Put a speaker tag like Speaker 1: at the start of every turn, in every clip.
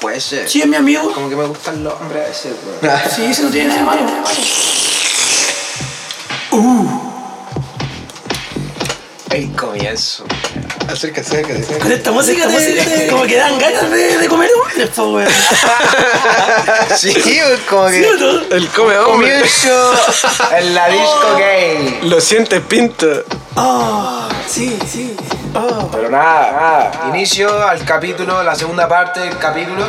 Speaker 1: Puede ser.
Speaker 2: Sí, es mi amigo.
Speaker 1: Como que me gustan los hombres a veces, weón.
Speaker 2: Sí, eso no tiene nada de malo. Uh,
Speaker 1: El comienzo.
Speaker 3: Acerca, acerca,
Speaker 2: con
Speaker 3: acerca.
Speaker 2: esta música te, te- como que dan ganas de, de comer hombres, po, weón.
Speaker 1: Sí, weón, como que.
Speaker 2: ¿Sí o no?
Speaker 3: El come hombre.
Speaker 1: Comienzo en la disco gay.
Speaker 3: Lo sientes pinto.
Speaker 2: Oh, sí, sí. Oh.
Speaker 1: Pero nada, nada. Inicio al capítulo, la segunda parte del capítulo.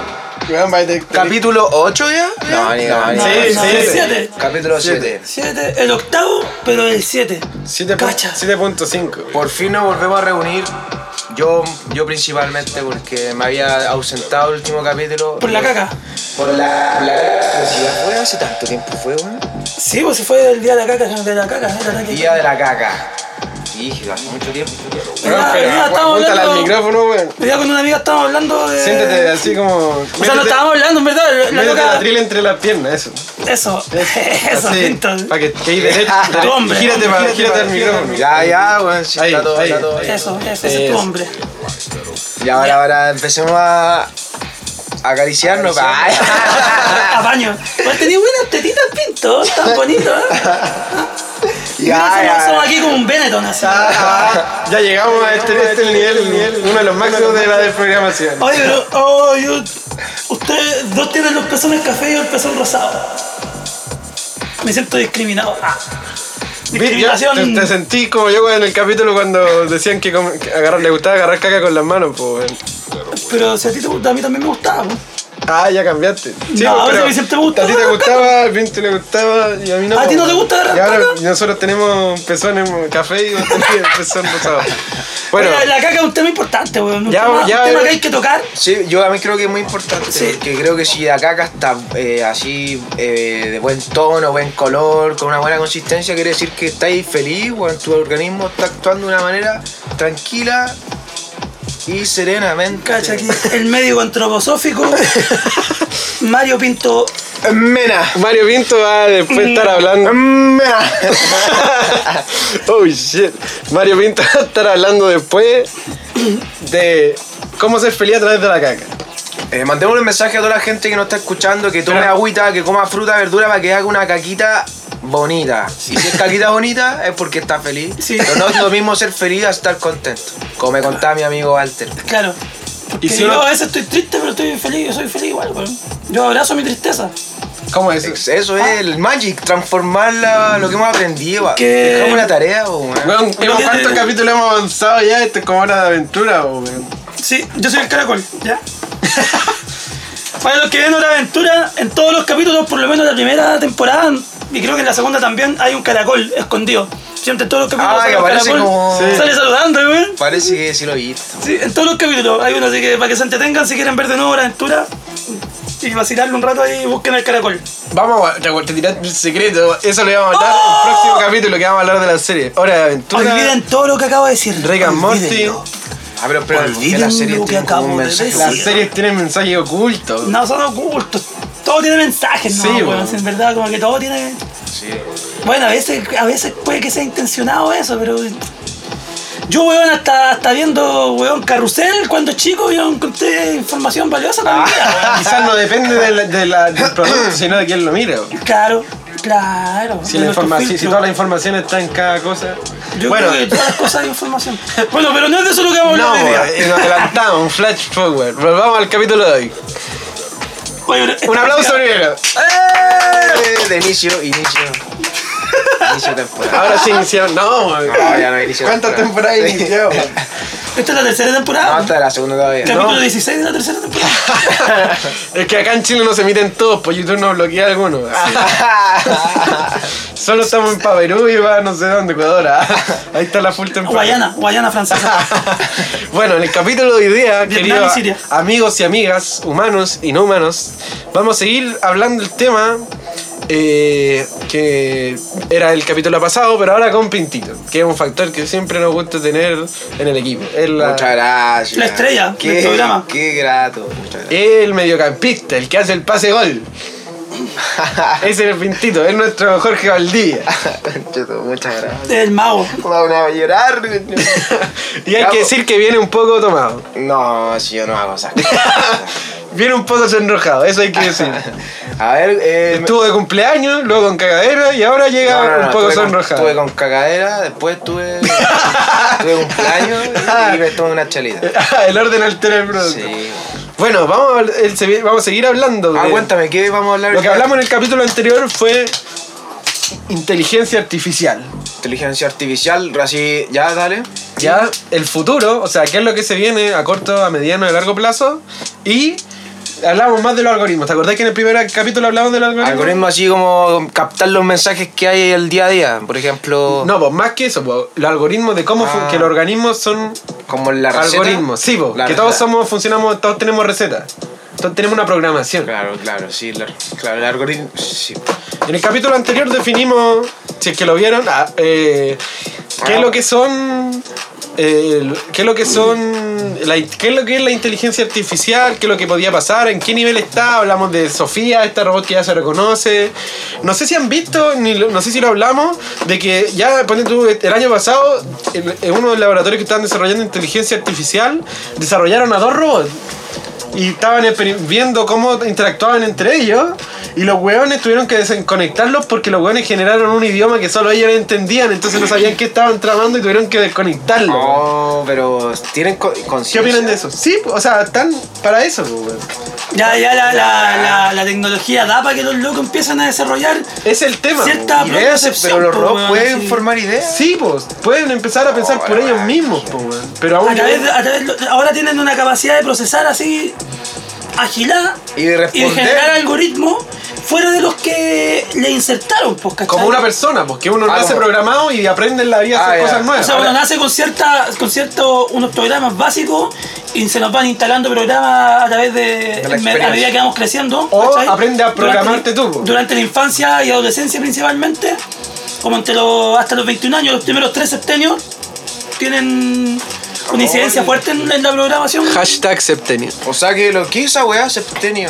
Speaker 3: Weón, va a tener-
Speaker 1: ¿Capítulo 8 ya? No, ni no,
Speaker 2: No,
Speaker 3: Sí,
Speaker 2: no,
Speaker 3: sí.
Speaker 2: el siete.
Speaker 1: Capítulo 7.
Speaker 2: Siete, el octavo, pero el 7.
Speaker 3: Siete pu-
Speaker 2: Cacha.
Speaker 3: 7.5.
Speaker 1: Por fin nos volvemos a reunir. Yo, yo principalmente porque me había ausentado el último capítulo.
Speaker 2: Por la caca.
Speaker 1: Por la. Por la pero si ya fue hace tanto tiempo, fue, weón.
Speaker 2: Sí, pues si fue el día de la caca, de la caca, de la caca.
Speaker 1: Día de la caca. Híjole, hace mucho tiempo.
Speaker 2: Mira, mira, estamos
Speaker 3: apúntala
Speaker 2: hablando-
Speaker 3: al micrófono, weón.
Speaker 2: Hoy día con una amiga estábamos hablando de.
Speaker 3: Siéntate así como.
Speaker 2: O sea, no estábamos hablando, en verdad. La
Speaker 3: Métete la
Speaker 2: loca.
Speaker 3: tril entre las piernas, eso.
Speaker 2: Eso. Eso, pinto.
Speaker 3: Para que te derecho.
Speaker 2: Tu Ah, hombre.
Speaker 3: Gírate para gírate al micrófono.
Speaker 1: Ya, ya, weón. sí,
Speaker 3: Ahí,
Speaker 1: está todo,
Speaker 3: ahí.
Speaker 1: está todo bien.
Speaker 2: Eso, eso, ese es tu
Speaker 3: Eso.
Speaker 2: hombre.
Speaker 1: Y ahora, ahora empecemos a. a acariciarnos.
Speaker 2: A baño. Pues tenía buenas tetitas, pinto. Tan bonito, ¿eh? Mira, somos, somos aquí como un Benetton, así.
Speaker 3: Ah. Ya llegamos a este, este es el nivel, uno de los máximos de la desprogramación.
Speaker 2: Oye, pero. Oh, yo. Ustedes dos tienen los pezones café y yo el pezón rosado. Me siento discriminado. Ah.
Speaker 3: Vi- yo- Te,
Speaker 2: Discriminación.
Speaker 3: te sentí como yo en el capítulo cuando decían que, com- que agarrar- le gustaba agarrar caca con las manos, pues.
Speaker 2: Pero si a ti te gusta, a mí también me gustaba. po.
Speaker 3: Ah, ya cambiaste. Sí,
Speaker 2: No,
Speaker 3: po,
Speaker 2: ahora sí me siento gusto.
Speaker 3: A ti te gustaba, al Vinto le gustaba y a mí no.
Speaker 2: ¿A ti no te
Speaker 3: po.
Speaker 2: gusta agarrar
Speaker 3: Y ahora
Speaker 2: caca?
Speaker 3: nosotros tenemos pezones café y vos tenés pezón rosado. Bueno,
Speaker 2: Oye, la, la caca es un tema importante, weón. Un,
Speaker 3: Ya,
Speaker 2: tema,
Speaker 3: ya,
Speaker 2: un tema
Speaker 3: eh.
Speaker 2: que hay que tocar.
Speaker 1: Sí, yo también creo que es muy importante,
Speaker 2: Sí.
Speaker 1: porque creo que si la caca está eh, así eh, de buen tono, buen color, con una buena consistencia, quiere decir que estáis feliz, weón, tu organismo está actuando de una manera tranquila y serenamente.
Speaker 2: Cacha, aquí el médico antroposófico. Mario Pinto.
Speaker 1: Mena.
Speaker 3: Mario Pinto va a después
Speaker 2: Mm.
Speaker 3: estar hablando.
Speaker 1: Mena.
Speaker 3: oh shit. Mario Pinto va a estar hablando después de cómo ser feliz a través de la caca.
Speaker 1: Eh, mandémosle un mensaje a toda la gente que nos está escuchando, que tome
Speaker 3: Pero-
Speaker 1: agüita, que coma fruta, verdura, para que haga una caquita bonita. Y si es caquita bonita, es porque está feliz.
Speaker 2: Sí.
Speaker 1: Pero no es lo mismo ser feliz a estar contento. Como me contaba mi amigo Walter.
Speaker 2: Claro. Porque
Speaker 3: Y si
Speaker 2: yo
Speaker 3: uno-
Speaker 2: a veces estoy triste, pero estoy feliz. Yo soy feliz igual, weón. Yo abrazo mi tristeza.
Speaker 3: ¿Cómo es eso?
Speaker 1: Ex- Eso es el Magic, transformar la- lo que hemos aprendido.
Speaker 2: ¿Qué?
Speaker 1: Es como una tarea, po, weón.
Speaker 3: Weón, hemos- ¿Cuántos capítulos hemos avanzado ya? Esto es como hora de aventura, po, weón.
Speaker 2: Sí, yo soy el caracol, ¿ya? Para los que ven otra aventura, en todos los capítulos, por lo menos en la primera temporada, y creo que en la segunda también, hay un caracol escondido. Siempre en todos los capítulos
Speaker 1: Ah,
Speaker 2: sale
Speaker 1: que
Speaker 2: un
Speaker 1: aparece
Speaker 2: caracol.
Speaker 1: como- Sí.
Speaker 2: Sale saludando, weón.
Speaker 1: Parece que sí lo vi.
Speaker 2: Sí, en todos los capítulos hay uno, así que para que se entretengan, si quieren ver de nuevo la aventura y vacilarlo un rato ahí, busquen el caracol.
Speaker 3: Vamos, a- te, te tiraste el secreto. Eso lo vamos a hablar en el
Speaker 2: ¡Oh!
Speaker 3: próximo capítulo que vamos a hablar de la serie. Hora de aventura.
Speaker 2: Olviden todo lo que acabo de decir.
Speaker 3: Rick and Morty.
Speaker 2: Olvídenlo.
Speaker 1: Ah, pero espera,
Speaker 2: Olviden
Speaker 1: que las series
Speaker 2: lo que
Speaker 1: tienen como un
Speaker 2: acabo de
Speaker 1: mensaje.
Speaker 2: decir.
Speaker 3: Las series tienen mensajes ocultos.
Speaker 2: No son ocultos. Todo tiene mensajes, ¿no?
Speaker 3: Sí,
Speaker 2: weón?
Speaker 3: weón.
Speaker 2: En verdad, como que todo tiene.
Speaker 1: Sí.
Speaker 2: Bueno, a veces, a veces puede que sea intencionado eso, pero. Yo, weón, hasta, hasta viendo, weón, carrusel cuando chico, yo encontré información valiosa para mi vida, weón.
Speaker 3: Quizás no depende de la- de la- del producto, sino de quién lo mira. weón.
Speaker 2: Claro, claro.
Speaker 3: Si, la
Speaker 2: nuestro
Speaker 3: información- si
Speaker 2: filtro.
Speaker 3: toda la información está en cada cosa.
Speaker 2: Yo
Speaker 3: bueno, eh.
Speaker 2: creo que todas las cosas hay información. Bueno, pero no es de eso lo que vamos a
Speaker 3: no,
Speaker 2: hablar hoy día.
Speaker 3: eh, nos adelantamos, un flash forward. Volvamos al capítulo de hoy.
Speaker 2: Oye, pero esta
Speaker 3: Un aplauso
Speaker 2: música-
Speaker 3: primero.
Speaker 1: Eh, De inicio, inicio. inicio de temporada.
Speaker 3: Ahora sí iniciamos. No, weón.
Speaker 1: No, ya no hay inicio de
Speaker 3: ¿Cuántas temporadas
Speaker 1: Sí.
Speaker 3: iniciamos?
Speaker 2: Esta es la tercera
Speaker 1: No,
Speaker 2: temporada.
Speaker 1: hasta la segunda todavía.
Speaker 2: capítulo
Speaker 3: Ah, no.
Speaker 2: 16 de la tercera temporada.
Speaker 3: es que acá en Chile no se emiten todos, pues YouTube no bloquea algunos. Solo estamos en Paperú y va no sé dónde, Ecuador. ah. Ahí está la full temporada.
Speaker 2: Guayana, Guayana francesa.
Speaker 3: bueno, en el capítulo de hoy día,
Speaker 2: Vietnam
Speaker 3: queridos
Speaker 2: y Siria.
Speaker 3: amigos y amigas, humanos y no humanos, vamos a seguir hablando el tema eh, que era el capítulo pasado, pero ahora con Pintito, que es un factor que siempre nos gusta tener en el equipo. Es la-
Speaker 1: Muchas gracias.
Speaker 2: La estrella
Speaker 1: qué,
Speaker 2: del programa.
Speaker 1: Qué grato. Muchas gracias.
Speaker 3: el mediocampista, el que hace el pase gol. Ese es el Pintito, es nuestro Jorge Valdivia.
Speaker 1: Cheto, Muchas gracias.
Speaker 2: El mago.
Speaker 1: Me van a llorar.
Speaker 3: y hay que decir que viene un poco tomado.
Speaker 1: No, si yo no hago esas cosas.
Speaker 3: Viene un poco sonrojado, eso hay que decir.
Speaker 1: A ver, eh,
Speaker 3: Estuvo de cumpleaños, luego con cagadera y ahora llega
Speaker 1: No, no, no,
Speaker 3: un poco
Speaker 1: estuve con-
Speaker 3: sonrojado.
Speaker 1: Estuve con cagadera, después tuve, tuve cumpleaños y me tomé una chalita.
Speaker 3: Ah, el orden altera el producto.
Speaker 1: Sí.
Speaker 3: Bueno, vamos a, habl- el se- vamos a seguir hablando. de-
Speaker 1: Ah, cuéntame, ¿qué vamos a hablar?
Speaker 3: Lo que hablamos en el capítulo anterior fue inteligencia artificial.
Speaker 1: Inteligencia artificial, así, ya, dale.
Speaker 3: Ya el futuro, o sea, qué es lo que se viene a corto, a mediano y a largo plazo. Y hablamos más de los algoritmos. ¿Te acordás que en el primer capítulo hablamos de los algoritmos?
Speaker 1: Algoritmo así como captar los mensajes que hay el día a día, por ejemplo,
Speaker 3: No, pues más que eso, pues, los algoritmos de cómo fu-
Speaker 1: Ah.
Speaker 3: que los organismos son
Speaker 1: como la receta.
Speaker 3: algoritmos. Sí, pues,
Speaker 1: La
Speaker 3: que todos
Speaker 1: receta.
Speaker 3: somos, funcionamos, todos tenemos recetas. Todos tenemos una programación.
Speaker 1: Claro, claro, sí, la- claro, el algoritmo, sí.
Speaker 3: En el capítulo anterior definimos, si es que lo vieron, ah, eh, qué es lo que son. eh, qué es lo que son la, in- qué es lo que es la inteligencia artificial qué es lo que podía pasar en qué nivel está hablamos de Sofía esta robot que ya se reconoce no sé si han visto ni lo- no sé si lo hablamos de que ya ponte tú, el año pasado en, en uno de los laboratorios que estaban desarrollando inteligencia artificial desarrollaron a dos robots y estaban experim- viendo cómo interactuaban entre ellos. Y los hueones tuvieron que desconectarlos porque los hueones generaron un idioma que solo ellos entendían. Entonces no sabían qué estaban tramando y tuvieron que desconectarlo.
Speaker 2: Oh,
Speaker 1: No, pero tienen co-
Speaker 3: ¿Qué
Speaker 1: conciencia.
Speaker 3: opinan de eso? Sí, o sea, están para eso. po, weón.
Speaker 2: Ya, ya la, la, la, la tecnología da para que los locos empiezan a desarrollar.
Speaker 3: Es el tema.
Speaker 2: Cierta-
Speaker 3: po.
Speaker 1: Ideas, pero
Speaker 2: Concepción,
Speaker 1: los
Speaker 2: po,
Speaker 1: robots
Speaker 2: weón,
Speaker 1: pueden
Speaker 2: sí.
Speaker 1: formar ideas.
Speaker 3: Sí, pues, pueden empezar a pensar por
Speaker 1: bueno,
Speaker 3: ellos
Speaker 1: bueno,
Speaker 3: mismos, po, weón. Pero aún
Speaker 2: A través de- a través de- ahora tienen una capacidad de procesar así, agilada
Speaker 1: Y de responder.
Speaker 2: generar algoritmos fuera de los que le insertaron, pues, ¿cachai?
Speaker 3: como una persona, porque uno
Speaker 1: Ah,
Speaker 3: nace
Speaker 1: como-
Speaker 3: programado y aprende en la vida a
Speaker 1: Ah,
Speaker 3: hacer
Speaker 1: ya.
Speaker 3: cosas
Speaker 2: O
Speaker 3: nuevas.
Speaker 2: sea, uno nace con cierta, con ciertos unos programas básicos y se nos van instalando programas a través de,
Speaker 1: la
Speaker 2: en me- a
Speaker 1: experiencia.
Speaker 2: medida que vamos creciendo.
Speaker 3: O aprende a
Speaker 2: durante,
Speaker 3: programarte tú, po.
Speaker 2: Durante la infancia y adolescencia principalmente, como entre los, hasta los 21 años, los primeros tres septenios tienen una incidencia fuerte en, en la programación.
Speaker 3: Hashtag Septenio.
Speaker 1: O sea que lo que esa weá septenio.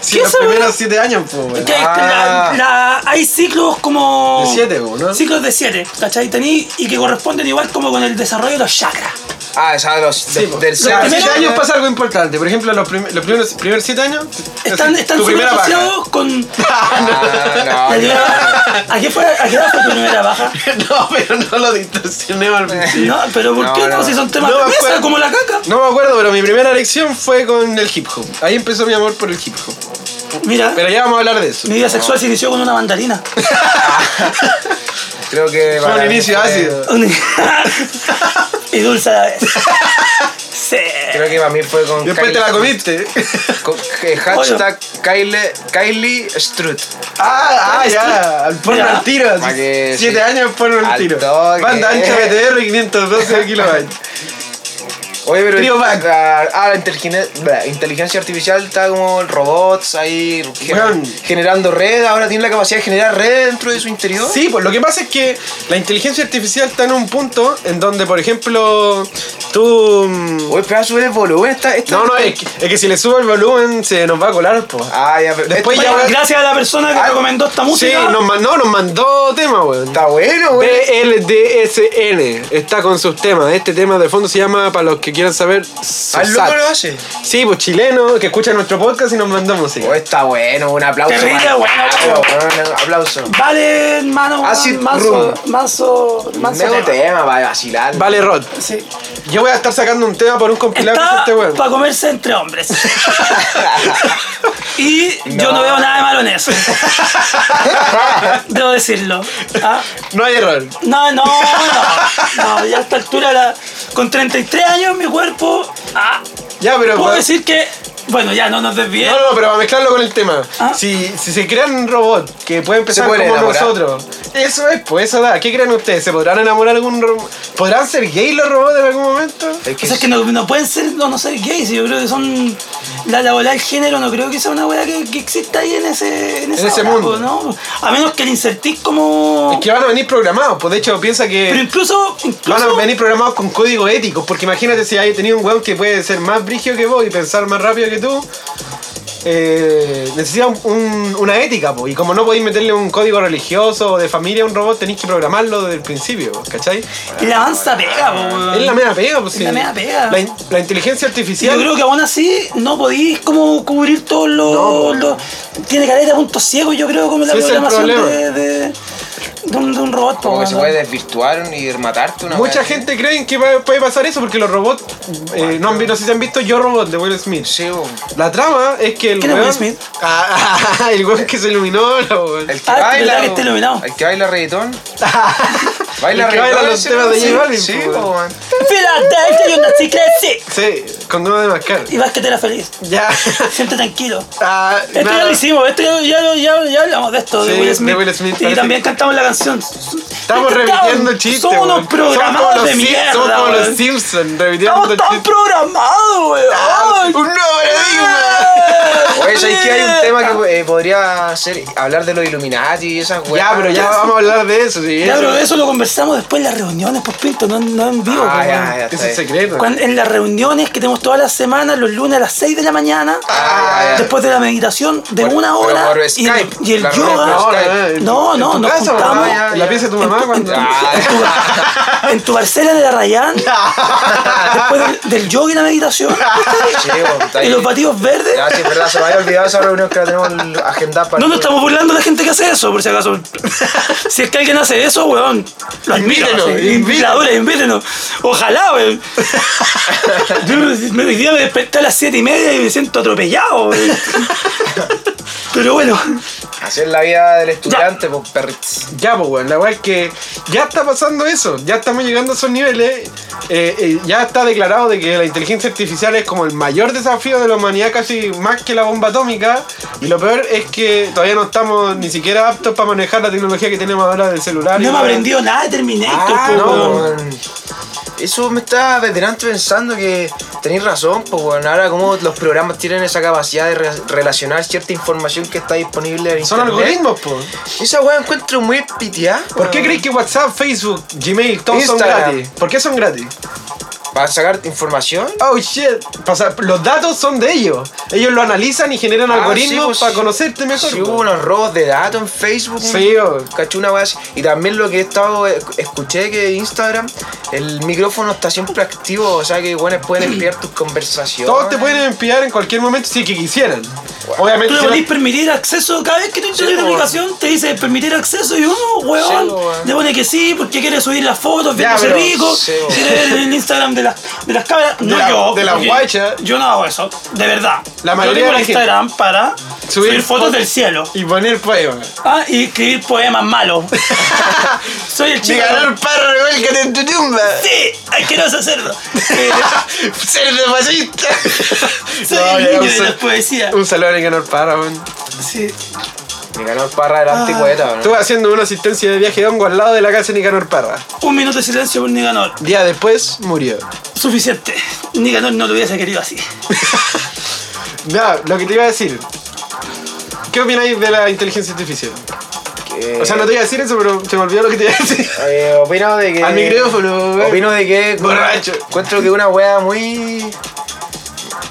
Speaker 3: Sí,
Speaker 2: ¿Qué
Speaker 3: los
Speaker 2: esa weá?
Speaker 3: primeros siete años, po, weón.
Speaker 2: Que hay-
Speaker 1: Ah.
Speaker 2: la- la- hay ciclos como...
Speaker 3: De siete, po, ¿no?
Speaker 2: Ciclos de 7, ¿cachai? Tení, y que corresponden igual como con el desarrollo de los chakras.
Speaker 1: Ah, esa de los, de-
Speaker 3: po.
Speaker 1: del Ah,
Speaker 3: O sea,
Speaker 1: sexo.
Speaker 3: a los
Speaker 2: primero-
Speaker 3: siete años pasa algo importante. Por ejemplo, los, prim- los primeros, primeros siete años
Speaker 2: Están,
Speaker 3: es
Speaker 2: están
Speaker 3: tu
Speaker 2: súper
Speaker 3: primera paja.
Speaker 2: asociados con...
Speaker 1: Ah,
Speaker 2: La
Speaker 1: no,
Speaker 2: primera
Speaker 1: no.
Speaker 2: baja. ¿A qué, fue, ¿A qué edad fue tu primera baja?
Speaker 3: No, pero no lo distorsioné al principio.
Speaker 2: No, pero ¿por
Speaker 1: No,
Speaker 2: qué no?
Speaker 1: no.
Speaker 2: Si son temas
Speaker 3: No,
Speaker 2: de mesa,
Speaker 3: fue-
Speaker 2: como la caca.
Speaker 3: No me acuerdo, pero mi primera elección fue con el hip hop. Ahí empezó mi amor por el hip hop.
Speaker 2: Mira,
Speaker 3: Pero ya vamos a hablar de eso.
Speaker 2: mi vida sexual se inició con una mandarina.
Speaker 1: Creo que.
Speaker 3: Fue
Speaker 1: para
Speaker 3: un
Speaker 1: mí
Speaker 3: inicio
Speaker 1: fue-
Speaker 3: ácido.
Speaker 2: y dulce a la vez. Sí.
Speaker 1: Creo que para mí fue con.
Speaker 3: Después te
Speaker 1: Kylie-
Speaker 3: la comiste.
Speaker 1: con- eh, hashtag Kylie, Kylie Strut.
Speaker 3: Ah, ah, ya. Al porno
Speaker 2: Mira.
Speaker 3: al tiro.
Speaker 1: Pa' que-
Speaker 3: Siete años porno al
Speaker 1: Al
Speaker 3: tiro.
Speaker 1: toque.
Speaker 3: Banda ancha BTR 512 kilobytes.
Speaker 1: Oye, pero.
Speaker 3: Trio Back.
Speaker 1: Ah, ah, la intergine- bla, inteligencia artificial está como robots ahí gen-
Speaker 3: Weón.
Speaker 1: generando red. Ahora tiene la capacidad de generar red dentro de su interior.
Speaker 3: Sí, pues lo que pasa es que la inteligencia artificial está en un punto en donde, por ejemplo, tú... mm,
Speaker 1: Oye, pero sube el volumen. Esta, esta-
Speaker 3: No, no, es que, es que si le subo el volumen se nos va a colar, pues.
Speaker 1: Ah, ya, pero.
Speaker 3: Después
Speaker 1: esto
Speaker 3: ya-
Speaker 1: está-
Speaker 2: Gracias a la persona que recomendó esta
Speaker 3: Sí,
Speaker 2: música.
Speaker 3: nos mandó, nos mandó tema, weón.
Speaker 1: Está bueno, güey.
Speaker 3: BLDSN está con sus temas. Este tema de fondo se llama, para los que quieran saber, Sosat.
Speaker 1: Al Ah, loco lo hace.
Speaker 3: Sí, pues chileno, que escucha nuestro podcast y nos manda música.
Speaker 1: Oh, está bueno, un aplauso.
Speaker 2: Terrible,
Speaker 1: para-
Speaker 2: bueno,
Speaker 1: Bravo, bueno, aplauso.
Speaker 2: Vale, hermano.
Speaker 1: Acid
Speaker 2: Mazo,
Speaker 1: Room.
Speaker 2: mazo, mazo.
Speaker 1: Nuevo
Speaker 2: tema.
Speaker 1: tema para vacilar.
Speaker 3: Vale, Rod.
Speaker 2: Sí.
Speaker 3: Yo voy a estar sacando un tema por un compilado que hizo
Speaker 2: Está
Speaker 3: este weón.
Speaker 2: para comerse entre hombres. y yo no
Speaker 1: No.
Speaker 2: veo nada de malo en eso. Debo decirlo. ¿ah?
Speaker 3: No hay error.
Speaker 2: No, no, no. No, ya a esta altura, la- con 33 años, mi cuerpo. ah,
Speaker 3: Ya, pero.
Speaker 2: puedo
Speaker 3: weón,
Speaker 2: decir que. Bueno, ya no nos desvié.
Speaker 3: No, no, pero para mezclarlo con el tema.
Speaker 2: Ah.
Speaker 3: Si, si se crean un robot que puede empezar
Speaker 1: Se
Speaker 3: como
Speaker 1: pueden enamorar.
Speaker 3: nosotros, eso es, pues eso da. ¿Qué creen ustedes? ¿Se podrán enamorar algún robot? ¿Podrán ser gay los robots en algún momento?
Speaker 1: Es que
Speaker 2: O sea, es que no, no pueden ser, no, no ser gays. Yo creo que son. La la bola del género no creo que sea una weá que, que exista ahí en ese, en esa
Speaker 3: ese
Speaker 2: weá,
Speaker 3: mundo.
Speaker 2: ¿no? A menos que le insertís como.
Speaker 3: Es que van a venir programados, pues de hecho piensa
Speaker 2: Pero
Speaker 3: que
Speaker 2: incluso.
Speaker 3: van a
Speaker 2: incluso
Speaker 3: venir programados con código ético, porque imagínate si hay tenido un weón que puede ser más brigio que vos y pensar más rápido que tú. eh, necesita un- un- una ética, po, y como no podéis meterle un código religioso o de familia a un robot, tenéis que programarlo desde el principio, ¿cachai?
Speaker 2: Y la avanza pega, po, weón.
Speaker 3: Es la mega pega, pues
Speaker 2: Es la mega pega.
Speaker 3: La, in- la
Speaker 2: Yo
Speaker 3: inteligencia artificial.
Speaker 2: creo que aún así no podéis como cubrir todos los.
Speaker 3: No, pues.
Speaker 2: los- tiene caleta de puntos ciegos, yo creo, como la
Speaker 3: Sí, ese es el
Speaker 2: programación de,
Speaker 3: problema.
Speaker 2: de, de un, de un robot. po,
Speaker 1: Como que se
Speaker 2: weón.
Speaker 1: puede desvirtuar y matarte una
Speaker 3: Mucha
Speaker 2: eh.
Speaker 1: wea así.
Speaker 3: gente cree que va- puede pasar eso porque los robots. eh, no, han vi- no sé si han visto Yo Robot de Will Smith.
Speaker 1: Sí, bo.
Speaker 3: La trama es que el
Speaker 2: ¿Quién es Will
Speaker 3: weón-
Speaker 2: Smith?
Speaker 3: Ah, el weón que se iluminó, la weón.
Speaker 1: El que
Speaker 2: Ah, es
Speaker 1: baila.
Speaker 2: verdad que está
Speaker 3: este
Speaker 1: bo.
Speaker 2: iluminado.
Speaker 1: El que baila reggaetón. Baila
Speaker 3: El que baila
Speaker 1: reggaetón.
Speaker 3: los
Speaker 1: ese,
Speaker 3: temas de pues.
Speaker 1: sí,
Speaker 3: J Balvin,
Speaker 1: Sí,
Speaker 3: po,
Speaker 1: bo,
Speaker 3: weón.
Speaker 1: weón.
Speaker 2: Filadelfia, yo nací crecí.
Speaker 3: Sí, con duda de mascar.
Speaker 2: Y vas que te era feliz.
Speaker 3: Ya.
Speaker 2: Siempre tranquilo.
Speaker 3: Ah,
Speaker 2: Esto ya
Speaker 3: nada.
Speaker 2: lo hicimos, esto ya, ya, ya, ya hablamos de esto,
Speaker 3: Sí,
Speaker 2: de Will Smith.
Speaker 3: de Will Smith,
Speaker 2: y
Speaker 3: parece
Speaker 2: también
Speaker 3: que-
Speaker 2: cantamos la canción. Este
Speaker 3: Estamos repitiendo chistes.
Speaker 2: Somos
Speaker 3: weón.
Speaker 2: unos programados
Speaker 3: Somos como
Speaker 2: de
Speaker 3: los Sim-
Speaker 2: mierda.
Speaker 3: Somos como los
Speaker 2: weón.
Speaker 3: Simpsons repitiendo
Speaker 2: Estamos tan
Speaker 3: chistes.
Speaker 2: programados, Ah. weón.
Speaker 3: Ah, ¡Un nuevo paradigma!
Speaker 1: Oye, ¿sabes que hay un tema que eh, podría ser hablar de los Illuminati y esas weas?
Speaker 3: Ya, pero ya vamos a hablar de eso. Sí,
Speaker 2: Ya,
Speaker 3: eso.
Speaker 2: pero de eso lo conversamos después en las reuniones, pues Pinto, no, no en vivo.
Speaker 1: Ah,
Speaker 2: pues,
Speaker 1: ya,
Speaker 2: weón.
Speaker 1: ya
Speaker 3: Ese
Speaker 1: está.
Speaker 3: es
Speaker 1: bien.
Speaker 3: secreto.
Speaker 2: Cuando- en las reuniones que tenemos todas las semanas, los lunes a las 6 de la mañana,
Speaker 1: Ah, ya, ya.
Speaker 2: después de la meditación de
Speaker 1: Por-
Speaker 2: una
Speaker 1: pero
Speaker 2: hora
Speaker 1: por
Speaker 2: y el,
Speaker 1: Skype,
Speaker 2: y el
Speaker 1: la reunión
Speaker 2: yoga.
Speaker 1: por Skype.
Speaker 2: No, no,
Speaker 3: en tu
Speaker 2: nos
Speaker 3: casa,
Speaker 2: juntamos.
Speaker 3: mamá, ya, en la pieza de tu
Speaker 2: En
Speaker 3: mamá
Speaker 2: tu-
Speaker 3: cuando.
Speaker 1: Ah,
Speaker 2: En tu parcela de la Rayán, después del, del yoga y la meditación,
Speaker 1: sí, bo, está
Speaker 2: y
Speaker 1: bien.
Speaker 2: los batidos verdes.
Speaker 1: Ya, sí, es verdad, se me había olvidado esa reunión que la tenemos agendada para.
Speaker 2: No nos estamos burlando de la gente que hace eso, por si acaso. si es que alguien hace eso, weón, lo admiro.
Speaker 3: Invítenos,
Speaker 2: así.
Speaker 3: invítenos.
Speaker 2: Invitadores, invítenos. Ojalá, weón. Yo me- hoy día me desperté a las 7 y media y me siento atropellado, weón. Pero bueno,
Speaker 1: Hacer la vida del estudiante, pues, perrits.
Speaker 3: Ya, pues, weón, la weá es que ya está pasando eso, ya estamos llegando a esos niveles, eh, eh, ya está declarado de que la inteligencia artificial es como el mayor desafío de la humanidad, casi más que la bomba atómica, y lo peor es que todavía no estamos ni siquiera aptos para manejar la tecnología que tenemos ahora del celular.
Speaker 2: no
Speaker 3: y
Speaker 2: me
Speaker 3: la-
Speaker 2: aprendió nada de Terminator,
Speaker 3: Ah,
Speaker 2: po,
Speaker 3: no,
Speaker 2: weón.
Speaker 1: weón. Eso me está detenante pensando que tenéis razón, pues bueno, ahora como los programas tienen esa capacidad de re- relacionar cierta información que está disponible en
Speaker 3: Son
Speaker 1: internet.
Speaker 3: algoritmos, pues.
Speaker 1: Esa weá encuentro muy pitiá.
Speaker 3: ¿Por qué creéis que WhatsApp, Facebook, Gmail, todos
Speaker 1: Instagram.
Speaker 3: son gratis? ¿Por qué son gratis?
Speaker 1: ¿Para sacar información?
Speaker 3: Oh shit, Pasa- los datos son de ellos. Ellos lo analizan y generan
Speaker 1: Ah, sí,
Speaker 3: algoritmos
Speaker 1: pues,
Speaker 3: para
Speaker 1: sí.
Speaker 3: conocerte mejor.
Speaker 1: Sí,
Speaker 3: po.
Speaker 1: hubo unos robos de datos en Facebook.
Speaker 3: Sí,
Speaker 1: un-
Speaker 3: o-
Speaker 1: Caché una weá así. Y también lo que he estado. eh, Escuché que Instagram, el micrófono está siempre activo. O sea que, bueno, pueden enviar tus conversaciones.
Speaker 3: Todos te pueden enviar en cualquier momento si es que quisieran.
Speaker 2: Tú
Speaker 3: Obviamente.
Speaker 2: le
Speaker 3: si no-
Speaker 2: podés permitir acceso, cada vez que tú entras en una
Speaker 1: weón.
Speaker 2: aplicación te dice permitir acceso y uno, weón,
Speaker 1: Sí, weón.
Speaker 2: le pone que sí porque quiere subir las fotos,
Speaker 3: Ya,
Speaker 2: verse
Speaker 3: pero-
Speaker 2: rico,
Speaker 1: sí, weón.
Speaker 2: quiere ver el Instagram de, las de las cámaras. No
Speaker 3: la-
Speaker 2: yo,
Speaker 3: de las
Speaker 2: porque
Speaker 3: guachas.
Speaker 2: Yo no hago eso, de verdad.
Speaker 3: La
Speaker 2: yo
Speaker 3: mayoría de
Speaker 2: tengo
Speaker 3: la
Speaker 2: el
Speaker 3: gente-
Speaker 2: Instagram para subir, fotos
Speaker 3: fo-
Speaker 2: del cielo.
Speaker 3: Y poner eh, prueba.
Speaker 2: Ah, y escribir poemas malos. Soy el chico.
Speaker 3: parra revuélcate en tu tumba.
Speaker 2: Sí, asqueroso cerdo. Eh,
Speaker 3: Cerdo fascista.
Speaker 2: Soy el niño de las poesías.
Speaker 3: Un saludo a Nicanor Parra, weón.
Speaker 2: sí.
Speaker 1: Me ganó el parra del
Speaker 3: Ah.
Speaker 1: antipoeta, ¿no?
Speaker 3: Estuve haciendo una asistencia de viaje de hongo al lado de la casa de Nicanor Parra.
Speaker 2: Un minuto de silencio por Nicanor.
Speaker 3: Día después murió.
Speaker 2: Suficiente. Nicanor no lo hubiese querido así.
Speaker 3: Nada, lo que te iba a decir. ¿Qué opináis de la inteligencia artificial?
Speaker 1: Que-
Speaker 3: O sea, no te iba a decir eso, pero se me olvidó lo que te iba a decir.
Speaker 1: Eh, opino de que.
Speaker 3: Al micrófono, weón.
Speaker 1: Opino de que.
Speaker 3: Borracho.
Speaker 1: Encuentro que una wea muy.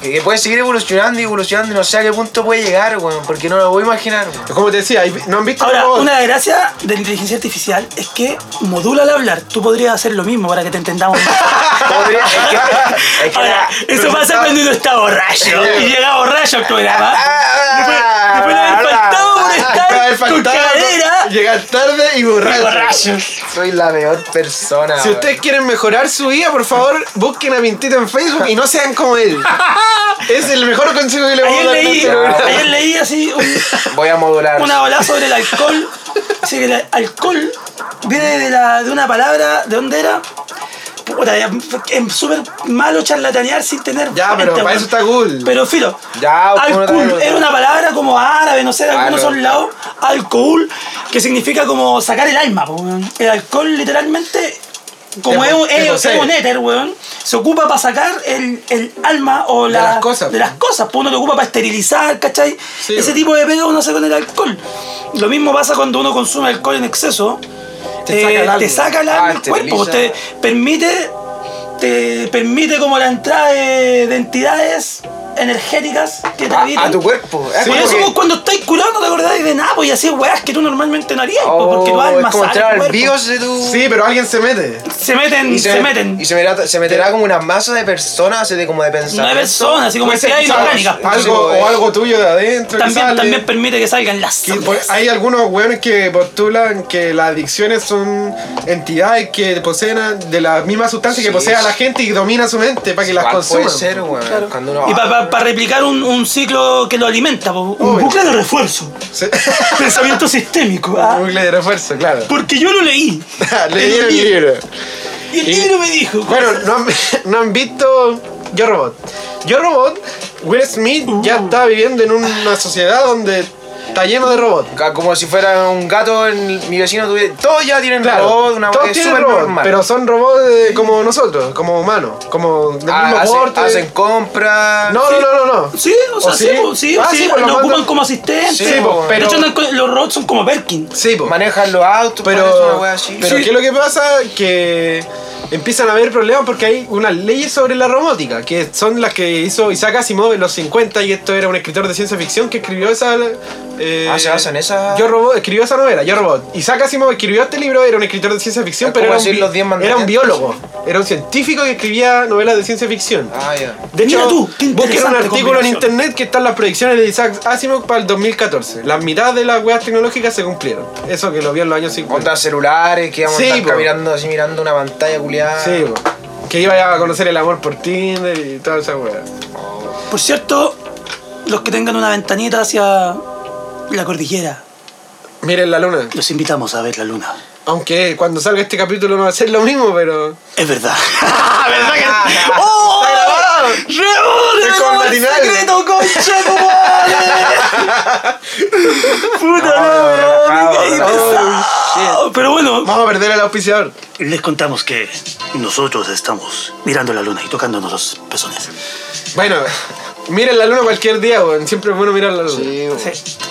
Speaker 1: Que que puede seguir evolucionando y evolucionando y no sé a qué punto puede llegar, weón, porque no lo voy a imaginar. weón.
Speaker 3: Como te decía, hay- no han visto
Speaker 2: Ahora,
Speaker 3: robots?
Speaker 2: una gracia de la inteligencia artificial es que modula al hablar. Tú podrías hacer lo mismo para que te entendamos.
Speaker 1: Podría- es que- es que-
Speaker 2: Ahora, eso pasa cuando uno está borracho y llega borracho al programa. Después,
Speaker 1: Ah,
Speaker 2: después de haber faltado por
Speaker 3: Para
Speaker 2: estar
Speaker 3: haber
Speaker 2: tu
Speaker 3: faltado,
Speaker 2: cadera
Speaker 3: Llegar tarde y borracho.
Speaker 2: borracho.
Speaker 1: Ah, Soy la peor persona.
Speaker 3: Si
Speaker 1: weón.
Speaker 3: ustedes quieren mejorar su vida, por favor, busquen a Pintito en Facebook y no sean como él. es el mejor consejo que le puedo
Speaker 2: Ayer
Speaker 3: dar. en
Speaker 2: leí,
Speaker 3: este programa.
Speaker 2: ayer leí así un,
Speaker 1: Voy a modular.
Speaker 2: una ola sobre el alcohol. Dice que el alcohol viene de, la, de una palabra, ¿de dónde era? Puta, es es súper malo charlatanear sin tener.
Speaker 3: Ya,
Speaker 2: fuente,
Speaker 3: pero para
Speaker 2: weón.
Speaker 3: eso está cool.
Speaker 2: Pero filo,
Speaker 1: Ya, ¿cómo no te
Speaker 2: alcohol
Speaker 1: digo?
Speaker 2: era una palabra como árabe, no sé, de algunos
Speaker 1: Claro.
Speaker 2: son lados, alcohol, que significa como sacar el alma. po, weón. El alcohol literalmente, como
Speaker 3: Te
Speaker 2: es un,
Speaker 3: po- te
Speaker 2: es-
Speaker 3: posee.
Speaker 2: es un éter, weón, se ocupa para sacar el, el alma o la-
Speaker 3: las cosas,
Speaker 2: De
Speaker 3: po.
Speaker 2: las cosas, po, uno lo ocupa para esterilizar, ¿cachai? Ese
Speaker 3: Sí,
Speaker 1: pues.
Speaker 3: po.
Speaker 2: tipo de pedo uno hace con el alcohol. Lo mismo pasa cuando uno consume alcohol en exceso. Eh,
Speaker 3: Te saca el alma.
Speaker 2: te saca el
Speaker 1: Ah,
Speaker 2: alma del
Speaker 1: esteriliza.
Speaker 2: cuerpo, po, te permite te permite como la entrada de, de entidades energéticas que te
Speaker 1: A,
Speaker 2: evitan.
Speaker 1: Ah, a tu cuerpo. Ah, Es
Speaker 3: Sí,
Speaker 1: como
Speaker 2: Por eso
Speaker 1: que-
Speaker 2: vos cuando estáis curado no te acordáis de nada, pues, y así weas que tú normalmente no harías, pues,
Speaker 1: Oh,
Speaker 2: porque tú
Speaker 1: es como
Speaker 2: almas
Speaker 1: entrar al BIOS de tu.
Speaker 3: Sí, pero alguien se mete.
Speaker 2: Se meten,
Speaker 1: Y
Speaker 2: se, meten.
Speaker 1: Y se meterá, se meterá como una masa de personas, así de como de pensar.
Speaker 2: Nueve personas, así como
Speaker 1: Puede ser
Speaker 2: entidades
Speaker 1: quizás-
Speaker 2: inorgánicas. pues.
Speaker 1: Sí,
Speaker 3: Algo,
Speaker 1: pues,
Speaker 3: o algo tuyo de adentro. que
Speaker 2: También,
Speaker 3: sale.
Speaker 2: también permite que salgan las
Speaker 3: Que
Speaker 2: sombras.
Speaker 3: por- hay algunos weones que postulan que las adicciones son entidades que poseen a- de la misma sustancia
Speaker 1: Sí.
Speaker 3: que posee a la gente y domina su mente para que las
Speaker 1: Igual
Speaker 3: consuman.
Speaker 1: Puede ser, weón.
Speaker 2: Claro.
Speaker 1: Cuando uno
Speaker 2: Y para replicar un, un ciclo que lo alimenta, po. un
Speaker 3: Obvio.
Speaker 2: bucle de refuerzo.
Speaker 3: Sí.
Speaker 2: Pensamiento sistémico.
Speaker 3: Un
Speaker 2: ah,
Speaker 3: bucle de refuerzo, claro.
Speaker 2: Porque yo lo leí.
Speaker 3: Leí el libro.
Speaker 2: Y el
Speaker 3: Y-
Speaker 2: libro me dijo.
Speaker 3: Bueno, no han, no han visto Yo Robot. Yo Robot, Will Smith ya
Speaker 1: Uh.
Speaker 3: está viviendo en una sociedad donde está lleno de robots.
Speaker 1: Ca- Como si fuera un gato, en mi vecino tuviera. Todos ya tienen
Speaker 3: Claro,
Speaker 1: robot, una
Speaker 3: todos
Speaker 1: es
Speaker 3: tienen
Speaker 1: súper
Speaker 3: robots,
Speaker 1: normal.
Speaker 3: pero son robots eh, como nosotros, como humanos, como del
Speaker 1: Ah,
Speaker 3: mismo
Speaker 1: hacen,
Speaker 3: porte.
Speaker 1: hacen compras.
Speaker 3: No, no, no, no, no.
Speaker 2: Sí, o sea,
Speaker 3: ¿O
Speaker 2: sí,
Speaker 3: sí?
Speaker 2: po, sí,
Speaker 3: Ah,
Speaker 2: sí,
Speaker 3: sí, pues
Speaker 2: lo
Speaker 3: los
Speaker 2: ocupan
Speaker 3: mandan-
Speaker 2: como asistente.
Speaker 1: Sí,
Speaker 3: Sí, po,
Speaker 1: De
Speaker 2: De
Speaker 3: pero,
Speaker 2: hecho, andan con- los robots son como Perkin.
Speaker 3: sí, po.
Speaker 1: Manejan los autos, parece una
Speaker 3: pero,
Speaker 1: wea así.
Speaker 3: pero
Speaker 1: Sí.
Speaker 3: ¿qué es lo que pasa? Que empiezan a haber problemas porque hay unas leyes sobre la robótica, que son las que hizo Isaac Asimov en los 50 y esto era un escritor de ciencia ficción que escribió esa... eh,
Speaker 1: Ah, se basa en esa-
Speaker 3: Yo Robot, escribió esa novela, Yo Robot. Isaac Asimov escribió este libro, era un escritor de ciencia ficción,
Speaker 1: Es
Speaker 3: pero
Speaker 1: como
Speaker 3: era un,
Speaker 1: decir
Speaker 3: bi-
Speaker 1: los diez
Speaker 3: era un
Speaker 1: mandamientos.
Speaker 3: biólogo, era un científico que escribía novelas de ciencia ficción.
Speaker 1: Ah, ya.
Speaker 3: De hecho,
Speaker 2: Mira tú, qué
Speaker 3: busquen un
Speaker 2: interesante
Speaker 3: artículo en
Speaker 2: combinación.
Speaker 3: internet que están las predicciones de Isaac Asimov para el 2014. La mitad de las weas tecnológicas se cumplieron. Eso que lo vio en los años 50.
Speaker 1: Ondas celulares, que íbamos
Speaker 3: Sí,
Speaker 1: a estar
Speaker 3: po.
Speaker 1: caminando así mirando una pantalla culiada.
Speaker 3: Sí, po. que iba a conocer el amor por Tinder y toda esa wea.
Speaker 2: Por cierto, los que tengan una ventanita hacia la cordillera,
Speaker 3: Miren la luna.
Speaker 2: los invitamos a ver la luna.
Speaker 3: Aunque cuando salga este capítulo no va a ser lo mismo, pero.
Speaker 2: Es verdad. Ah, ¿Verdad que
Speaker 1: Está
Speaker 2: ¡Oh!
Speaker 3: Ah, grabado.
Speaker 2: ¡Rebote!
Speaker 3: Es
Speaker 2: ¡Es
Speaker 3: con
Speaker 2: como el
Speaker 3: matinal.
Speaker 2: secreto, concha tu madre! ¡Puta
Speaker 1: No,
Speaker 2: la
Speaker 1: no,
Speaker 2: weón,
Speaker 1: no,
Speaker 2: me caí
Speaker 1: no,
Speaker 3: Oh,
Speaker 2: pesado. Pero bueno,
Speaker 3: Vamos a perder al auspiciador.
Speaker 2: les contamos que nosotros estamos mirando la luna y tocándonos los pezones.
Speaker 3: Bueno, miren la luna cualquier día, weón. Siempre es bueno mirar la luna.
Speaker 1: Sí, po.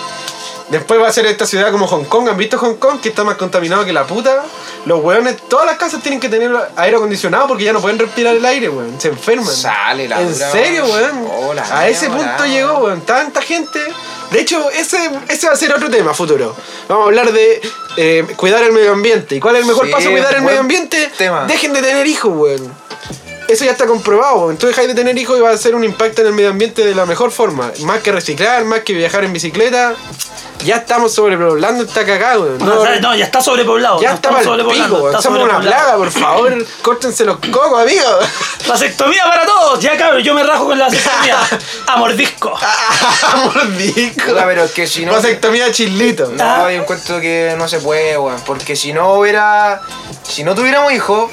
Speaker 3: Después va a ser esta ciudad como Hong Kong. ¿Han visto Hong Kong? Que está más contaminado que la puta. Los weones, todas las casas tienen que tener aire acondicionado porque ya no pueden respirar el aire, weón. Se enferman.
Speaker 1: Sale la
Speaker 3: ¿En
Speaker 1: dura,
Speaker 3: serio, weón?
Speaker 1: oh, la
Speaker 3: a ese
Speaker 1: mierda.
Speaker 3: punto llegó, weón. Tanta gente. De hecho, ese, ese va a ser otro tema futuro. Vamos a hablar de eh, cuidar el medio ambiente. ¿Y cuál es el mejor
Speaker 1: Sí,
Speaker 3: paso a cuidar el
Speaker 1: buen
Speaker 3: medio ambiente?
Speaker 1: tema.
Speaker 3: Dejen de tener hijos, weón. Eso ya está comprobado. weón. Tú dejáis de tener hijos y va a hacer un impacto en el medio ambiente de la mejor forma. Más que reciclar, más que viajar en bicicleta. Ya estamos sobrepoblando esta cagada, weón.
Speaker 2: No,
Speaker 3: No,
Speaker 2: Ah, ¿sabes? no, ya está sobrepoblado.
Speaker 3: ya
Speaker 2: no
Speaker 3: está
Speaker 2: estamos
Speaker 3: mal pico,
Speaker 2: sobrepoblando,
Speaker 3: weón.
Speaker 2: está
Speaker 3: Somos una
Speaker 2: sobrepoblado.
Speaker 3: plaga, por favor. Córtense los cocos, amigos.
Speaker 2: Vasectomía para todos. Ya, cabrón, yo me rajo con la vasectomía. A mordisco.
Speaker 3: Ah, Mordico.
Speaker 1: Puta, pero es que si no-
Speaker 3: Vasectomía chislito.
Speaker 1: No, yo encuentro que no se puede, weón. Porque si no hubiera. Si no tuviéramos hijos,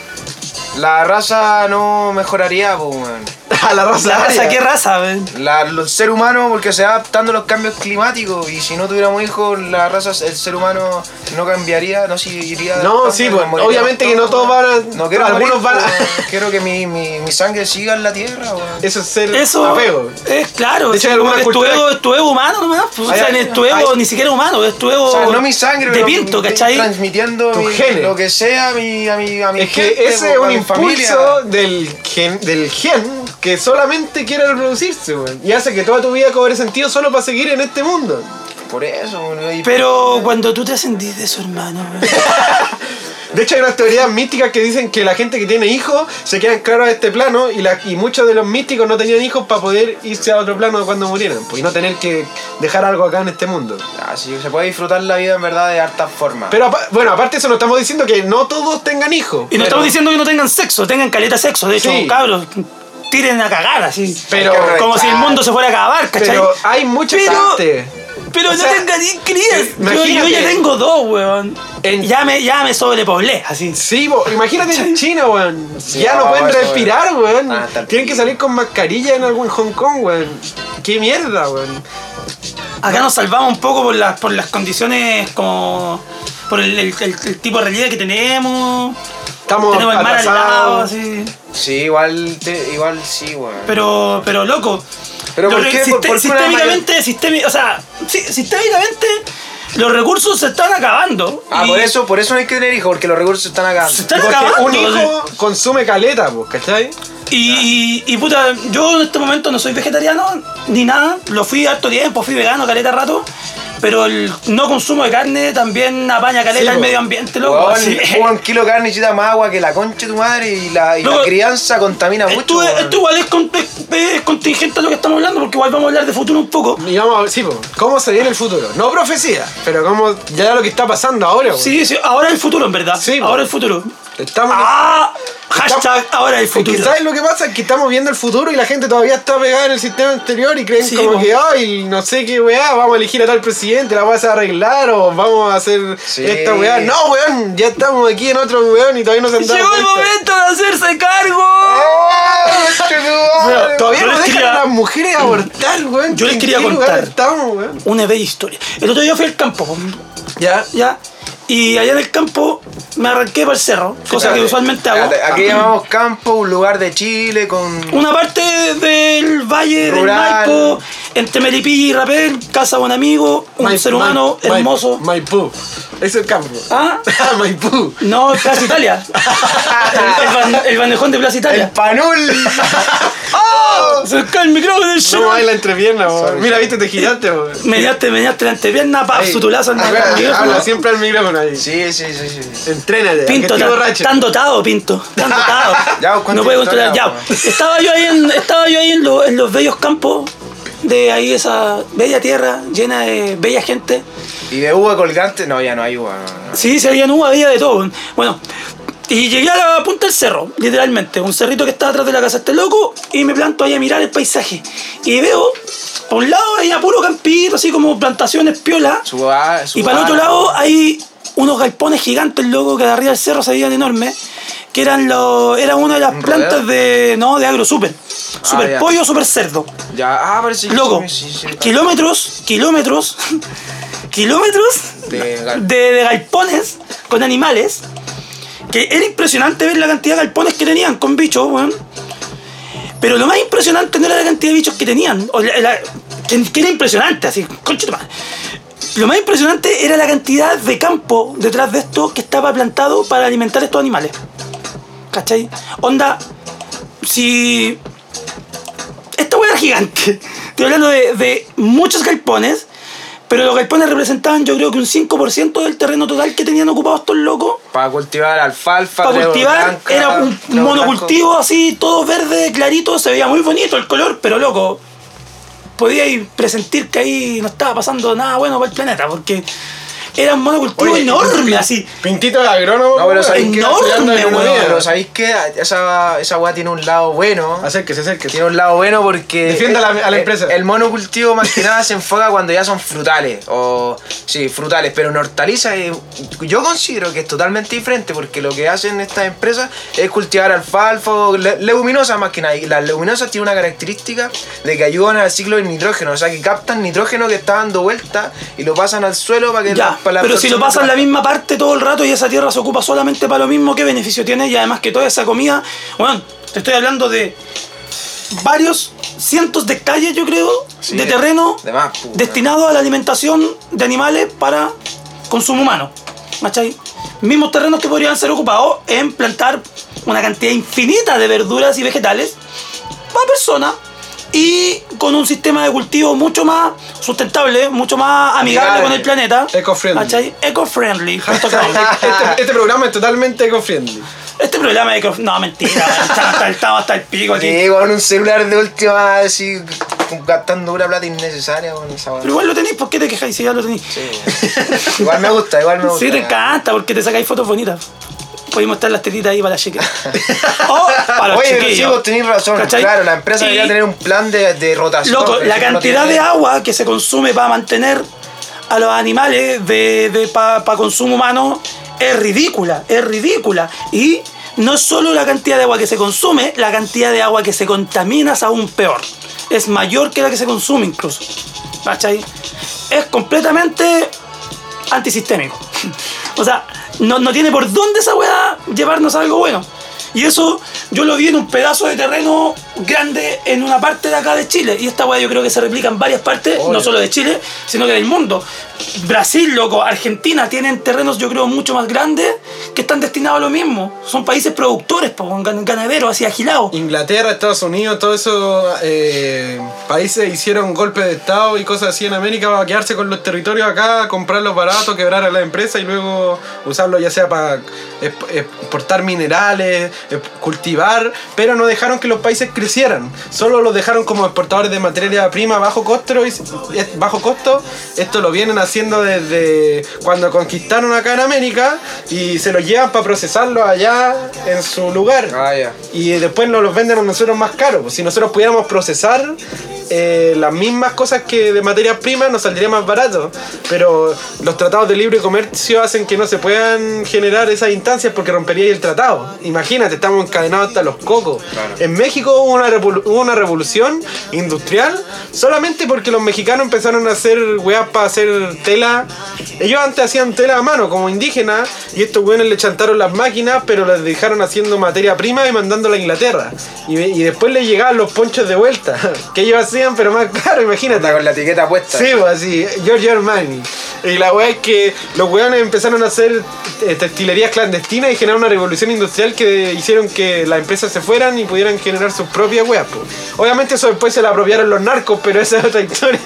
Speaker 1: la raza no mejoraría, po, weón.
Speaker 3: A la raza.
Speaker 2: La raza,
Speaker 3: aria.
Speaker 2: ¿qué raza? ven?
Speaker 1: La- el ser humano porque se va adaptando a los cambios climáticos y si no tuviéramos hijos la raza el ser humano no cambiaría no seguiría
Speaker 3: No,
Speaker 1: adaptando,
Speaker 3: sí,
Speaker 1: nos
Speaker 3: pues,
Speaker 1: moriríamos
Speaker 3: obviamente que no todos van a-
Speaker 1: no quiero
Speaker 3: algunos
Speaker 1: morir,
Speaker 3: van a-
Speaker 1: weón. quiero que mi, mi, mi sangre siga en la tierra weón.
Speaker 3: Eso es ser
Speaker 2: Eso
Speaker 3: apego.
Speaker 2: es claro.
Speaker 3: De hecho, hay
Speaker 2: como
Speaker 3: algunas
Speaker 2: que es tu
Speaker 3: culturas
Speaker 2: ego, es tu ego humano nomás. pues, o
Speaker 1: Hay-
Speaker 2: sea, no es tu ego
Speaker 1: hay-
Speaker 2: ni siquiera humano, es tu ego
Speaker 1: o sea, no mi sangre
Speaker 2: de
Speaker 1: pero
Speaker 2: pinto,
Speaker 1: estoy
Speaker 2: ¿cachai?
Speaker 1: transmitiendo
Speaker 3: Tus
Speaker 1: mi-
Speaker 3: genes.
Speaker 1: lo que sea a mi a mi a mi
Speaker 3: Es
Speaker 1: gente,
Speaker 3: que ese
Speaker 1: po,
Speaker 3: es
Speaker 1: a
Speaker 3: un
Speaker 1: mi
Speaker 3: impulso
Speaker 1: familia.
Speaker 3: del gen, del gen que solamente quiere reproducirse, weón. Y hace que toda tu vida cobre sentido solo para seguir en este mundo.
Speaker 1: por eso weón, y-
Speaker 2: Pero cuando tú te ascendís de eso, hermano, weón,
Speaker 3: De hecho, hay unas teorías místicas que dicen que la gente que tiene hijos se quedan claros a este plano y, la- y muchos de los místicos no tenían hijos para poder irse a otro plano cuando murieran. Pues, y no tener que dejar algo acá en este mundo.
Speaker 1: Ah, sí, se puede disfrutar la vida en verdad de hartas formas
Speaker 3: Pero apa- bueno, aparte de eso, no estamos diciendo que no todos tengan
Speaker 2: y
Speaker 3: hijos.
Speaker 2: no
Speaker 3: pero-
Speaker 2: estamos diciendo que no tengan sexo, tengan caleta de sexo. De hecho,
Speaker 3: Sí.
Speaker 2: cabros, tiren a cagar así.
Speaker 3: Pero,
Speaker 1: Hay que
Speaker 2: como si el mundo se fuera a acabar, ¿cachai?
Speaker 3: pero hay mucha
Speaker 2: Pero-
Speaker 3: gente.
Speaker 2: Pero
Speaker 3: O
Speaker 2: no
Speaker 3: sea,
Speaker 2: tengan ni crías. Yo, yo
Speaker 3: imagínate.
Speaker 2: ya tengo dos, weón.
Speaker 3: En-
Speaker 2: Ya, me, ya me sobrepoblé, así.
Speaker 3: Sí, bo, imagínate en China, weón.
Speaker 1: Sí,
Speaker 3: ya no
Speaker 1: no,
Speaker 3: pueden
Speaker 1: eso,
Speaker 3: respirar, weón.
Speaker 1: Ah, está el
Speaker 3: Tienen que
Speaker 1: pico.
Speaker 3: salir con mascarilla en algún Hong Kong, weón. Qué mierda, weón.
Speaker 2: Acá nos salvamos un poco por las, por las condiciones como... Por el, el- el- el tipo de realidad que tenemos.
Speaker 3: Estamos
Speaker 2: tenemos el mar al lado,
Speaker 3: atrasados.
Speaker 2: así.
Speaker 1: sí igual te- igual sí weón.
Speaker 2: Pero, pero loco.
Speaker 1: Pero
Speaker 2: lo
Speaker 1: ¿por
Speaker 2: re-
Speaker 1: qué? ¿Por-
Speaker 2: siste-
Speaker 1: por qué una
Speaker 2: sistémicamente, sistemi- o sea, sí, sistémicamente Los recursos se están acabando.
Speaker 1: Ah,
Speaker 2: y-
Speaker 1: por eso, por eso no hay que tener hijos, porque los recursos se están acabando.
Speaker 2: Se están
Speaker 3: Porque
Speaker 2: acabando.
Speaker 3: un hijo consume caleta, pues, ¿cachai?
Speaker 1: Ah.
Speaker 2: Y, y, puta, yo en este momento no soy vegetariano ni nada, lo fui harto tiempo, fui vegano, caleta rato, pero el no consumo de carne también apaña caleta
Speaker 3: Sí,
Speaker 2: el
Speaker 3: po.
Speaker 2: medio ambiente, loco.
Speaker 1: Weón,
Speaker 2: así.
Speaker 1: un kilo de carne necesita más agua que la concha de tu madre y la, y la
Speaker 2: Loco,
Speaker 1: crianza contamina mucho.
Speaker 2: Esto, es-
Speaker 1: weón.
Speaker 2: esto igual es, con- es- es contingente a lo que estamos hablando, porque igual vamos a hablar de futuro un poco.
Speaker 3: Y vamos a ver, sí, pues, ¿cómo se viene el futuro? No profecía, pero como ya lo que está pasando ahora, pues.
Speaker 2: Sí, sí, ahora el futuro, en verdad.
Speaker 3: Sí, po.
Speaker 2: ahora el futuro.
Speaker 3: Estamos.
Speaker 2: ¡Ah! Hashtag ahora el
Speaker 3: Es que,
Speaker 2: futuro.
Speaker 3: ¿Sabes lo que pasa? Es que estamos viendo el futuro y la gente todavía está pegada en el sistema anterior y creen
Speaker 2: Sí,
Speaker 3: como
Speaker 2: po.
Speaker 3: que, ay, no sé qué weá, vamos a elegir a tal presidente, la vas a arreglar o vamos a hacer
Speaker 1: Sí.
Speaker 3: esta weá. No, weón, ya estamos aquí en otro weón y todavía no se han dado
Speaker 2: Llegó el
Speaker 3: cuenta.
Speaker 2: momento de hacerse cargo.
Speaker 1: ¡Ah, concha de tu madre!
Speaker 3: Pero todavía
Speaker 2: Yo
Speaker 3: no
Speaker 2: les
Speaker 3: dejan
Speaker 2: quería-
Speaker 3: a las mujeres abortar, weón.
Speaker 2: Yo les
Speaker 3: ¿En
Speaker 2: quería
Speaker 3: qué lugar
Speaker 2: contar.
Speaker 3: estamos, weón?
Speaker 2: Una bella historia. El otro día fui al campo, po.
Speaker 3: Ya.
Speaker 2: ¿ya? Y allá en el campo me arranqué para el cerro, cosa que
Speaker 1: Espérate,
Speaker 2: usualmente hago.
Speaker 1: espérate, Aquí llamamos campo, un lugar de Chile con.
Speaker 2: Una parte del valle
Speaker 1: Rural.
Speaker 2: del Maipo, entre Melipilla y Rapel, casa de un amigo, un
Speaker 3: Mai-
Speaker 2: ser humano
Speaker 3: Mai-
Speaker 2: hermoso.
Speaker 3: Maipú. Es el campo.
Speaker 2: ¿Ah?
Speaker 3: Maipú.
Speaker 2: No, Plaza Italia. el, el ban- el bandejón de Plaza
Speaker 1: ¡El
Speaker 2: Italia.
Speaker 1: panul!
Speaker 2: ¡Oh! Se cae el micrófono del
Speaker 3: No
Speaker 2: show.
Speaker 3: baila entrepierna, weón.
Speaker 1: Sorry.
Speaker 3: Mira, viste, te giraste, weón.
Speaker 2: Mediaste, mediaste la entrepierna, pa,
Speaker 3: Ahí.
Speaker 2: su tulazo en el
Speaker 3: Habla- Habla
Speaker 2: micrófono.
Speaker 3: siempre al micrófono ahí.
Speaker 1: Sí, sí, sí, sí.
Speaker 3: Entrénate.
Speaker 2: Pinto,
Speaker 3: aunque esté
Speaker 2: tan,
Speaker 3: borracho.
Speaker 2: tan dotado, Pinto, tan dotado.
Speaker 1: Ya, vos,
Speaker 2: no
Speaker 1: cuenta
Speaker 2: puede
Speaker 1: historia,
Speaker 2: controlar, ya.
Speaker 1: vos.
Speaker 2: Estaba yo ahí en, estaba yo ahí en, lo- en los bellos campos de ahí esa bella tierra llena de bella gente.
Speaker 1: ¿Y de uva colgante? No, ya no hay uva. no, no.
Speaker 2: Sí, se había nube, había de todo. Bueno, y llegué a la punta del cerro, literalmente, un cerrito que estaba atrás de la casa de este loco, y me planto ahí a mirar el paisaje. Y veo, por un lado hay puro campito, así como plantaciones piola,
Speaker 1: Su a- su
Speaker 2: y para el otro
Speaker 1: a-
Speaker 2: lado hay unos galpones gigantes, loco, que de arriba del cerro se veían enormes, que eran los, era una de las
Speaker 1: ¿Un rodeo?
Speaker 2: plantas de, no, de agro super. Super
Speaker 1: ya.
Speaker 2: pollo, super cerdo.
Speaker 1: Ya, ah, parece que.
Speaker 2: Loco,
Speaker 1: sí, sí, sí.
Speaker 2: kilómetros, kilómetros, kilómetros
Speaker 1: De gal-
Speaker 2: de, de galpones con animales. Que era impresionante ver la cantidad de galpones que tenían con bichos, weón. Pero lo más impresionante no era la cantidad de bichos que tenían. o la- la- que, que era impresionante, así, concha tu madre. Lo más impresionante era la cantidad de campo detrás de esto que estaba plantado para alimentar a estos animales. ¿Cachai? Onda, si esta hueá era gigante. Estoy hablando de, de muchos galpones, pero los galpones representaban yo creo que un 5% del terreno total que tenían ocupado estos locos.
Speaker 1: Para cultivar alfalfa,
Speaker 2: Para
Speaker 1: trébol
Speaker 2: cultivar
Speaker 1: blanca,
Speaker 2: era un
Speaker 1: trébol
Speaker 2: monocultivo así, todo verde, clarito, se veía muy bonito el color, pero loco, podíais presentir que ahí no estaba pasando nada bueno para el planeta, porque era un monocultivo
Speaker 3: Oye,
Speaker 2: enorme así.
Speaker 3: Pintito de agrónomo.
Speaker 1: No, pero
Speaker 3: weón.
Speaker 1: sabéis que.
Speaker 2: Enorme,
Speaker 1: estudiando economía,
Speaker 2: weón.
Speaker 1: Pero sabéis que esa, esa weá tiene un lado bueno.
Speaker 3: Acérquese, acérquese.
Speaker 1: Tiene un lado bueno porque.
Speaker 3: Defienda a la- a la
Speaker 1: el-
Speaker 3: empresa.
Speaker 1: El monocultivo más que nada se enfoca cuando ya son frutales. O. Sí, frutales. Pero una hortaliza es- yo considero que es totalmente diferente porque lo que hacen estas empresas es cultivar alfalfa o le- leguminosas más que nada. Y las leguminosas tienen una característica de que ayudan al ciclo del nitrógeno. O sea que captan nitrógeno que está dando vuelta y lo pasan al suelo para que.
Speaker 2: Ya,
Speaker 1: la- para la
Speaker 2: pero si lo
Speaker 1: absorción
Speaker 2: pasan la
Speaker 1: natural.
Speaker 2: misma parte todo el rato y esa tierra se ocupa solamente para lo mismo, ¿qué beneficio tiene? Y además que toda esa comida, bueno, te estoy hablando de varios cientos de calles, yo creo,
Speaker 1: Sí,
Speaker 2: de terreno
Speaker 1: de más, pues,
Speaker 2: destinado a la alimentación de animales para consumo humano. ¿Cachai? Mismos terrenos que podrían ser ocupados en plantar una cantidad infinita de verduras y vegetales para personas y con un sistema de cultivo mucho más sustentable, mucho más amigable
Speaker 1: Amigable.
Speaker 2: con el planeta.
Speaker 3: Eco-friendly.
Speaker 2: ¿Cachai? Eco-friendly. punto com.
Speaker 3: Este, este programa es totalmente eco-friendly.
Speaker 2: este programa de eco No, mentira. Está hasta el, estaba hasta el pico aquí.
Speaker 1: Que con un celular de última, así, gastando una plata innecesaria con esa weá.
Speaker 2: Pero igual lo tenéis, ¿por qué te quejáis si ya lo tenéis?
Speaker 1: Igual me gusta, igual me gusta.
Speaker 2: Sí, te encanta porque te sacáis fotos bonitas. Podemos mostrar las tetitas ahí para las chicas. o para los
Speaker 1: Oye, pero
Speaker 2: chiquillos.
Speaker 1: chicos, tenéis razón.
Speaker 2: ¿Cachai?
Speaker 1: Claro, la empresa
Speaker 2: Y,
Speaker 1: debería tener un plan de, de rotación.
Speaker 2: Loco,
Speaker 1: pero
Speaker 2: la
Speaker 1: si no
Speaker 2: cantidad
Speaker 1: tiene-
Speaker 2: de agua que se consume para mantener a los animales de, para consumo humano es ridícula, es ridícula. Y no es solo la cantidad de agua que se consume, la cantidad de agua que se contamina es aún peor. Es mayor que la que se consume incluso. ¿Cachai? Es completamente antisistémico. O sea, no, no tiene por dónde esa weá llevarnos a algo bueno. Y eso yo lo vi en un pedazo de terreno grande en una parte de acá de Chile. Y esta weá yo creo que se replica en varias partes, no solo de Chile, sino que del mundo. Brasil, loco, Argentina tienen terrenos yo creo mucho más grandes que están destinados a lo mismo. Son países productores, po, gan- ganaderos, así agilados.
Speaker 3: Inglaterra, Estados Unidos, todos esos eh, países hicieron golpes de Estado y cosas así en América para quedarse con los territorios acá, comprarlos baratos, quebrar a la empresa y luego usarlos ya sea para exp- exportar minerales, exp- cultivar, pero no dejaron que los países crecieran, solo los dejaron como exportadores de materia prima a bajo costo. y- y- bajo costo. Esto lo vienen haciendo desde cuando conquistaron acá en América y se los llevan para procesarlos allá en su lugar.
Speaker 1: Ah, ya.
Speaker 3: Y después nos los venden a nosotros más caros. Si nosotros pudiéramos procesar eh, las mismas cosas que de materias primas, nos saldría más barato. Pero los tratados de libre comercio hacen que no se puedan generar esas instancias porque rompería ahí el tratado. Imagínate, estamos encadenados hasta los cocos.
Speaker 1: Claro.
Speaker 3: En México hubo una, revolu- hubo una revolución industrial solamente porque los mexicanos empezaron a hacer weas para hacer tela. Ellos antes hacían tela a mano como indígenas y estos weones le chantaron las máquinas pero las dejaron haciendo materia prima y mandándola a Inglaterra. Y, y después le llegaban los ponchos de vuelta que ellos hacían pero más caro, imagínate.
Speaker 1: Anda con la etiqueta puesta.
Speaker 3: Sí, pues así, Giorgio Armani. Y la weá es que los weones empezaron a hacer eh, textilerías clandestinas y generaron una revolución industrial que hicieron que las empresas se fueran y pudieran generar sus propias weas. po. Obviamente eso después se la apropiaron los narcos, pero esa es otra historia.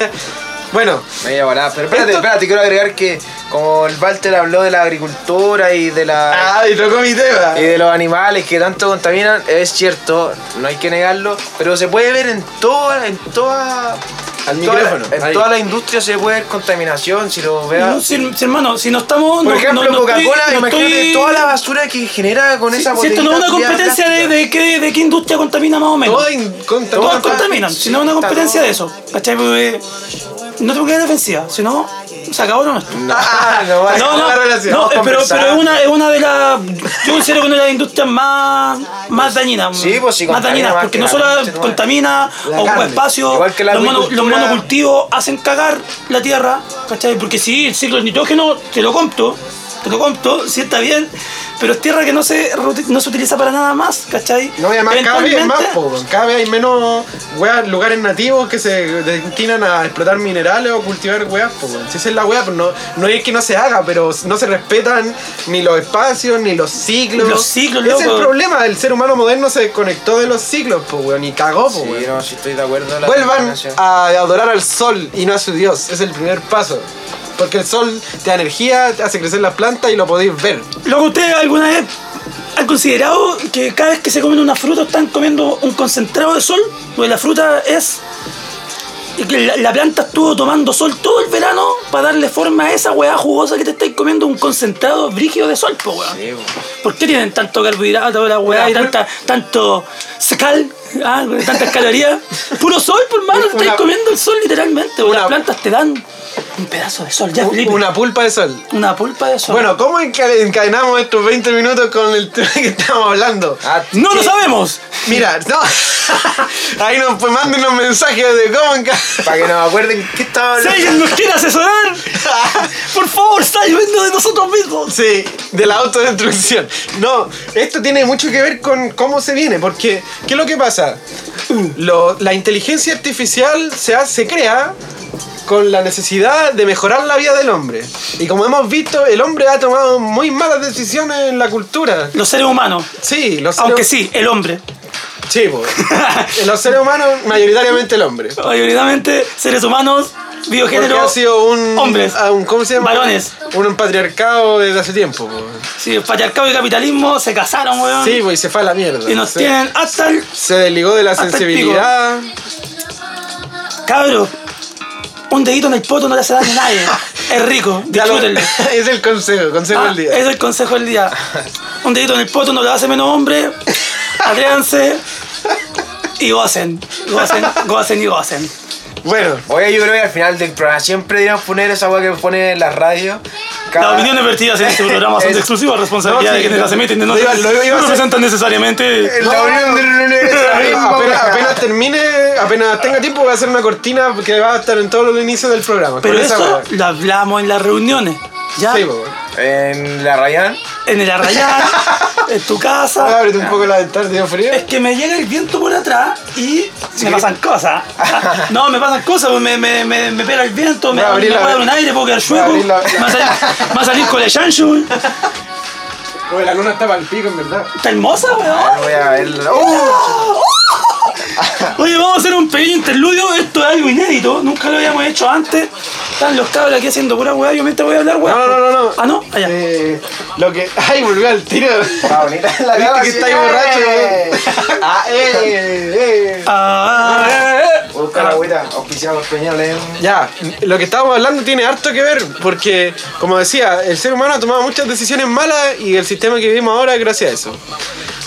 Speaker 3: Bueno,
Speaker 1: Media volada. Pero espérate,
Speaker 3: Esto-
Speaker 1: espérate, quiero agregar que como el Walter habló de la agricultura y de la.
Speaker 3: ay, tocó mi tema.
Speaker 2: Ah.
Speaker 1: y de los animales que tanto contaminan, es cierto, no hay que negarlo, pero se puede ver en toda, en toda,
Speaker 3: Al
Speaker 1: en toda la-
Speaker 3: micrófono, ahí.
Speaker 1: en toda la industria se puede ver contaminación, si lo
Speaker 2: No,
Speaker 1: veas.
Speaker 2: si, si, hermano, si no estamos.
Speaker 1: Por
Speaker 2: no-
Speaker 1: ejemplo,
Speaker 2: no- no estoy-
Speaker 1: Coca-Cola,
Speaker 2: no
Speaker 1: imagínate
Speaker 2: estoy-
Speaker 1: toda la basura que genera con
Speaker 2: Si-
Speaker 1: esa
Speaker 2: si esto no es una
Speaker 1: botellita
Speaker 2: competencia de,
Speaker 1: plástica.
Speaker 2: de qué, de qué industria contamina más o menos.
Speaker 3: Todo in- con-
Speaker 2: Todos
Speaker 3: todo-
Speaker 2: contaminan, si no es una competencia de eso. ¿Cachai? Porque no tengo que dar defensiva, si no, se acabó lo nuestro.
Speaker 3: Ah, no, vale,
Speaker 2: No, no,
Speaker 3: la relación.
Speaker 2: no,
Speaker 3: Vamos
Speaker 2: eh, pero,
Speaker 3: conversar.
Speaker 2: pero es, una, es una de las. Yo considero que una de las industrias más, más dañinas.
Speaker 1: Sí, pues sí,
Speaker 2: Más
Speaker 1: contamina
Speaker 2: dañinas,
Speaker 1: más
Speaker 2: porque
Speaker 1: que
Speaker 2: no
Speaker 1: la
Speaker 2: solo
Speaker 1: concha, no,
Speaker 2: contamina,
Speaker 3: la
Speaker 2: ocupa
Speaker 3: carne.
Speaker 2: espacio,
Speaker 1: Igual que la
Speaker 2: los, mono- los
Speaker 1: agricultura-
Speaker 2: monocultivos hacen cagar la tierra, ¿cachai? Porque sí, el ciclo del nitrógeno te lo compto, te lo compto, sí está bien, pero es tierra que no se, reuti- no se utiliza para nada más, ¿cachai?
Speaker 3: No, y además cada vez hay más,
Speaker 2: Eventualmente-
Speaker 3: po, weón. cada vez hay menos weas, lugares nativos que se destinan a explotar minerales o cultivar weas, po, weón. Si esa es la wea, pues no, no es que no se haga, pero no se respetan ni los espacios, ni los ciclos.
Speaker 2: Los ciclos,
Speaker 3: Ese es
Speaker 2: loco.
Speaker 3: el problema, el ser humano moderno se desconectó de los ciclos, po, weón, y cagó, po, weón.
Speaker 1: Sí, no, sí estoy de acuerdo. la
Speaker 3: Vuelvan
Speaker 1: contaminación.
Speaker 3: a adorar al sol y no a su dios, es el primer paso. Porque el sol te da energía, te hace crecer las plantas y lo podéis ver.
Speaker 2: Luego, ¿ustedes alguna vez han considerado que cada vez que se comen una fruta están comiendo un concentrado de sol? Porque la fruta es. y que la, la planta estuvo tomando sol todo el verano para darle forma a esa weá jugosa que te estáis comiendo, un concentrado brígido de sol, po weón.
Speaker 1: Sí, po.
Speaker 2: ¿Por qué tienen tanto carbohidrato la weá y
Speaker 3: Una-
Speaker 2: tanta, tanto sacal? Ah, tantas calorías. Puro sol, por mano, te estáis
Speaker 3: Una-
Speaker 2: comiendo el sol literalmente. weón.
Speaker 3: una-
Speaker 2: Las plantas te dan un pedazo de sol, ya, Felipe.
Speaker 3: Una pulpa de sol.
Speaker 2: Una pulpa de sol.
Speaker 3: Bueno, ¿cómo enca- encadenamos estos 20 minutos con el tema que estábamos hablando?
Speaker 1: Ah,
Speaker 2: no lo sabemos.
Speaker 3: Mira, no. Ahí nos pues, manden un mensaje de cómo enca-
Speaker 1: para que nos acuerden qué estaba
Speaker 2: Si
Speaker 1: hablando.
Speaker 2: alguien nos quiere asesorar, por favor, está lloviendo de nosotros mismos.
Speaker 3: Sí, de la autodestrucción. No, esto tiene mucho que ver con cómo se viene, porque ¿qué es lo que pasa? Lo- la inteligencia artificial se, hace, se crea con la necesidad de mejorar la vida del hombre. Y como hemos visto, el hombre ha tomado muy malas decisiones en la cultura.
Speaker 2: Los seres humanos,
Speaker 3: Sí, los
Speaker 2: aunque sí, el hombre.
Speaker 3: Sí, po. Los seres humanos, mayoritariamente el hombre.
Speaker 2: Mayoritariamente seres humanos,
Speaker 3: Porque
Speaker 2: biogénero,
Speaker 3: ha sido un.
Speaker 2: hombres.
Speaker 3: a un- ¿Cómo se llama?
Speaker 2: Varones.
Speaker 3: Un patriarcado desde hace tiempo, po.
Speaker 2: Sí, patriarcado y capitalismo se casaron, weón.
Speaker 3: Sí, po, y se fue a la mierda.
Speaker 2: y nos
Speaker 3: se,
Speaker 2: tienen hasta el
Speaker 3: se desligó de la
Speaker 2: hasta el
Speaker 3: sensibilidad.
Speaker 2: cabro. Un dedito en el poto no le hace daño a nadie. Es rico,
Speaker 3: Ya lo-
Speaker 2: disfrútenlo.
Speaker 3: es el consejo, consejo
Speaker 2: Ah,
Speaker 3: del día.
Speaker 2: Es el consejo del día. Un dedito en el poto no lo hace menos hombre. Atrévanse y gocen. Gocen, gocen y gocen.
Speaker 3: Bueno,
Speaker 1: Oye, yo creo que al final del programa siempre deberíamos poner esa weá que pone en la radio.
Speaker 2: Las opiniones vertidas en este programa son de
Speaker 1: Es-
Speaker 2: exclusiva responsabilidad
Speaker 3: No,
Speaker 2: de
Speaker 3: sí,
Speaker 2: quienes
Speaker 3: no.
Speaker 2: las emiten. No,
Speaker 3: Lo iba- lo iba a
Speaker 2: no
Speaker 3: hacer.
Speaker 2: representan necesariamente.
Speaker 1: La unión del
Speaker 3: apenas, apenas termine, apenas tenga tiempo, voy a hacer una cortina que va a estar en todos los inicios del programa.
Speaker 2: Pero
Speaker 3: con esa
Speaker 2: eso
Speaker 3: weá.
Speaker 2: lo hablamos en las reuniones. ¿Ya?
Speaker 3: Sí, po.
Speaker 1: En la Rayan.
Speaker 2: en el arrayán, en tu casa.
Speaker 3: Ábrete un poco la ventana, tío frío.
Speaker 2: Es que me llega el viento por atrás y me pasan cosas. No, me pasan cosas, pues, me, me, me, me pega el viento, me,
Speaker 3: Voy a
Speaker 2: me
Speaker 3: abrir la-
Speaker 2: puede dar un aire, puedo quedar
Speaker 3: Voy
Speaker 2: chueco,
Speaker 3: a abrir
Speaker 2: me
Speaker 3: la-
Speaker 2: va a salir- me va a salir con el chancho.
Speaker 3: Oye, la luna está para el pico, en verdad.
Speaker 2: Está hermosa, weón.
Speaker 1: Voy a verla. ¡Uh!
Speaker 2: Oye, vamos a hacer un pequeño interludio, esto es algo inédito, nunca lo habíamos hecho antes. Están los cabros aquí haciendo pura weá, yo mientras voy a hablar, weón.
Speaker 3: No, no, no, no.
Speaker 2: Ah, no, allá.
Speaker 3: Eh, lo que. Ay, volvió al tiro.
Speaker 1: Está Ah, bonita la
Speaker 3: Viste
Speaker 1: cara,
Speaker 3: que
Speaker 1: sí.
Speaker 3: estáis borracho,
Speaker 1: ¡Eh!
Speaker 3: weón.
Speaker 1: ¡Ah, eh! eh.
Speaker 3: eh,
Speaker 2: Ah,
Speaker 1: Voy a buscar la agüita, auspiciado por ¿eh? Peñales.
Speaker 3: Ya, lo que estábamos hablando tiene harto que ver, porque, como decía, el ser humano ha tomado muchas decisiones malas y el sistema que vivimos ahora es gracias a eso.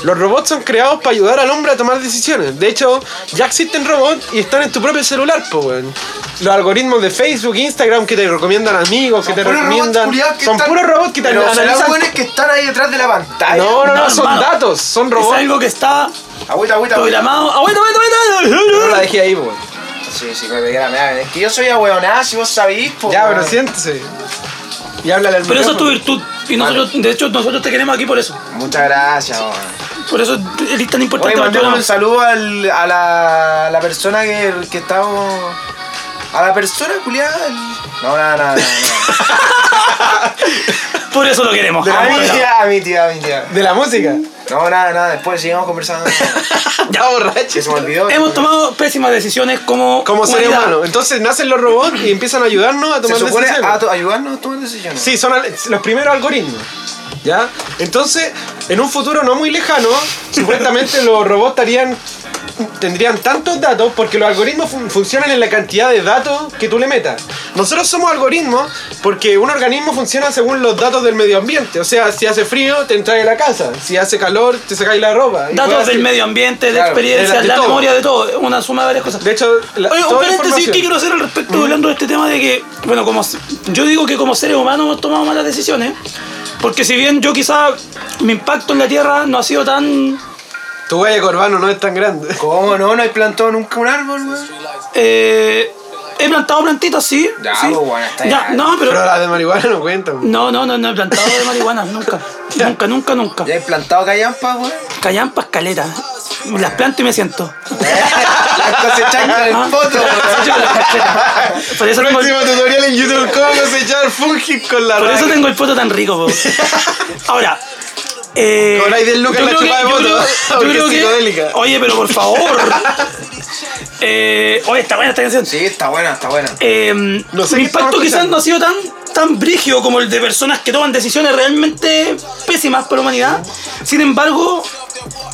Speaker 3: Los robots son creados para ayudar al hombre a tomar decisiones. De hecho, ya existen robots y están en tu propio celular, po, weón. Los algoritmos de Facebook, Instagram que te recomiendan amigos, que te
Speaker 1: Puros robots
Speaker 3: recomiendan.
Speaker 1: culiados que
Speaker 3: son
Speaker 1: están-
Speaker 3: puros robots que te
Speaker 1: Pero serán
Speaker 3: analizan.
Speaker 1: buenos que están ahí detrás de la pantalla.
Speaker 3: No, no, no,
Speaker 2: No,
Speaker 3: son
Speaker 2: hermano.
Speaker 3: datos, son
Speaker 2: es
Speaker 3: robots.
Speaker 2: algo que está
Speaker 1: Agüita, agüita. agüita.
Speaker 2: programado. Aguanta, aguanta, aguanta.
Speaker 3: No la dejé ahí, pues. po, weón.
Speaker 1: Sí, sí, me pegué la meada. Es que yo soy ahueonada, si vos sabís, po.
Speaker 3: Ya, pero
Speaker 1: weón.
Speaker 3: siéntese. Y háblale al
Speaker 2: Pero eso es tu
Speaker 3: micrófono.
Speaker 2: virtud. Y nosotros, de hecho, nosotros te queremos aquí por eso.
Speaker 1: Muchas gracias, weón.
Speaker 2: Por eso eres tan
Speaker 1: Oye,
Speaker 2: importante para el
Speaker 1: mandemos
Speaker 2: programa.
Speaker 1: un saludo al- a, la, a la persona que, que estamos. A la persona culiada. el- No, nada, nada. nada,
Speaker 2: Por eso lo queremos.
Speaker 1: nada.
Speaker 2: Vamos,
Speaker 1: A mi
Speaker 2: ya.
Speaker 1: tía, a mi tía, a mi tía.
Speaker 3: De la música.
Speaker 1: No, nada, nada. Después seguimos conversando.
Speaker 3: ya borracho.
Speaker 1: Que se me olvidó.
Speaker 2: Hemos tomado pésimas decisiones como.
Speaker 3: Como ser
Speaker 2: humanidad.
Speaker 3: humano. Entonces nacen los robots y empiezan a ayudarnos a
Speaker 1: Se
Speaker 3: tomar
Speaker 1: supone
Speaker 3: decisiones.
Speaker 1: a to- ayudarnos a tomar decisiones.
Speaker 3: Sí, son al- los primeros algoritmos. ¿Ya? Entonces, en un futuro no muy lejano, supuestamente los robots estarían. Tendrían tantos datos porque los algoritmos fun- funcionan en la cantidad de datos que tú le metas. Nosotros somos algoritmos porque un organismo funciona según los datos del medio ambiente. O sea, si hace frío, te entras a la casa. Si hace calor, te sacáis la ropa. Y
Speaker 2: Datos
Speaker 3: cosas
Speaker 2: del
Speaker 3: así.
Speaker 2: medio ambiente, de
Speaker 1: Claro,
Speaker 3: de
Speaker 2: experiencia,
Speaker 3: la- de
Speaker 2: la
Speaker 3: todo.
Speaker 2: memoria, de todo. Una suma de varias cosas.
Speaker 3: De hecho, la-
Speaker 2: Oye, un
Speaker 3: toda la
Speaker 2: paréntesis
Speaker 3: información-
Speaker 2: que quiero hacer al respecto, hablando de este tema de que, bueno, como se- yo digo que como seres humanos hemos tomado malas decisiones, porque si bien yo quizá mi impacto en la Tierra no ha sido tan
Speaker 3: Tu huella corbano no es tan grande.
Speaker 1: ¿Cómo no? No hay plantado nunca un árbol, weón.
Speaker 2: Eh, he plantado plantitas, sí.
Speaker 1: Ya,
Speaker 2: sí.
Speaker 1: pues, bueno, está
Speaker 2: Ya,
Speaker 1: ya.
Speaker 2: no, pero.
Speaker 3: Pero las de marihuana no cuentan.
Speaker 2: No, no, no, no he plantado de marihuana, nunca. Nunca, nunca, nunca.
Speaker 1: Ya hay plantado callampa, weón.
Speaker 2: Callampa, escalera. Las planto y me siento.
Speaker 1: Las
Speaker 3: Ah,
Speaker 1: cosechando en el poto,
Speaker 2: Yo
Speaker 1: weón.
Speaker 2: las cacheta. Por eso tengo el,
Speaker 3: Próximo tutorial en YouTube, cómo cosechar fungi con la
Speaker 2: por eso
Speaker 3: raíz.
Speaker 2: tengo el poto tan rico, po. Ahora. Eh,
Speaker 3: Cobráis 10 lucas
Speaker 2: yo
Speaker 3: la
Speaker 2: creo
Speaker 3: chupada
Speaker 2: que-
Speaker 3: de
Speaker 2: yo
Speaker 3: poto,
Speaker 2: creo-
Speaker 3: porque
Speaker 2: yo creo
Speaker 3: es
Speaker 2: que-
Speaker 3: psicodélica.
Speaker 2: Oye, pero por favor. Eh, oye, está buena esta canción.
Speaker 1: Sí, está buena, está buena.
Speaker 2: Eh,
Speaker 3: No sé
Speaker 2: mi
Speaker 3: qué estamos
Speaker 2: impacto quizás
Speaker 3: escuchando.
Speaker 2: no ha sido tan, tan brígido como el de personas que toman decisiones realmente pésimas para la humanidad. Sin embargo,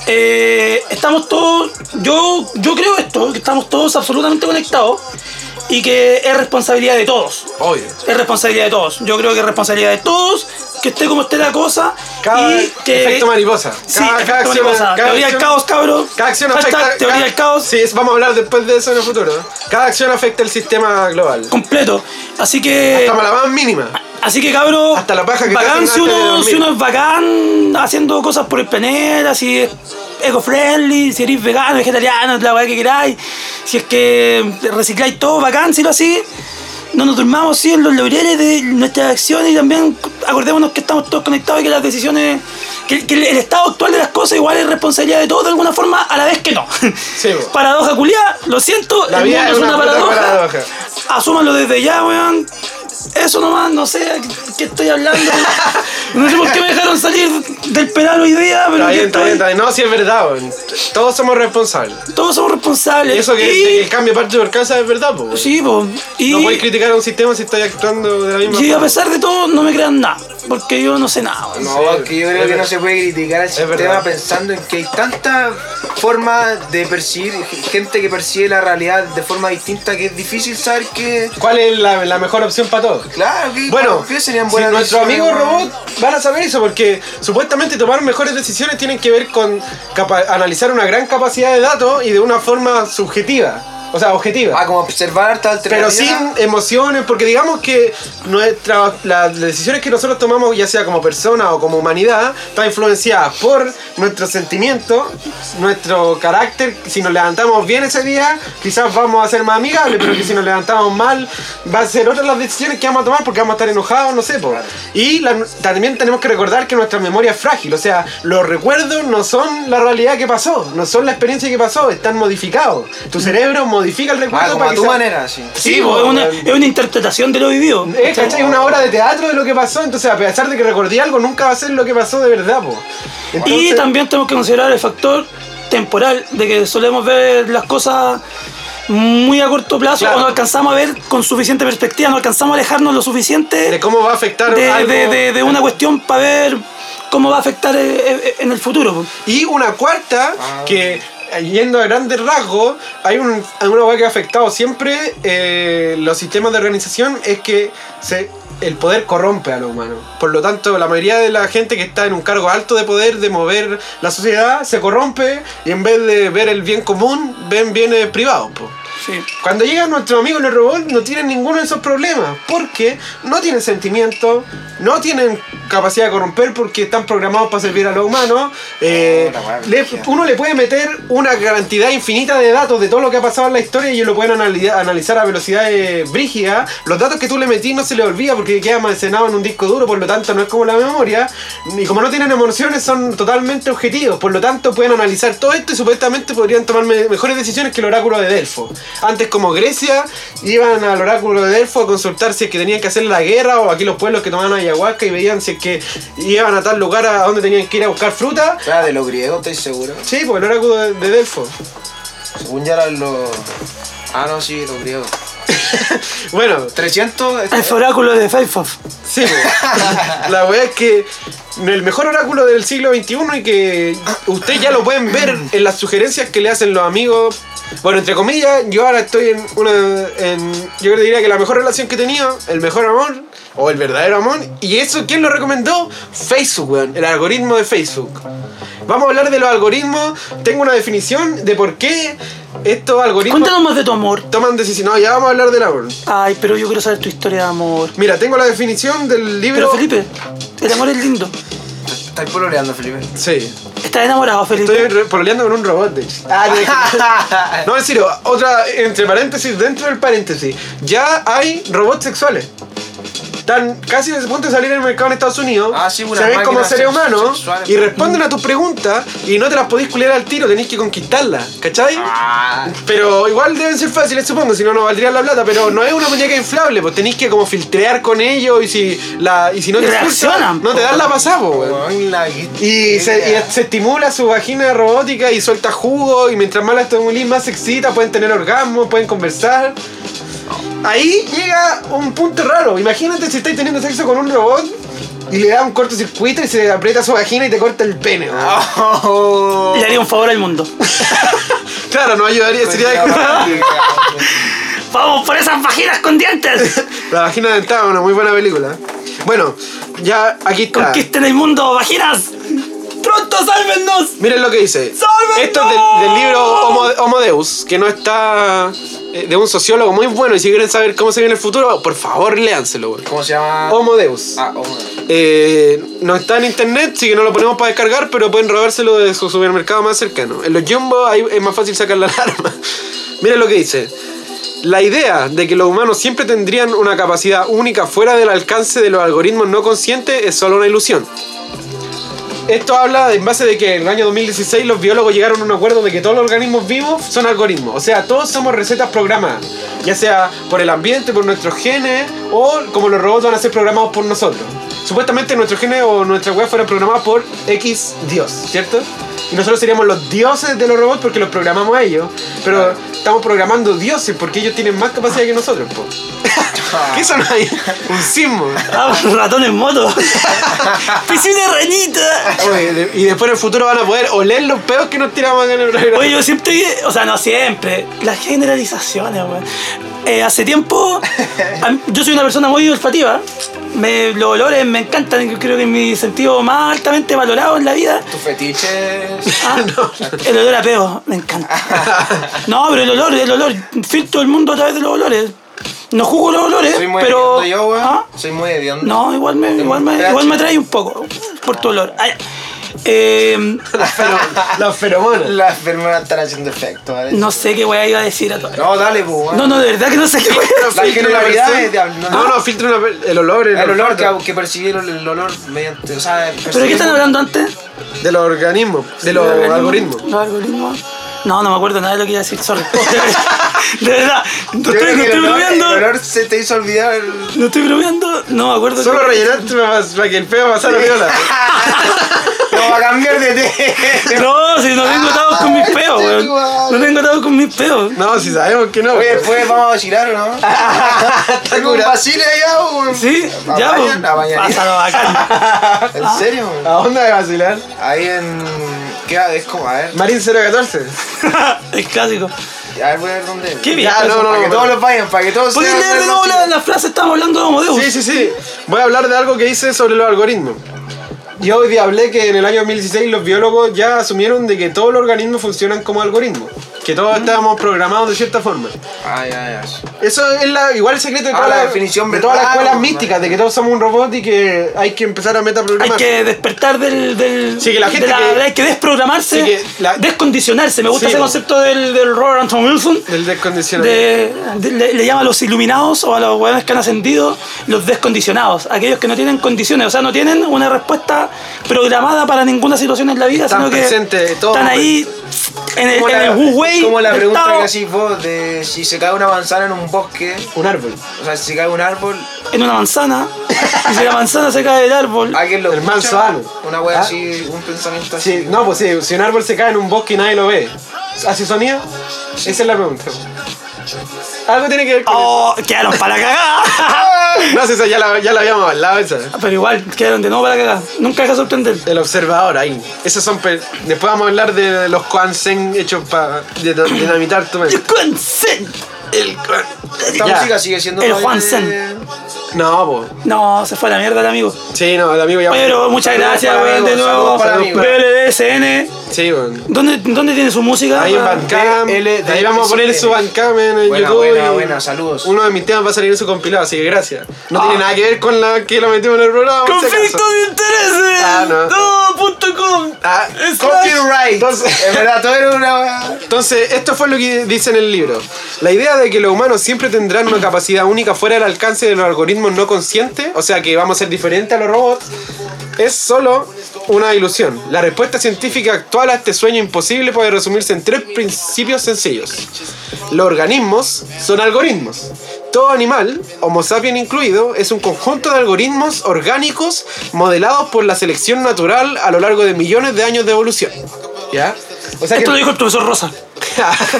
Speaker 2: eh, estamos todos, yo, yo creo esto, que estamos todos absolutamente conectados y que es responsabilidad de todos.
Speaker 3: Obvio.
Speaker 2: Es responsabilidad de todos. Yo creo que es responsabilidad de todos, que esté como esté la cosa.
Speaker 3: Cada
Speaker 2: y que,
Speaker 3: efecto mariposa.
Speaker 2: Sí,
Speaker 3: Cada- cada
Speaker 2: efecto
Speaker 3: acción-
Speaker 2: mariposa.
Speaker 3: cada
Speaker 2: teoría del
Speaker 3: acción-
Speaker 2: caos, cabros.
Speaker 3: Cada acción
Speaker 2: Hashtag
Speaker 3: afecta.
Speaker 2: Teoría
Speaker 3: cada-
Speaker 2: del caos.
Speaker 3: Sí, es- vamos a hablar después de eso en el futuro. Cada acción afecta el sistema global.
Speaker 2: Completo. Así que.
Speaker 3: Hasta la más mínima.
Speaker 2: Así que cabros,
Speaker 3: Hasta la paja que te
Speaker 2: bacán
Speaker 3: hacen
Speaker 2: si
Speaker 3: antes de
Speaker 2: uno,
Speaker 3: dormir.
Speaker 2: si uno es bacán haciendo cosas por el planeta, si es eco-friendly, si eres vegano, vegetariano, la weá que queráis, si es que recicláis todo, bacán, si lo así. No nos durmamos sí, en los laureles de nuestras acciones y también acordémonos que estamos todos conectados y que las decisiones, que, que el, el estado actual de las cosas igual es responsabilidad de todos de alguna forma, a la vez que no.
Speaker 3: Sí, po.
Speaker 2: paradoja culiada, lo siento,
Speaker 3: La
Speaker 2: el
Speaker 3: vida
Speaker 2: mundo
Speaker 3: es
Speaker 2: es una
Speaker 3: una puta
Speaker 2: paradoja.
Speaker 3: paradoja.
Speaker 2: Asúmanlo desde ya, weón. Eso nomás, no sé a qué estoy hablando. No sé por qué me dejaron salir del penal hoy día, pero
Speaker 3: Está
Speaker 2: aquí
Speaker 3: bien, está
Speaker 2: estoy.
Speaker 3: bien, está bien. No, sí es verdad, weón. Todos somos responsables.
Speaker 2: todos somos responsables.
Speaker 3: Y eso que,
Speaker 2: Y-
Speaker 3: de que el cambio parte por casa es verdad, po.
Speaker 2: Sí, po. Y,
Speaker 3: No podéis criticar a un sistema si estáis actuando de la misma
Speaker 2: y a
Speaker 3: forma.
Speaker 2: pesar de todo, no me crean nada, porque yo no sé nada, weón.
Speaker 1: No, es que yo creo que
Speaker 3: es
Speaker 1: no
Speaker 3: verdad.
Speaker 1: se puede criticar al sistema
Speaker 3: verdad.
Speaker 1: pensando en que hay tantas formas de percibir, gente que percibe la realidad de forma distinta que es difícil saber qué.
Speaker 3: ¿Cuál es la, la mejor opción para todos?
Speaker 1: Claro, que
Speaker 3: Bueno,
Speaker 1: que serían
Speaker 3: si
Speaker 1: buenas
Speaker 3: nuestros
Speaker 1: decisiones,
Speaker 3: amigos
Speaker 1: weón.
Speaker 3: robot van a saber eso porque supuestamente tomar mejores decisiones tienen que ver con capa- analizar una gran capacidad de datos y de una forma subjetiva. O sea, objetiva.
Speaker 1: Ah, como observar harta
Speaker 3: Pero
Speaker 1: alternativa.
Speaker 3: sin emociones, porque digamos que nuestra, las decisiones que nosotros tomamos, ya sea como persona o como humanidad, está influenciada por nuestros sentimientos, nuestro carácter. Si nos levantamos bien ese día, quizás vamos a ser más amigables, pero que si nos levantamos mal, va a ser otras las decisiones que vamos a tomar porque vamos a estar enojados, no sé. po. Y la- también tenemos que recordar que nuestra memoria es frágil, o sea, los recuerdos no son la realidad que pasó, no son la experiencia que pasó, están modificados. Tu cerebro modifica el
Speaker 1: Mm. Ah,
Speaker 3: recuerdo
Speaker 1: como
Speaker 3: para
Speaker 1: a
Speaker 3: que
Speaker 1: tu
Speaker 3: sea-
Speaker 1: manera, sí.
Speaker 2: Sí,
Speaker 3: Sí,
Speaker 2: po, es,
Speaker 3: po,
Speaker 2: una,
Speaker 3: weón.
Speaker 2: es una interpretación de lo vivido.
Speaker 3: Eh, ¿cachai? Una obra de teatro de lo que pasó, entonces a pesar de que recordé algo, nunca va a ser lo que pasó de verdad, po.
Speaker 2: Y
Speaker 3: Entonces,
Speaker 2: también tenemos que considerar el factor temporal, de que solemos ver las cosas muy a corto plazo
Speaker 3: Claro.
Speaker 2: o no alcanzamos a ver con suficiente perspectiva, no alcanzamos a alejarnos lo suficiente
Speaker 3: de cómo va a afectar
Speaker 2: de,
Speaker 3: algo.
Speaker 2: de- de- de una cuestión para ver cómo va a afectar eh, eh, en el futuro. po.
Speaker 3: Y una cuarta, que eh, yendo a grandes rasgos, hay un, hay una hueá que ha afectado siempre eh, los sistemas de organización, es que se, el poder corrompe a los humanos. Por lo tanto, la mayoría de la gente que está en un cargo alto de poder, de mover la sociedad, se corrompe y en vez de ver el bien común, ven bienes privados, po.
Speaker 2: Sí.
Speaker 3: Cuando llegan nuestros amigos los robots no tienen ninguno de esos problemas, porque no tienen sentimiento, no tienen capacidad de corromper porque están programados para servir a los humanos. eh,
Speaker 1: Oh, la wea
Speaker 3: le-
Speaker 1: brígida.
Speaker 3: uno le puede meter una cantidad infinita de datos de todo lo que ha pasado en la historia y ellos lo pueden anali- analizar a velocidades brígidas. Los datos que tú le metís no se le olvida porque queda almacenado en un disco duro, por lo tanto no es como la memoria. Y como no tienen emociones son totalmente objetivos, por lo tanto pueden analizar todo esto y supuestamente podrían tomar me- mejores decisiones que el oráculo de Delfo. Antes como Grecia iban al oráculo de Delfo a consultar si es que tenían que hacer la guerra o aquí los pueblos que tomaban ayahuasca y veían si es que iban a tal lugar a donde tenían que ir a buscar fruta.
Speaker 1: Ah, de los griegos estoy seguro.
Speaker 3: Sí, pues el oráculo de, de Delfo.
Speaker 1: Según ya eran los... Ah, no, sí, los griegos.
Speaker 3: Bueno,
Speaker 1: 300...
Speaker 2: El
Speaker 1: este-
Speaker 2: oráculo de Faithful.
Speaker 3: sí, pues. la verdad es que el mejor oráculo del siglo XXI y que ustedes ya lo pueden ver en las sugerencias que le hacen los amigos. Bueno, entre comillas, yo ahora estoy en una. En, yo creo que diría que la mejor relación que he tenido, el mejor amor, o el verdadero amor. Y eso, ¿quién lo recomendó? Facebook, weón. El algoritmo de Facebook. Vamos a hablar de los algoritmos. Tengo una definición de por qué estos algoritmos
Speaker 2: Cuéntanos más de tu amor.
Speaker 3: toman decisiones. No, ya vamos a hablar del amor.
Speaker 2: Ay, pero yo quiero saber tu historia de amor.
Speaker 3: Mira, tengo la definición del
Speaker 2: Pero
Speaker 3: libro.
Speaker 2: Felipe, el amor es lindo.
Speaker 1: Estáis pololeando, Felipe.
Speaker 3: Sí.
Speaker 2: ¿Estás enamorado,
Speaker 3: Estoy
Speaker 2: Felipe?
Speaker 3: re- pololeando con un robot, de hecho.
Speaker 1: Ah.
Speaker 3: Ah, No, en serio, otra, entre paréntesis, dentro del paréntesis, ya hay robots sexuales. Están casi desde el punto de salir al mercado en Estados Unidos.
Speaker 1: Ah, sí, unas
Speaker 3: se ven como
Speaker 1: máquinas
Speaker 3: seres
Speaker 1: sex-
Speaker 3: humanos
Speaker 1: sexuales.
Speaker 3: y responden a tus preguntas y no te las podéis culiar al tiro, tenéis que conquistarlas, ¿cachai?
Speaker 1: Ah,
Speaker 3: Pero igual deben ser fáciles, supongo, si no, no valdría la plata. Pero no es una muñeca inflable, pues tenéis que como filtrear con ellos y si, la, y si no te expulsan,
Speaker 2: Reaccionan,
Speaker 3: no te
Speaker 2: po.
Speaker 3: dan la pasada, po, weón.
Speaker 1: weón, la que-
Speaker 3: Y este- se, y se estimula su vagina robótica y suelta jugo. Y mientras más la estimulís, más se excita. Pueden tener orgasmos, pueden conversar. Ahí llega un punto raro. Imagínate si estáis teniendo sexo con un robot y le da un cortocircuito y se aprieta su vagina y te corta el pene. weón.
Speaker 1: Oh.
Speaker 2: Le haría un favor al mundo.
Speaker 3: Claro, no ayudaría. Este Sería de-
Speaker 2: ¡Vamos por esas vaginas con dientes!
Speaker 3: La vagina dentada, una muy buena película. Bueno, ya aquí está.
Speaker 2: ¡Conquisten el mundo, vaginas! ¡Pronto, sálvennos!
Speaker 3: Miren lo que dice.
Speaker 2: ¡Sálvenlo!
Speaker 3: Esto es del, del libro Homo, Homo Deus, que no está. eh, de un sociólogo muy bueno. Y si quieren saber cómo se viene el futuro, por favor, léanselo, güey.
Speaker 1: ¿Cómo se llama?
Speaker 3: Homo Deus.
Speaker 1: Ah, Homo.
Speaker 3: Eh, no está en internet, sí que no lo ponemos para descargar, pero pueden robárselo de su supermercado más cercano. En los Jumbo ahí es más fácil sacar la alarma. Miren lo que dice. La idea de que los humanos siempre tendrían una capacidad única fuera del alcance de los algoritmos no conscientes es solo una ilusión. Esto habla en base de que en el año 2016 los biólogos llegaron a un acuerdo de que todos los organismos vivos son algoritmos. O sea, todos somos recetas programadas. Ya sea por el ambiente, por nuestros genes o como los robots van a ser programados por nosotros. Supuestamente nuestros genes o nuestra web fueron programadas por X Dios, ¿cierto? Y nosotros seríamos los dioses de los robots porque los programamos a ellos. Pero estamos programando dioses porque ellos tienen más capacidad que nosotros. po.
Speaker 1: Ah.
Speaker 3: ¿Qué son ahí? Un sismo.
Speaker 2: Ah, ratón en moto. Piscina ranita.
Speaker 3: Oye, de- y después en el futuro van a poder oler los peos que nos tiramos acá en el programa.
Speaker 2: Oye, yo siempre, o sea, no siempre, las generalizaciones, weón. Eh, hace tiempo, a mí- yo soy una persona muy olfativa me, los olores me encantan, yo creo que es mi sentido más altamente valorado en la vida.
Speaker 1: Tus fetiches.
Speaker 2: Ah, El olor a peo, me encanta. No, pero el olor, el olor, filtro el mundo a través de los olores. No jugo los olores,
Speaker 1: Soy muy
Speaker 2: pero.
Speaker 1: hediondo yo, weón.
Speaker 2: ¿Ah?
Speaker 1: Soy muy hediondo.
Speaker 2: No, igual me, igual me,
Speaker 1: pH.
Speaker 2: igual me atrae un poco por tu olor. Ay, eh,
Speaker 3: Las feromonas.
Speaker 1: Las feromonas están haciendo efecto, ¿vale?
Speaker 2: no sé qué weá iba a decir a todo.
Speaker 1: No, dale, pues.
Speaker 2: No, no, de verdad que no sé qué voy a
Speaker 1: La
Speaker 2: decir.
Speaker 1: generalidad es de hablar.
Speaker 3: No, no, filtra una per- el olor.
Speaker 1: El olor
Speaker 3: olfato.
Speaker 1: que, que percibieron el olor mediante. O sea,
Speaker 2: ¿Pero de qué están hablando antes?
Speaker 3: De los organismos, de los algoritmos.
Speaker 2: Los algoritmos. No, no me acuerdo nada de lo que iba a decir, sorry. De verdad, no
Speaker 1: Yo creo
Speaker 2: estoy,
Speaker 1: que
Speaker 2: no estoy
Speaker 1: el olor- El
Speaker 2: bromeando.
Speaker 1: olor se te hizo olvidar. el-
Speaker 2: No estoy bromeando, no me acuerdo.
Speaker 3: Solo este
Speaker 2: qué-
Speaker 3: rellenaste para, para que el peo pasara viola.
Speaker 1: No, va a cambiar de té.
Speaker 2: No, si no tengo atados con mis peos, weón. No tengo atados con mis peos.
Speaker 3: No, si sabemos que no.
Speaker 1: Oye, pues, después vamos a vacilar, ¿no? Tengo un vacile allá, weón.
Speaker 2: Sí,
Speaker 1: A
Speaker 2: ya,
Speaker 1: Bayern, a
Speaker 2: pues.
Speaker 1: Bayern.
Speaker 2: Pásalo bacán.
Speaker 1: ¿En serio? weón?
Speaker 3: ¿A onda de vacilar?
Speaker 1: Ahí en. ¿Qué es como? A ver.
Speaker 3: Marín 014.
Speaker 2: El clásico.
Speaker 1: A ver, voy a ver dónde. es.
Speaker 2: Qué bien.
Speaker 3: Ya, no, no,
Speaker 1: Para que
Speaker 3: no.
Speaker 1: todos los vayan, para que todos
Speaker 2: ¿Puedes
Speaker 1: sean
Speaker 2: leer de nuevo la, la frase? Estamos hablando de Homodeus.
Speaker 3: Sí, sí, sí. Voy a hablar de algo que hice sobre los algoritmos. Yo hoy día hablé que en el año 2016 los biólogos ya asumieron de que todos los organismos funcionan como algoritmos. Que todos estábamos programados de cierta forma.
Speaker 1: Ay, ay, ay.
Speaker 3: Eso es la, igual el secreto de
Speaker 1: Ah,
Speaker 3: toda
Speaker 1: la
Speaker 3: la,
Speaker 1: definición
Speaker 3: de todas las
Speaker 1: verbal,
Speaker 3: escuelas
Speaker 1: ¿no?
Speaker 3: místicas, de que todos somos un robot y que hay que empezar a
Speaker 2: Hay
Speaker 3: metaprogramar.
Speaker 2: que despertar del. del
Speaker 3: Sí, que la gente
Speaker 2: de
Speaker 3: que-
Speaker 2: hay que desprogramarse,
Speaker 3: Sí, que la-
Speaker 2: descondicionarse. Me gusta
Speaker 3: Sí,
Speaker 2: ese
Speaker 3: po.
Speaker 2: concepto del, del Robert Anton Wilson.
Speaker 3: Del descondicionamiento.
Speaker 2: de- de- le, le llama a los iluminados o a los hueones que han ascendido los descondicionados, aquellos que no tienen condiciones, o sea, no tienen una respuesta programada para ninguna situación en la vida,
Speaker 3: Están
Speaker 2: sino que
Speaker 3: presentes, todo,
Speaker 2: están ahí en el,
Speaker 1: Como
Speaker 2: en
Speaker 1: la,
Speaker 2: el Wu-Wei,
Speaker 1: como la pregunta
Speaker 2: sentado
Speaker 1: que hacís vos de si se cae una manzana en un bosque,
Speaker 3: Un árbol.
Speaker 1: o sea, si se cae un árbol,
Speaker 2: en una manzana, y si la manzana se cae del árbol,
Speaker 1: alguien lo
Speaker 3: El
Speaker 1: escucha?
Speaker 3: manso ano.
Speaker 1: Una wea
Speaker 3: Ah.
Speaker 1: así, un pensamiento así.
Speaker 3: Sí, no, pues sí, si un árbol se cae en un bosque y nadie lo ve, ¿hace sonido? Esa es la pregunta. Algo tiene que ver con
Speaker 2: oh, quedaron para cagar,
Speaker 3: eso. No, si esa ya la, ya la habíamos hablado, esa.
Speaker 2: pero igual quedaron de nuevo para cagar, nunca deja sorprender.
Speaker 3: El observador ahí. Esos son. pe- Después vamos a hablar de los Quansen hechos para dinamitar tu mente.
Speaker 2: El Quansen.
Speaker 3: El Kuan.
Speaker 1: Esta
Speaker 3: Ya.
Speaker 1: música sigue siendo.
Speaker 2: El
Speaker 1: todavía
Speaker 2: Juansen.
Speaker 1: de-
Speaker 3: No, pues.
Speaker 2: No, se fue a la mierda el amigo.
Speaker 3: Sí, no, el amigo ya.
Speaker 2: Pero muchas
Speaker 3: Saludos
Speaker 2: gracias,
Speaker 3: para
Speaker 2: weón, de
Speaker 3: amigos,
Speaker 2: nuevo.
Speaker 3: saludos para amigos.
Speaker 2: BLDSN.
Speaker 3: Sí, weón.
Speaker 2: ¿Dónde, ¿Dónde tiene su música?
Speaker 3: Ahí en Bandcamp,
Speaker 1: DL,
Speaker 3: ahí vamos a poner su Bandcamp en en
Speaker 1: Buena,
Speaker 3: YouTube.
Speaker 1: buena,
Speaker 3: y
Speaker 1: buena, saludos. Ah.
Speaker 3: Uno de mis temas va a salir en su compilado, así que gracias. No tiene nada que ver con la que lo metimos en el programa. por si acaso.
Speaker 2: Conflicto de intereses.
Speaker 3: Ah, no.
Speaker 2: .com.
Speaker 3: Ah,
Speaker 2: Slash.
Speaker 1: Copyright.
Speaker 3: Entonces-
Speaker 1: En verdad, todo era una wea.
Speaker 3: Entonces, esto fue lo que dice en el libro. La idea de que los humanos siempre tendrán una capacidad única fuera del alcance de los algoritmos no conscientes, o sea que vamos a ser diferentes a los robots, es solo una ilusión. La respuesta científica actual a este sueño imposible puede resumirse en tres principios sencillos. Los organismos son algoritmos. Todo animal, Homo sapiens incluido, es un conjunto de algoritmos orgánicos modelados por la selección natural a lo largo de millones de años de evolución. ¿Ya? O sea
Speaker 2: Esto lo dijo el profesor Rosa.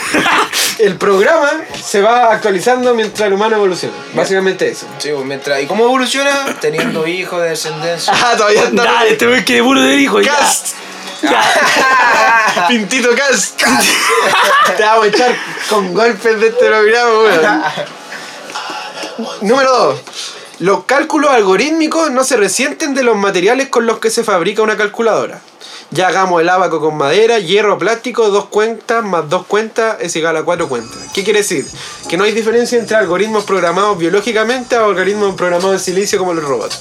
Speaker 3: el programa se va actualizando mientras el humano evoluciona. Básicamente eso.
Speaker 1: Sí, pues, mientras. ¿Y cómo evoluciona? Teniendo hijos de descendencia.
Speaker 3: Ah, todavía está.
Speaker 2: Dale, este wey que puro de hijo. Ya.
Speaker 3: Cast.
Speaker 2: Ya.
Speaker 3: Pintito Cast. Te vamos a echar con golpes de este programa, weón. Número 2. Los cálculos algorítmicos no se resienten de los materiales con los que se fabrica una calculadora. Ya hagamos el abaco con madera, hierro, plástico, dos cuentas más dos cuentas es igual a cuatro cuentas. ¿Qué quiere decir? Que no hay diferencia entre algoritmos programados biológicamente a algoritmos programados en silicio como los robots.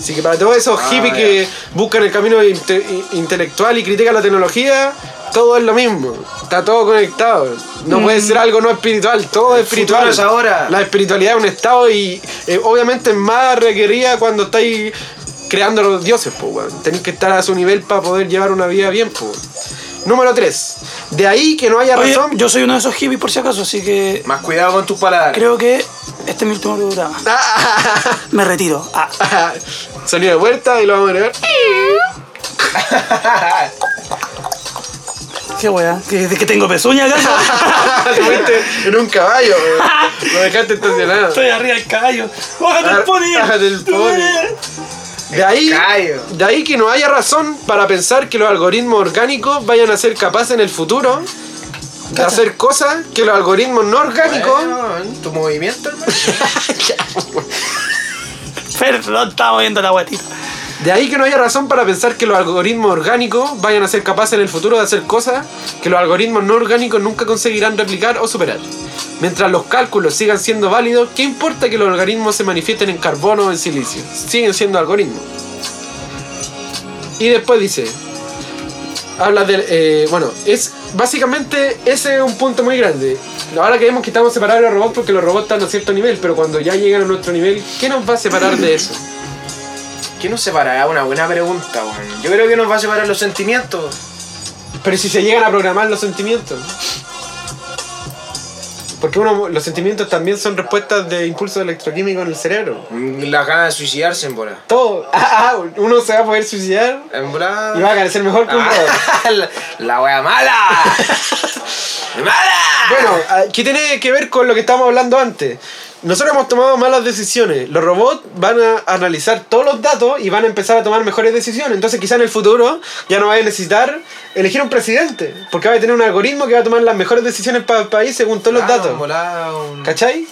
Speaker 3: Así que para todos esos
Speaker 1: Ah,
Speaker 3: hippies
Speaker 1: ya.
Speaker 3: que buscan el camino inte- intelectual y critican la tecnología, todo es lo mismo. Está todo conectado. No puede ser algo no espiritual, todo es espiritual.
Speaker 1: Mm. futuro es ahora.
Speaker 3: La espiritualidad es un estado y eh, obviamente es más requerida cuando estáis creando los dioses, pues, weón. Tenéis que estar a su nivel para poder llevar una vida bien, pues. weón. Número 3. De ahí que no haya
Speaker 2: Oye,
Speaker 3: razón.
Speaker 2: yo soy uno de esos hippies por si acaso, así que
Speaker 1: Más cuidado con tus palabras.
Speaker 2: creo que este es mi último programa. Me retiro. Ah.
Speaker 3: Sonido de vuelta y lo vamos a agregar.
Speaker 2: Qué weá. ¿Que, que tengo pezuña acá?
Speaker 3: Te fuiste en un caballo, weón. Lo dejaste estacionado.
Speaker 2: Estoy arriba del caballo. Bájate el
Speaker 3: Ah,
Speaker 2: pony.
Speaker 3: bájate el pony. De ahí,
Speaker 1: Callo.
Speaker 3: de ahí que no haya razón para pensar que los algoritmos orgánicos vayan a ser capaces en el futuro de hacer cosas que los algoritmos no orgánicos
Speaker 1: Bueno, tu movimiento, hermano.
Speaker 2: Perdón, estaba viendo la guatita.
Speaker 3: De ahí que no haya razón para pensar que los algoritmos orgánicos vayan a ser capaces en el futuro de hacer cosas que los algoritmos no orgánicos nunca conseguirán replicar o superar. Mientras los cálculos sigan siendo válidos, ¿qué importa que los algoritmos se manifiesten en carbono o en silicio? Siguen siendo algoritmos. Y después dice, habla del... eh, bueno, es básicamente ese es un punto muy grande. Ahora creemos que estamos separados de los robots porque los robots están a cierto nivel, pero cuando ya llegan a nuestro nivel, ¿qué nos va a separar de eso?
Speaker 1: ¿Qué nos separará? Una buena pregunta, weón. Yo creo que nos va a separar los sentimientos.
Speaker 3: Pero si se llegan a programar los sentimientos. Porque uno, los sentimientos también son respuestas de impulso electroquímico en el cerebro.
Speaker 1: Mm, Las ganas de suicidarse en bola.
Speaker 3: Todo. Ah, ah, uno se va a poder suicidar
Speaker 1: En bola.
Speaker 3: y va a carecer mejor que un robot.
Speaker 1: Ah, la, la wea mala. ¡Mala!
Speaker 3: Bueno, ah, ¿qué tiene que ver con lo que estábamos hablando antes? Nosotros hemos tomado malas decisiones. Los robots van a analizar todos los datos y van a empezar a tomar mejores decisiones. Entonces quizá en el futuro ya no vaya a necesitar elegir un presidente. Porque va a tener un algoritmo que va a tomar las mejores decisiones para el país según todos los
Speaker 1: Claro,
Speaker 3: datos.
Speaker 1: Ah, en volá, un-
Speaker 3: ¿Cachai?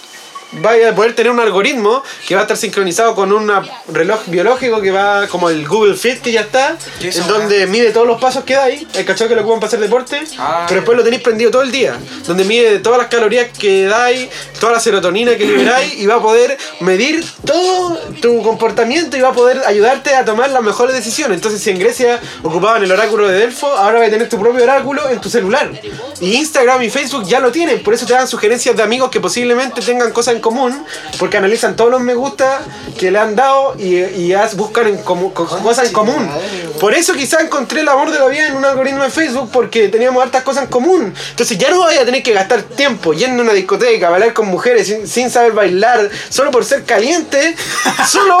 Speaker 3: Vaya a poder tener un algoritmo que va a estar sincronizado con un reloj biológico que va como el Google Fit que ya está,
Speaker 1: ¿Qué es
Speaker 3: en
Speaker 1: esa
Speaker 3: donde mide todos los pasos que dais, el cachao que lo ocupan para hacer deporte,
Speaker 1: Ah,
Speaker 3: pero después lo tenéis prendido todo el día, donde mide todas las calorías que dais, toda la serotonina que liberáis y va a poder medir todo tu comportamiento y va a poder ayudarte a tomar las mejores decisiones. Entonces si en Grecia ocupaban el oráculo de Delfo, ahora vas a tener tu propio oráculo en tu celular. Y Instagram y Facebook ya lo tienen, por eso te dan sugerencias de amigos que posiblemente tengan cosas en común, porque analizan todos los me gusta que le han dado y, y haz- buscan en comu- co- cosas en común. Por eso quizá encontré el amor de la vida en un algoritmo de Facebook, porque teníamos hartas cosas en común. Entonces ya no voy a tener que gastar tiempo yendo a una discoteca, bailar con mujeres sin, sin saber bailar, solo por ser caliente, solo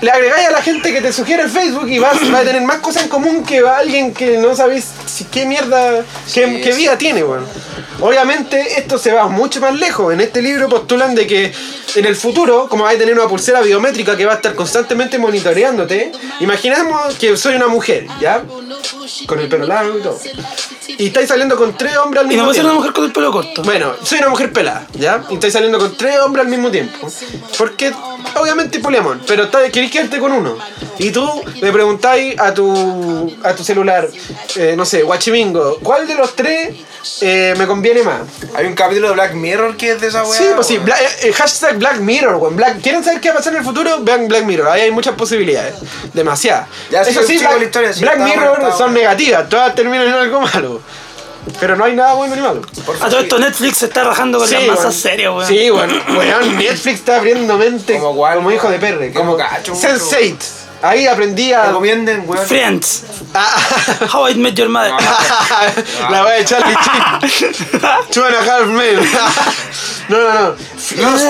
Speaker 3: le agregáis a la gente que te sugiere en Facebook y vas, vas a tener más cosas en común que alguien que no sabéis si- qué mierda, qué,
Speaker 1: Sí,
Speaker 3: qué
Speaker 1: sí.
Speaker 3: vida tiene, weón. Obviamente esto se va mucho más lejos. En este libro postulan de que en el futuro, como vais a tener una pulsera biométrica que va a estar constantemente monitoreándote, imaginemos que soy una mujer, ¿ya? Con el pelo largo y todo. Y estáis saliendo con tres hombres al
Speaker 2: Y no
Speaker 3: mismo
Speaker 2: puede ser una
Speaker 3: tiempo.
Speaker 2: mujer con el pelo corto.
Speaker 3: Bueno, soy una mujer pelada, ¿ya? Y estáis saliendo con tres hombres al mismo tiempo. Porque obviamente poliamor, pero está, querés quedarte con uno. Y tú le preguntáis a tu, a tu celular, eh, no sé, guachimingo, ¿cuál de los tres eh, me conviene más?
Speaker 1: Hay un capítulo de Black Mirror que es de esa wea.
Speaker 3: Sí, pues sí,
Speaker 1: weón.
Speaker 3: Bla- eh, eh, hashtag Black Mirror, weón. Black- ¿Quieren saber qué va a pasar en el futuro? Vean Black Mirror, ahí hay muchas posibilidades. Demasiadas.
Speaker 1: Ya, sí,
Speaker 3: Eso sí,
Speaker 1: sigo
Speaker 3: Black,
Speaker 1: la historia, sí,
Speaker 3: Black
Speaker 1: está
Speaker 3: Mirror
Speaker 1: bueno, está
Speaker 3: son
Speaker 1: bueno.
Speaker 3: negativas, todas terminan en algo malo. Pero no hay nada bueno ni malo.
Speaker 1: Por
Speaker 2: A todo esto Netflix se está rajando con las masas
Speaker 3: weón.
Speaker 2: serias, weón.
Speaker 3: Sí, bueno, weón, Netflix está abriendo mente
Speaker 1: Como
Speaker 3: como,
Speaker 1: cuál,
Speaker 3: hijo de
Speaker 1: weón.
Speaker 3: perre.
Speaker 1: Como cacho, weón.
Speaker 3: Sense8. Ahí aprendí a...
Speaker 1: Recomienden, weón.
Speaker 2: Friends.
Speaker 3: a-
Speaker 2: How I Met Your Mother.
Speaker 3: La voy a echar Charlie Two and a half men. No, no, no. Los-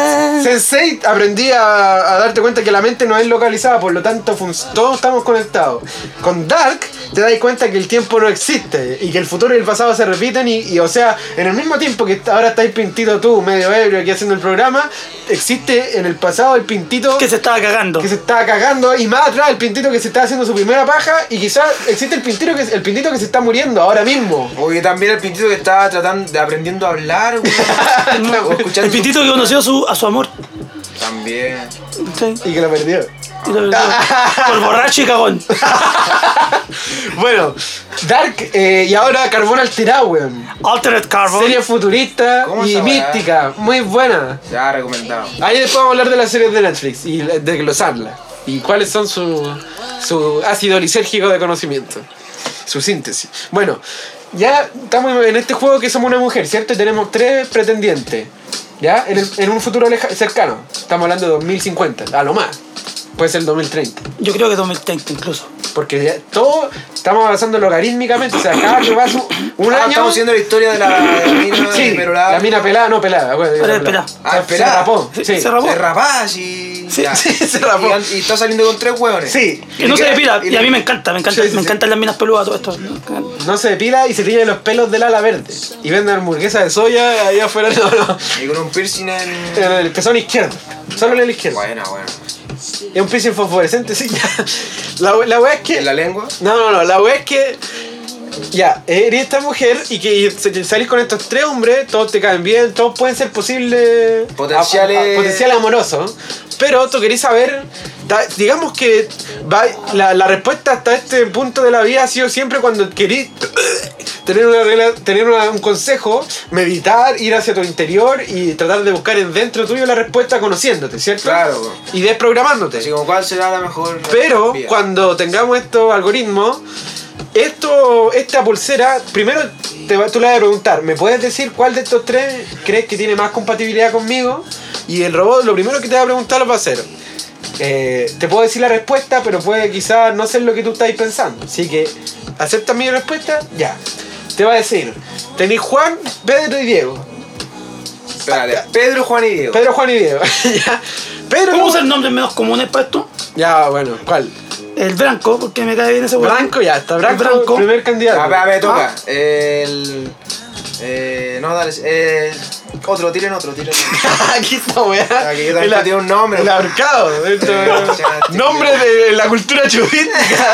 Speaker 3: Sensei aprendí a, a darte cuenta que la mente no es localizada, por lo tanto fun- todos estamos conectados. Con Dark te das cuenta que el tiempo no existe y que el futuro y el pasado se repiten y, y, o sea, en el mismo tiempo que ahora estáis pintito tú, medio ebrio aquí haciendo el programa, existe en el pasado el pintito
Speaker 2: que se estaba cagando.
Speaker 3: que se está cagando y más atrás el pintito que se está haciendo su primera paja y quizás existe el pintito que el pintito que se está muriendo ahora mismo.
Speaker 1: Oye, también el pintito que estaba tratando de aprendiendo a hablar, weón. O escuchando
Speaker 2: El pitito que conoció a su, a su amor.
Speaker 1: También.
Speaker 2: Sí.
Speaker 3: Y que lo perdió.
Speaker 2: Y la verdad, Por borracho y cagón.
Speaker 3: Bueno, Dark eh, y ahora Carbón Alterado, weón.
Speaker 2: Altered Carbon.
Speaker 3: Serie futurista
Speaker 1: ¿Cómo
Speaker 3: y
Speaker 1: esa weá?
Speaker 3: mística, muy buena.
Speaker 1: Ya recomendado.
Speaker 3: Ahí después vamos a hablar de las series de Netflix y de desglosarlas. Y cuáles son su, su ácido lisérgico de conocimiento. Su síntesis. Bueno, ya estamos en este juego que somos una mujer, ¿cierto? Y tenemos tres pretendientes. ¿Ya? En, el- en un futuro leja- cercano. Estamos hablando de 2050, a lo más. Puede ser el 2030.
Speaker 2: Yo creo que 2030 incluso.
Speaker 3: Porque ya todo estamos avanzando logarítmicamente. O sea, cada que pasa un- un
Speaker 1: Ah,
Speaker 3: año.
Speaker 1: estamos haciendo la historia de la, de la mina
Speaker 3: Sí,
Speaker 1: de Perolada.
Speaker 3: la mina pelada, no pelada. bueno, digo,
Speaker 2: Pero es
Speaker 3: pelada.
Speaker 2: pelada.
Speaker 1: Ah,
Speaker 3: Se-
Speaker 1: pelada.
Speaker 3: Se rapó.
Speaker 2: Se-
Speaker 3: sí.
Speaker 2: se rapó.
Speaker 1: Se rapaba así.
Speaker 2: Sí,
Speaker 1: ya.
Speaker 3: sí, se rapó.
Speaker 1: Y, y está saliendo con tres hueones.
Speaker 3: Sí.
Speaker 2: Que no se depila. Y
Speaker 1: le-
Speaker 2: a mí me encanta, me encanta.
Speaker 3: Sí, sí,
Speaker 2: Me
Speaker 3: sí.
Speaker 2: encantan las minas peludas, todo esto.
Speaker 3: No se depila y se tiñe los pelos del ala verde. Y vende hamburguesa de soya ahí afuera no, no,
Speaker 1: Y con un piercing en.
Speaker 3: en el pezón izquierdo. Solo en el izquierdo.
Speaker 1: Buena, buena.
Speaker 3: Es un piercing fosforescente, sí. La, we- la weá es que.
Speaker 1: En la lengua.
Speaker 3: No, no, no, la wea es que. Ya, eh, eres esta mujer y que y se- que salís con estos tres hombres, todos te caen bien, todos pueden ser posibles.
Speaker 1: Potenciales-
Speaker 3: a- a- potencial amoroso. Pero tú querés saber, ta- digamos que va- la, la respuesta hasta este punto de la vida ha sido siempre cuando querís eh, tener, una, rela- tener una- un consejo, meditar, ir hacia tu interior y tratar de buscar en dentro tuyo la respuesta conociéndote, ¿cierto?
Speaker 1: Claro.
Speaker 3: Y desprogramándote.
Speaker 1: Así como, ¿cuál será la mejor?
Speaker 3: Pero
Speaker 1: vía?
Speaker 3: cuando tengamos estos algoritmos, esto, esta pulsera, primero te va- tú le vas a preguntar, ¿me puedes decir cuál de estos tres crees que tiene más compatibilidad conmigo? Y el robot lo primero que te va a preguntar va a ser, eh, te puedo decir la respuesta, pero puede quizás no ser lo que tú estáis pensando. Así que, ¿aceptas mi respuesta? Ya. Te va a decir, tenéis Juan, Pedro y Diego. Ah,
Speaker 1: Espérate, Pedro, Juan y Diego.
Speaker 3: Pedro, Juan y Diego. ya. Pedro.
Speaker 2: ¿Cómo usar nombres menos comunes para esto?
Speaker 3: Ya, bueno, ¿cuál?
Speaker 2: El Branco, porque me cae bien ese weón.
Speaker 3: Branco ya está. Branco,
Speaker 2: Branco.
Speaker 3: primer candidato.
Speaker 1: A ver, a ver, toca.
Speaker 2: Ah.
Speaker 1: El. Eh, no, dale. eh, otro, tiren otro, tiren otro.
Speaker 3: Aquí está, weá.
Speaker 1: Ah, que yo también
Speaker 3: El-
Speaker 1: tiene un nombre.
Speaker 3: El ahorcado. Esto, nombre de la cultura chubítica.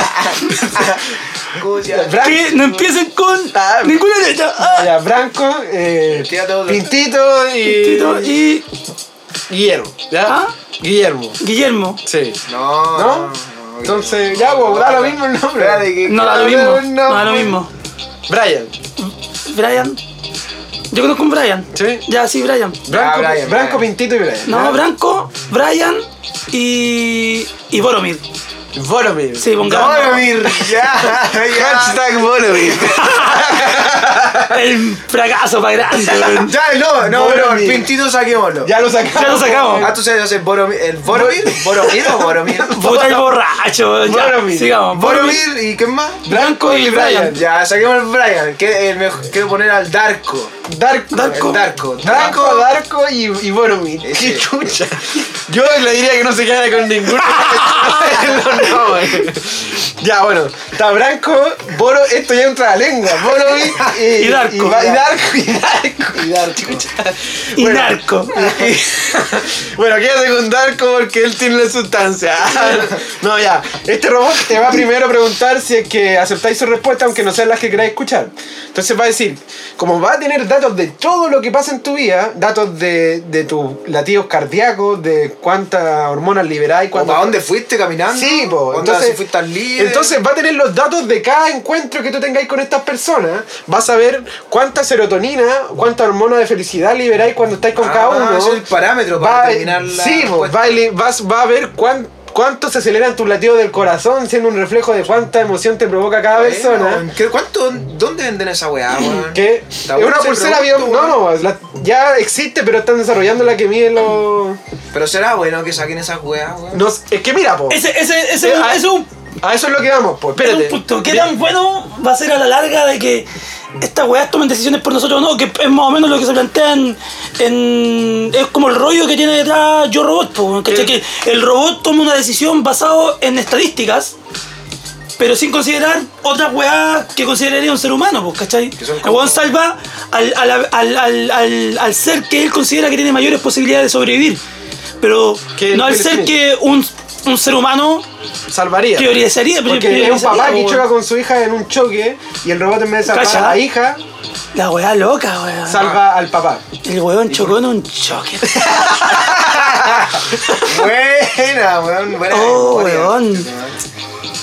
Speaker 1: Escucha.
Speaker 2: Que no empiecen con
Speaker 3: Ah.
Speaker 2: ninguna letra. Ah.
Speaker 3: Ya, Branco, eh,
Speaker 1: Tira todo.
Speaker 3: Pintito y,
Speaker 2: Tito y
Speaker 3: Guillermo. ¿Ya?
Speaker 2: Ah.
Speaker 3: Guillermo.
Speaker 2: Guillermo.
Speaker 3: Sí.
Speaker 1: No,
Speaker 3: ¿No?
Speaker 1: no, no,
Speaker 3: Entonces,
Speaker 1: no,
Speaker 3: ya,
Speaker 1: no,
Speaker 3: pues, da
Speaker 1: no,
Speaker 3: lo mismo el nombre.
Speaker 1: Espérate, que-
Speaker 2: No da lo
Speaker 3: Claro,
Speaker 2: mismo.
Speaker 3: no,
Speaker 2: No da lo
Speaker 3: pues.
Speaker 2: mismo.
Speaker 3: Brian.
Speaker 2: Brian. Yo conozco un Brian.
Speaker 3: Sí.
Speaker 2: Ya, sí, Brian.
Speaker 3: Branco,
Speaker 1: Ah, Brian,
Speaker 3: Branco,
Speaker 1: Brian.
Speaker 3: Pintito y Brian.
Speaker 2: No,
Speaker 3: ¿ya?
Speaker 2: Branco, Brian y. y Boromir.
Speaker 3: Boromir.
Speaker 2: Sí, pongamos.
Speaker 1: Boromir, ya, ya.
Speaker 3: Hashtag Boromir.
Speaker 2: El fracaso para grande, weón.
Speaker 1: Ya, no, no,
Speaker 3: Boromir.
Speaker 1: no, el pintito saquémoslo.
Speaker 3: ya lo sacamos.
Speaker 2: Ya lo sacamos.
Speaker 1: Ah, tú sabes hacer Boromir. ¿El Boromir? ¿Boromir o Boromir?
Speaker 2: Puta el borracho, weón. Ya,
Speaker 3: Boromir.
Speaker 2: sigamos. Boromir.
Speaker 1: ¿Boromir y qué más?
Speaker 2: Branco y Brian.
Speaker 1: Ya, saquemos el Brian, que el mejor- quiero poner al Darko.
Speaker 3: Darko.
Speaker 2: Darko.
Speaker 1: El Darko.
Speaker 3: Darko, Darko y, y Boromir.
Speaker 1: Ese.
Speaker 3: ¡Qué chucha! Yo le diría que no se quedara con ninguno. no, eh. Ya, bueno. Está Branco, Boro, esto ya entra a la lengua. Boromir y,
Speaker 2: Y Darko.
Speaker 3: Y, va- y Darko, y Darko, y Darko. Chucha.
Speaker 2: Y
Speaker 3: Bueno.
Speaker 2: narco.
Speaker 3: Y- bueno, quédate con Darko porque él tiene la sustancia. no, ya. Este robot te va primero a preguntar si es que aceptáis su respuesta, aunque no sean las que queráis escuchar. Entonces va a decir, como va a tener datos de todo lo que pasa en tu vida, datos de, de tus latidos cardíacos, de cuántas hormonas liberáis,
Speaker 1: ¿O
Speaker 3: cuántas...
Speaker 1: ¿Para dónde fuiste caminando?
Speaker 3: Sí, po.
Speaker 1: Onda,
Speaker 3: Entonces,
Speaker 1: si fuiste al líder.
Speaker 3: entonces va a tener los datos de cada encuentro que tú tengáis con estas personas. Vas a ver cuánta serotonina, cuánta hormona de felicidad liberáis cuando estáis con
Speaker 1: Ah,
Speaker 3: cada uno.
Speaker 1: ese es el parámetro para
Speaker 3: Va-
Speaker 1: determinar la
Speaker 3: Sí, po,
Speaker 1: respuesta.
Speaker 3: va, a li- vas- va a ver cuán- cuánto se aceleran tus latidos del corazón, siendo un reflejo de cuánta emoción te provoca cada
Speaker 1: Bueno,
Speaker 3: persona.
Speaker 1: ¿qué- ¿Cuánto? ¿Dónde venden esa weá, weón?
Speaker 3: Que es
Speaker 1: Está bueno
Speaker 3: una
Speaker 1: ese
Speaker 3: pulsera bien.
Speaker 1: producto,
Speaker 3: No,
Speaker 1: weón.
Speaker 3: no, la- ya existe, pero están desarrollando la que mide los.
Speaker 1: Pero será bueno que saquen esas weá, weón.
Speaker 3: no sé, es que mira, po.
Speaker 2: Ese, ese, ese,
Speaker 3: Ah,
Speaker 2: es un
Speaker 3: A eso es lo que vamos, pues.
Speaker 2: Es
Speaker 3: Espérate.
Speaker 2: un punto. ¿Qué
Speaker 3: Bien.
Speaker 2: tan bueno va a ser a la larga de que estas weas tomen decisiones por nosotros o no? Que es más o menos lo que se plantea en. en- es como el rollo que tiene detrás Yo Robot, po, weón, ¿cachai?
Speaker 3: Sí.
Speaker 2: Que el robot toma una decisión basado en estadísticas. Pero sin considerar otras weas que consideraría un ser humano, po, ¿cachai?
Speaker 1: son
Speaker 2: El weón salva al, al- al- al- al- al ser que él considera que tiene mayores posibilidades de sobrevivir. Pero
Speaker 3: Que
Speaker 2: no
Speaker 3: el
Speaker 2: al ser
Speaker 3: perfil.
Speaker 2: que un, un ser humano
Speaker 3: salvaría.
Speaker 2: priorizaría.
Speaker 3: Porque es un
Speaker 2: priorizaría,
Speaker 3: papá
Speaker 2: po,
Speaker 3: que
Speaker 2: weón.
Speaker 3: choca con su hija en un choque y el robot en vez de salvar
Speaker 2: Cacha.
Speaker 3: a la hija,
Speaker 2: La weá loca, weón.
Speaker 3: salva al papá.
Speaker 2: El weón chocó en un choque.
Speaker 1: Buena, weón. Buena
Speaker 2: Oh,
Speaker 1: memoria.
Speaker 2: weón.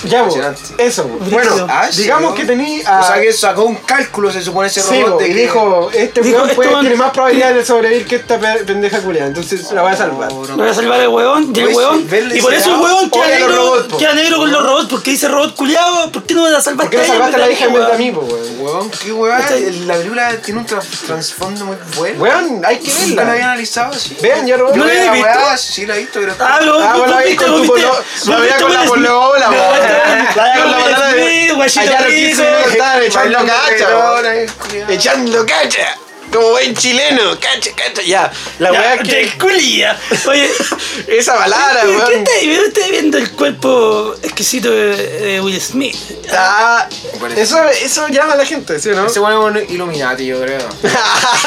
Speaker 3: Ya, vos.
Speaker 1: Impresionante.
Speaker 3: Eso.
Speaker 2: Brígido.
Speaker 3: Bueno,
Speaker 1: Ah, sí,
Speaker 3: digamos
Speaker 1: weón.
Speaker 3: que tenía a...
Speaker 1: O sea que sacó un cálculo, se supone, ese
Speaker 3: Sí,
Speaker 1: robot.
Speaker 3: vos,
Speaker 1: de
Speaker 3: y
Speaker 1: que-
Speaker 3: dijo, este
Speaker 2: Dijo,
Speaker 3: weón
Speaker 2: este
Speaker 3: puede-
Speaker 2: weón-
Speaker 3: tiene más probabilidades de sobrevivir que esta pe- pendeja culiada, entonces la voy a salvar.
Speaker 1: Oh,
Speaker 2: Lo voy a salvar el weón, y el
Speaker 1: Oye,
Speaker 2: weón.
Speaker 1: verle
Speaker 2: Y por eso el
Speaker 1: ese
Speaker 2: weón
Speaker 1: lado,
Speaker 2: queda
Speaker 1: odia a los robots,
Speaker 2: negro,
Speaker 1: po.
Speaker 2: queda negro con los robots porque dice robot culiado. ¿Por qué no me la
Speaker 3: ¿Por
Speaker 2: salvaste
Speaker 3: qué no
Speaker 2: a ella,
Speaker 3: salvaste a la hija en vez de a mí,
Speaker 2: weón?
Speaker 3: po, weón?
Speaker 1: Weón, qué weón.
Speaker 2: Este-
Speaker 1: La película tiene un tra- trasfondo muy bueno.
Speaker 3: Weón, hay que
Speaker 1: Nunca la había
Speaker 3: verla.
Speaker 1: analizado así.
Speaker 3: Vean, yo robot.
Speaker 1: Yo
Speaker 2: No la
Speaker 1: vi la
Speaker 2: he visto.
Speaker 1: weá, sí la he visto, pero.
Speaker 2: Ah, lo
Speaker 3: Ah, vos la veis con tu polo- la veía con la polola, weón. La veía con la polola de- Allá lo quiso ver. Estaban echando cacha, Echando cacha, como buen chileno, cacha, cacha, ya. La weá que...
Speaker 2: Te culia. Oye,
Speaker 3: Esa balada,
Speaker 2: ¿qué
Speaker 3: weón.
Speaker 2: estáis viendo? Estáis viendo el cuerpo exquisito de de Will Smith.
Speaker 3: Ah,
Speaker 1: Parece.
Speaker 3: eso, eso llama a la gente, ¿sí o no?
Speaker 1: Ese weón es un Illuminati, yo creo.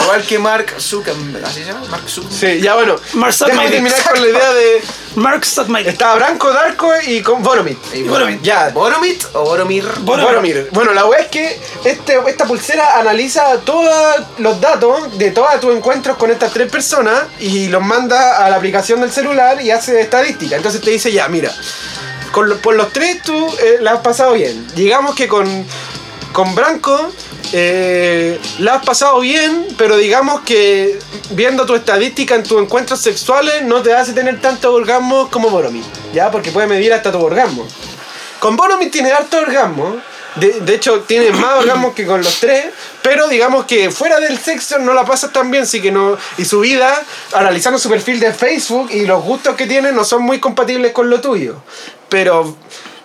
Speaker 1: Igual que Mark Zuckerberg. ¿Así se llama? Mark Zuckerberg.
Speaker 3: Sí, ya bueno.
Speaker 2: Marcel
Speaker 3: Déjame
Speaker 2: Mayer.
Speaker 3: terminar con la idea de,
Speaker 2: Mark Stockmile.
Speaker 3: Estaba Branco, Darko y con Boromir.
Speaker 1: Y
Speaker 2: Boromir.
Speaker 3: Ya,
Speaker 1: ¿Boromir o Boromir?
Speaker 2: Boromir.
Speaker 3: Boromir. Bueno, la wea es que este, esta pulsera analiza todos los datos de todos tus encuentros con estas tres personas y los manda a la aplicación del celular y hace estadística. Entonces te dice, ya, mira, con lo- por los tres tú eh, la has pasado bien. Digamos que con, con Branco eh, la has pasado bien, pero digamos que viendo tu estadística en tus encuentros sexuales no te hace tener tantos orgasmos como Boromir, ¿ya? Porque puede medir hasta tu orgasmo. Con Boromir tiene harto orgasmo. De, de hecho, tiene más orgasmos que con los tres, pero digamos que fuera del sexo no la pasa tan bien, sí que no. Y su vida, analizando su perfil de Facebook y los gustos que tiene, no son muy compatibles con lo tuyo. Pero.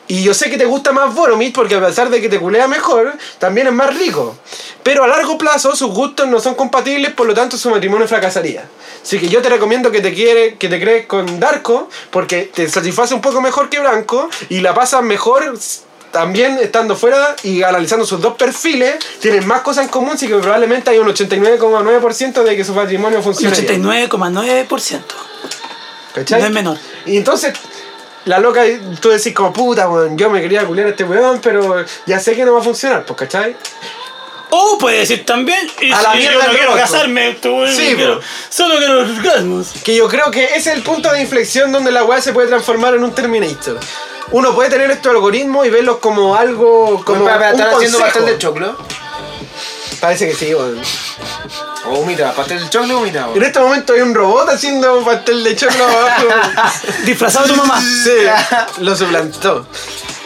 Speaker 3: Y yo sé que te gusta más Boromir porque a pesar de que te culea mejor, también es más rico. Pero a largo plazo sus gustos no son compatibles, por lo tanto su matrimonio fracasaría. Así que yo te recomiendo que te quiere, que te crees con Darko, porque te satisface un poco mejor que Branco y la pasas mejor s- también estando fuera y analizando sus dos perfiles, tienen más cosas en común, así que probablemente hay un 89,9% de que su matrimonio funcione. bien.
Speaker 2: 89,9%.
Speaker 3: ¿Cachai?
Speaker 2: No es menor.
Speaker 3: Y entonces, la loca, tú decís como puta, weón, yo me quería culiar a este weón, pero ya sé que no va a funcionar, pues, ¿cachai?
Speaker 2: O Oh, puede decir también, y
Speaker 3: A la
Speaker 2: si yo
Speaker 3: mierda
Speaker 2: no
Speaker 3: el
Speaker 2: quiero
Speaker 3: orgasmo.
Speaker 2: casarme, tú,
Speaker 3: Sí,
Speaker 2: no quiero-
Speaker 3: po.
Speaker 2: solo quiero orgasmos.
Speaker 3: Que yo creo que ese es el punto de inflexión donde la weá se puede transformar en un Terminator. Uno puede tener estos algoritmos y verlos como algo.
Speaker 1: Como,
Speaker 3: como un
Speaker 1: ¿Están haciendo
Speaker 3: consejo.
Speaker 1: pastel de choclo?
Speaker 3: Parece que sí, weón.
Speaker 1: O humita, pastel de choclo o humita.
Speaker 3: En este momento hay un robot haciendo pastel de choclo abajo.
Speaker 2: Disfrazado de tu mamá.
Speaker 3: Sí, lo suplantó.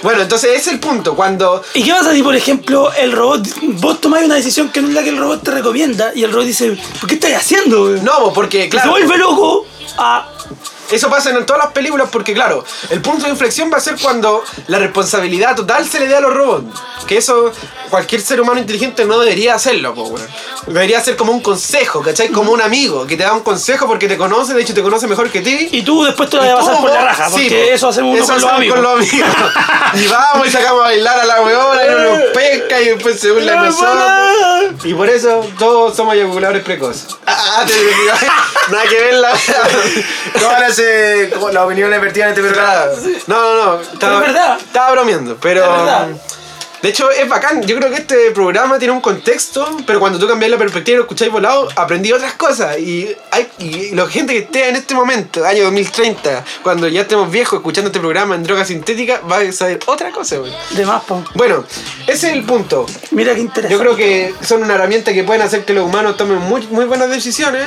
Speaker 3: Bueno, entonces ese es el punto. Cuando
Speaker 2: ¿Y qué pasa si, por ejemplo, el robot, vos tomáis una decisión que no es la que el robot te recomienda y el robot dice, ¿por qué estás haciendo? güey?"
Speaker 3: No, pues, porque
Speaker 2: Y Se
Speaker 3: claro,
Speaker 2: vuelve loco ah, a...
Speaker 3: eso pasa en todas las películas porque claro, el punto de inflexión va a ser cuando la responsabilidad total se le dé a los robots. Que eso cualquier ser humano inteligente no debería hacerlo, pues, weón. Debería ser como un consejo, ¿cachai? Como un amigo que te da un consejo porque te conoce, de hecho te conoce mejor que ti.
Speaker 2: Y tú después te lo vas a
Speaker 3: tú,
Speaker 2: pasar por la
Speaker 3: vos-
Speaker 2: raja,
Speaker 3: sí,
Speaker 2: porque
Speaker 3: po.
Speaker 2: eso hacemos uno
Speaker 3: Eso
Speaker 2: con los amigos.
Speaker 3: con los amigos. y vamos y sacamos a bailar a la weona y nos pesca y después se burla de
Speaker 2: ¡La weona!
Speaker 3: nosotros. Y por eso todos somos eyaculadores precoces. Ah, ah, te Nada que ver la
Speaker 1: Todas las, eh, como las opiniones vertidas en este programa.
Speaker 3: Claro. No, no, no. Estaba,
Speaker 2: es verdad.
Speaker 3: Estaba bromeando, pero. um,
Speaker 2: Es verdad.
Speaker 3: De hecho, es bacán. Yo creo que este programa tiene un contexto, pero cuando tú cambias la perspectiva y lo escucháis volado, aprendí otras cosas. Y, hay, y la gente que esté en este momento, año 2030, cuando ya estemos viejos escuchando este programa en droga sintética, va a saber otra cosa, güey.
Speaker 2: De más, po.
Speaker 3: Bueno, ese es el punto.
Speaker 2: Mira qué interesante.
Speaker 3: Yo creo que son una herramienta que pueden hacer que los humanos tomen muy, muy buenas decisiones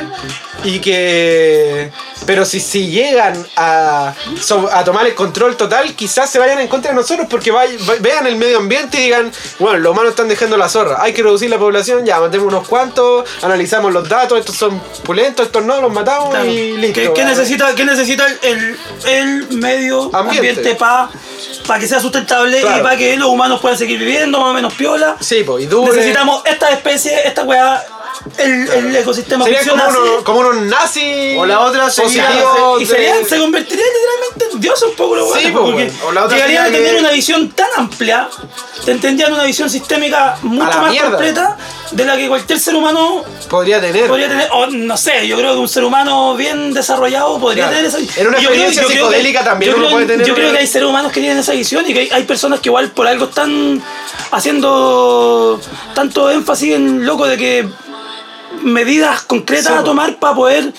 Speaker 3: y que... Pero si, si llegan a, so- a tomar el control total, quizás se vayan en contra de nosotros porque vay- va- vean el medio ambiente y digan, bueno, los humanos están dejando la zorra, hay que reducir la población, ya, matemos unos cuantos, analizamos los datos, estos son pulentos, estos no, los matamos
Speaker 2: Claro.
Speaker 3: y listo.
Speaker 2: ¿Qué, qué
Speaker 3: ¿vale?
Speaker 2: necesita, qué necesita el, el medio ambiente,
Speaker 3: Ambiente.
Speaker 2: para que sea sustentable y
Speaker 3: Claro.
Speaker 2: para que los humanos puedan seguir viviendo más o menos piola?
Speaker 3: Sí, pues, y dure.
Speaker 2: Necesitamos estas especies, esta weá, el, el ecosistema
Speaker 3: Serían como
Speaker 2: funciona así.
Speaker 3: unos, como unos nazis.
Speaker 1: O la otra sería-
Speaker 3: positivos
Speaker 2: Y
Speaker 3: de-
Speaker 2: serían, se convertirían literalmente en dioses un poco los
Speaker 3: eh. Sí,
Speaker 2: hueones,
Speaker 3: po,
Speaker 2: porque
Speaker 3: weón. O la otra
Speaker 2: llegarían a
Speaker 3: sería
Speaker 2: tener
Speaker 3: que-
Speaker 2: una visión tan amplia, te entendían una visión sistémica mucho
Speaker 3: la
Speaker 2: más
Speaker 3: mierda.
Speaker 2: completa de la que cualquier ser humano
Speaker 3: Podría tener.
Speaker 2: podría tener, o no sé, yo creo que un ser humano bien desarrollado podría
Speaker 3: Claro.
Speaker 2: tener esa
Speaker 3: En una
Speaker 2: yo creo-
Speaker 3: experiencia
Speaker 2: yo creo que-
Speaker 3: psicodélica también
Speaker 2: yo
Speaker 3: uno
Speaker 2: creo-
Speaker 3: puede tener
Speaker 2: Yo
Speaker 3: una-
Speaker 2: creo que hay seres humanos que tienen esa visión y que hay, hay personas que igual por algo están haciendo tanto énfasis en loco de que medidas concretas
Speaker 3: Sí, pues.
Speaker 2: a
Speaker 3: po.
Speaker 2: tomar para poder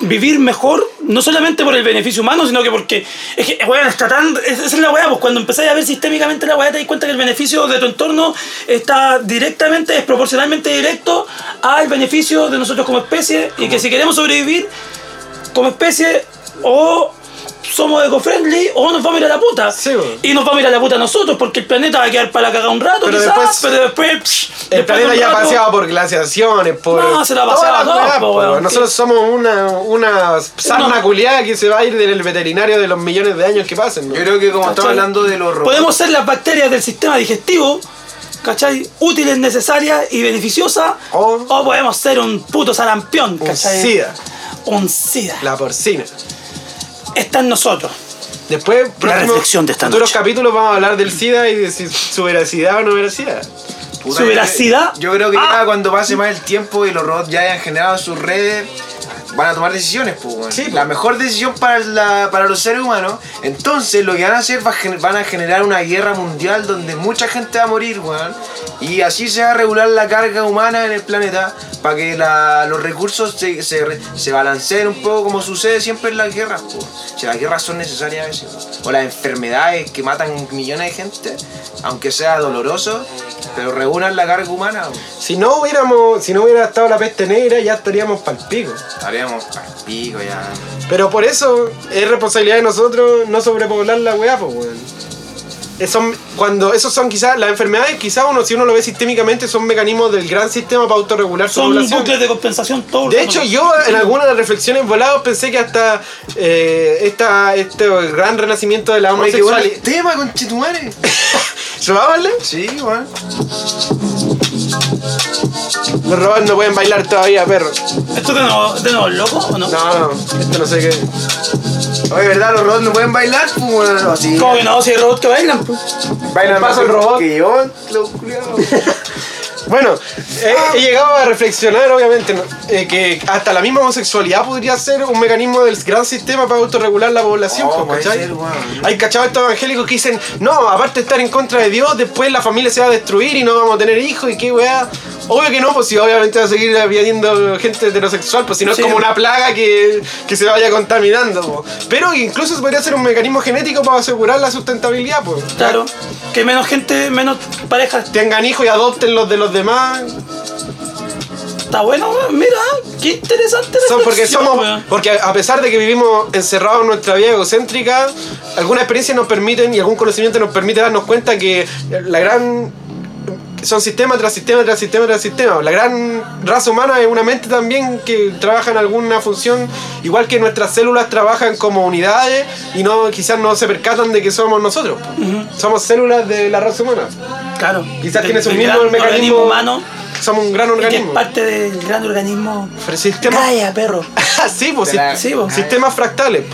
Speaker 2: vivir mejor, no solamente por el beneficio humano, sino que porque es que, weón, está tan. es- Esa es la weá, pues cuando empezáis a ver sistémicamente la weá, te das cuenta que el beneficio de tu entorno está directamente, es proporcionalmente directo al beneficio de nosotros como especie y que si queremos sobrevivir como especie o somos eco-friendly o nos vamos a ir a la puta.
Speaker 3: Sí, weón.
Speaker 2: y nos vamos a ir a la puta nosotros porque el planeta va a quedar para la cagada un rato,
Speaker 3: Pero
Speaker 2: quizás,
Speaker 3: después-
Speaker 2: pero después. psh,
Speaker 3: El
Speaker 2: después de
Speaker 3: planeta
Speaker 2: un
Speaker 3: ya ha
Speaker 2: rato-
Speaker 3: paseado por glaciaciones, por.
Speaker 2: No, se la ha paseado
Speaker 3: todas las
Speaker 2: todo,
Speaker 3: weas,
Speaker 2: po,
Speaker 3: po,
Speaker 2: weón.
Speaker 3: Nosotros somos una, una sarna
Speaker 2: No.
Speaker 3: culiada que se va a ir del veterinario de los millones de años que pasen. ¿no?
Speaker 1: Yo creo que como estamos
Speaker 2: ¿Cachai?
Speaker 1: hablando de los robots.
Speaker 2: Podemos ser las bacterias del sistema digestivo, ¿cachai? Útiles, necesarias y beneficiosas.
Speaker 3: O-
Speaker 2: O podemos ser un puto sarampión,
Speaker 3: Un
Speaker 2: ¿cachai?
Speaker 3: sida,
Speaker 2: Un sida.
Speaker 3: la porcina.
Speaker 2: Está en nosotros.
Speaker 3: Después, próximo-
Speaker 2: reflexión de esta
Speaker 3: futuros
Speaker 2: noche.
Speaker 3: capítulos vamos a hablar del sida y de si su veracidad o no veracidad.
Speaker 1: Puta,
Speaker 2: su
Speaker 1: yo-
Speaker 2: veracidad.
Speaker 1: Yo creo que
Speaker 2: Ah.
Speaker 1: ya cuando pase más el tiempo y los robots ya hayan generado sus redes, van a tomar decisiones, pues, weón.
Speaker 2: Sí, pues.
Speaker 1: La mejor decisión para, la- para los seres humanos. Entonces, lo que van a hacer va a gen- van a generar una guerra mundial donde mucha gente va a morir, weón. Y así se va a regular la carga humana en el planeta para que la- los recursos se, se, re- se balanceen un poco, como sucede siempre en las guerras, pues. Si las guerras son necesarias a veces, weón. o las enfermedades que matan millones de gente, aunque sea doloroso, pero reúnan la carga humana, weón.
Speaker 3: Si no hubiéramos, si no hubiera estado la peste negra, ya estaríamos pal pico.
Speaker 1: Estaríamos pa'l pico ya.
Speaker 3: Pero por eso es responsabilidad de nosotros no sobrepoblar la weá, pues weón. Es- son- cuando esos son quizás las enfermedades, quizás uno si uno lo ve sistémicamente son mecanismos del gran sistema para autorregular su
Speaker 2: Son
Speaker 3: población.
Speaker 2: bucles de compensación todo el
Speaker 3: De
Speaker 2: rato.
Speaker 3: hecho, yo en algunas de las reflexiones voladas pensé que hasta eh, esta, este gran renacimiento de la
Speaker 1: Oye, qué bueno el
Speaker 3: homosexualidad.
Speaker 1: tema, conchetumare.
Speaker 3: ¿Se va a bailar?
Speaker 1: Sí, weón.
Speaker 3: Los robots no pueden bailar todavía, perro.
Speaker 2: ¿Esto que no, de nuevo loco o no?
Speaker 3: No, no, esto no sé qué.
Speaker 1: Oye, ¿verdad? Los robots no pueden bailar, pues, weón. No, sí.
Speaker 2: Como que no, si hay robots que bailan, pues.
Speaker 1: Bailan
Speaker 3: Paso el
Speaker 1: mejor
Speaker 3: robot.
Speaker 1: Que yo, los culiados.
Speaker 3: Bueno, eh,
Speaker 1: Ah.
Speaker 3: he, he llegado a reflexionar, obviamente, ¿no? Eh, que hasta la misma homosexualidad podría ser un mecanismo del gran sistema para autorregular la población.
Speaker 1: Oh,
Speaker 3: pues,
Speaker 1: puede
Speaker 3: ¿cachai?
Speaker 1: ser, weón.
Speaker 3: Hay cachados estos evangélicos que dicen, no, aparte de estar en contra de Dios, después la familia se va a destruir y no vamos a tener hijos y qué weá. Obvio que no, pues si obviamente va a seguir habiendo gente heterosexual, pues si no
Speaker 2: Sí.
Speaker 3: es como una plaga que, que se vaya contaminando. po. Pero incluso podría ser un mecanismo genético para asegurar la sustentabilidad, pues.
Speaker 2: Claro. Que menos gente, menos parejas.
Speaker 3: Tengan hijos y adopten los de los demás.
Speaker 2: Está bueno, weón. Mira, qué interesante.
Speaker 3: Son porque
Speaker 2: reflexión,
Speaker 3: somos.
Speaker 2: weón.
Speaker 3: Porque a pesar de que vivimos encerrados en nuestra vida egocéntrica, algunas experiencias nos permiten y algún conocimiento nos permite darnos cuenta que la gran. Son sistema tras sistema tras sistema tras sistema. La gran raza humana es una mente también que trabaja en alguna función, igual que nuestras células trabajan como unidades y no quizás no se percatan de que somos nosotros. Somos células de la raza humana.
Speaker 2: Claro.
Speaker 3: Quizás
Speaker 2: Del-
Speaker 3: tienes un
Speaker 2: del
Speaker 3: mismo
Speaker 2: gran
Speaker 3: mecanismo
Speaker 2: organismo humano.
Speaker 3: Somos un gran
Speaker 2: y Que es
Speaker 3: organismo.
Speaker 2: parte del gran organismo.
Speaker 3: Pero sistema-
Speaker 2: Calla, perro.
Speaker 3: sí, pues,
Speaker 1: De la-
Speaker 3: sí,
Speaker 2: sí,
Speaker 3: pues,
Speaker 2: pues.
Speaker 3: sistemas fractales.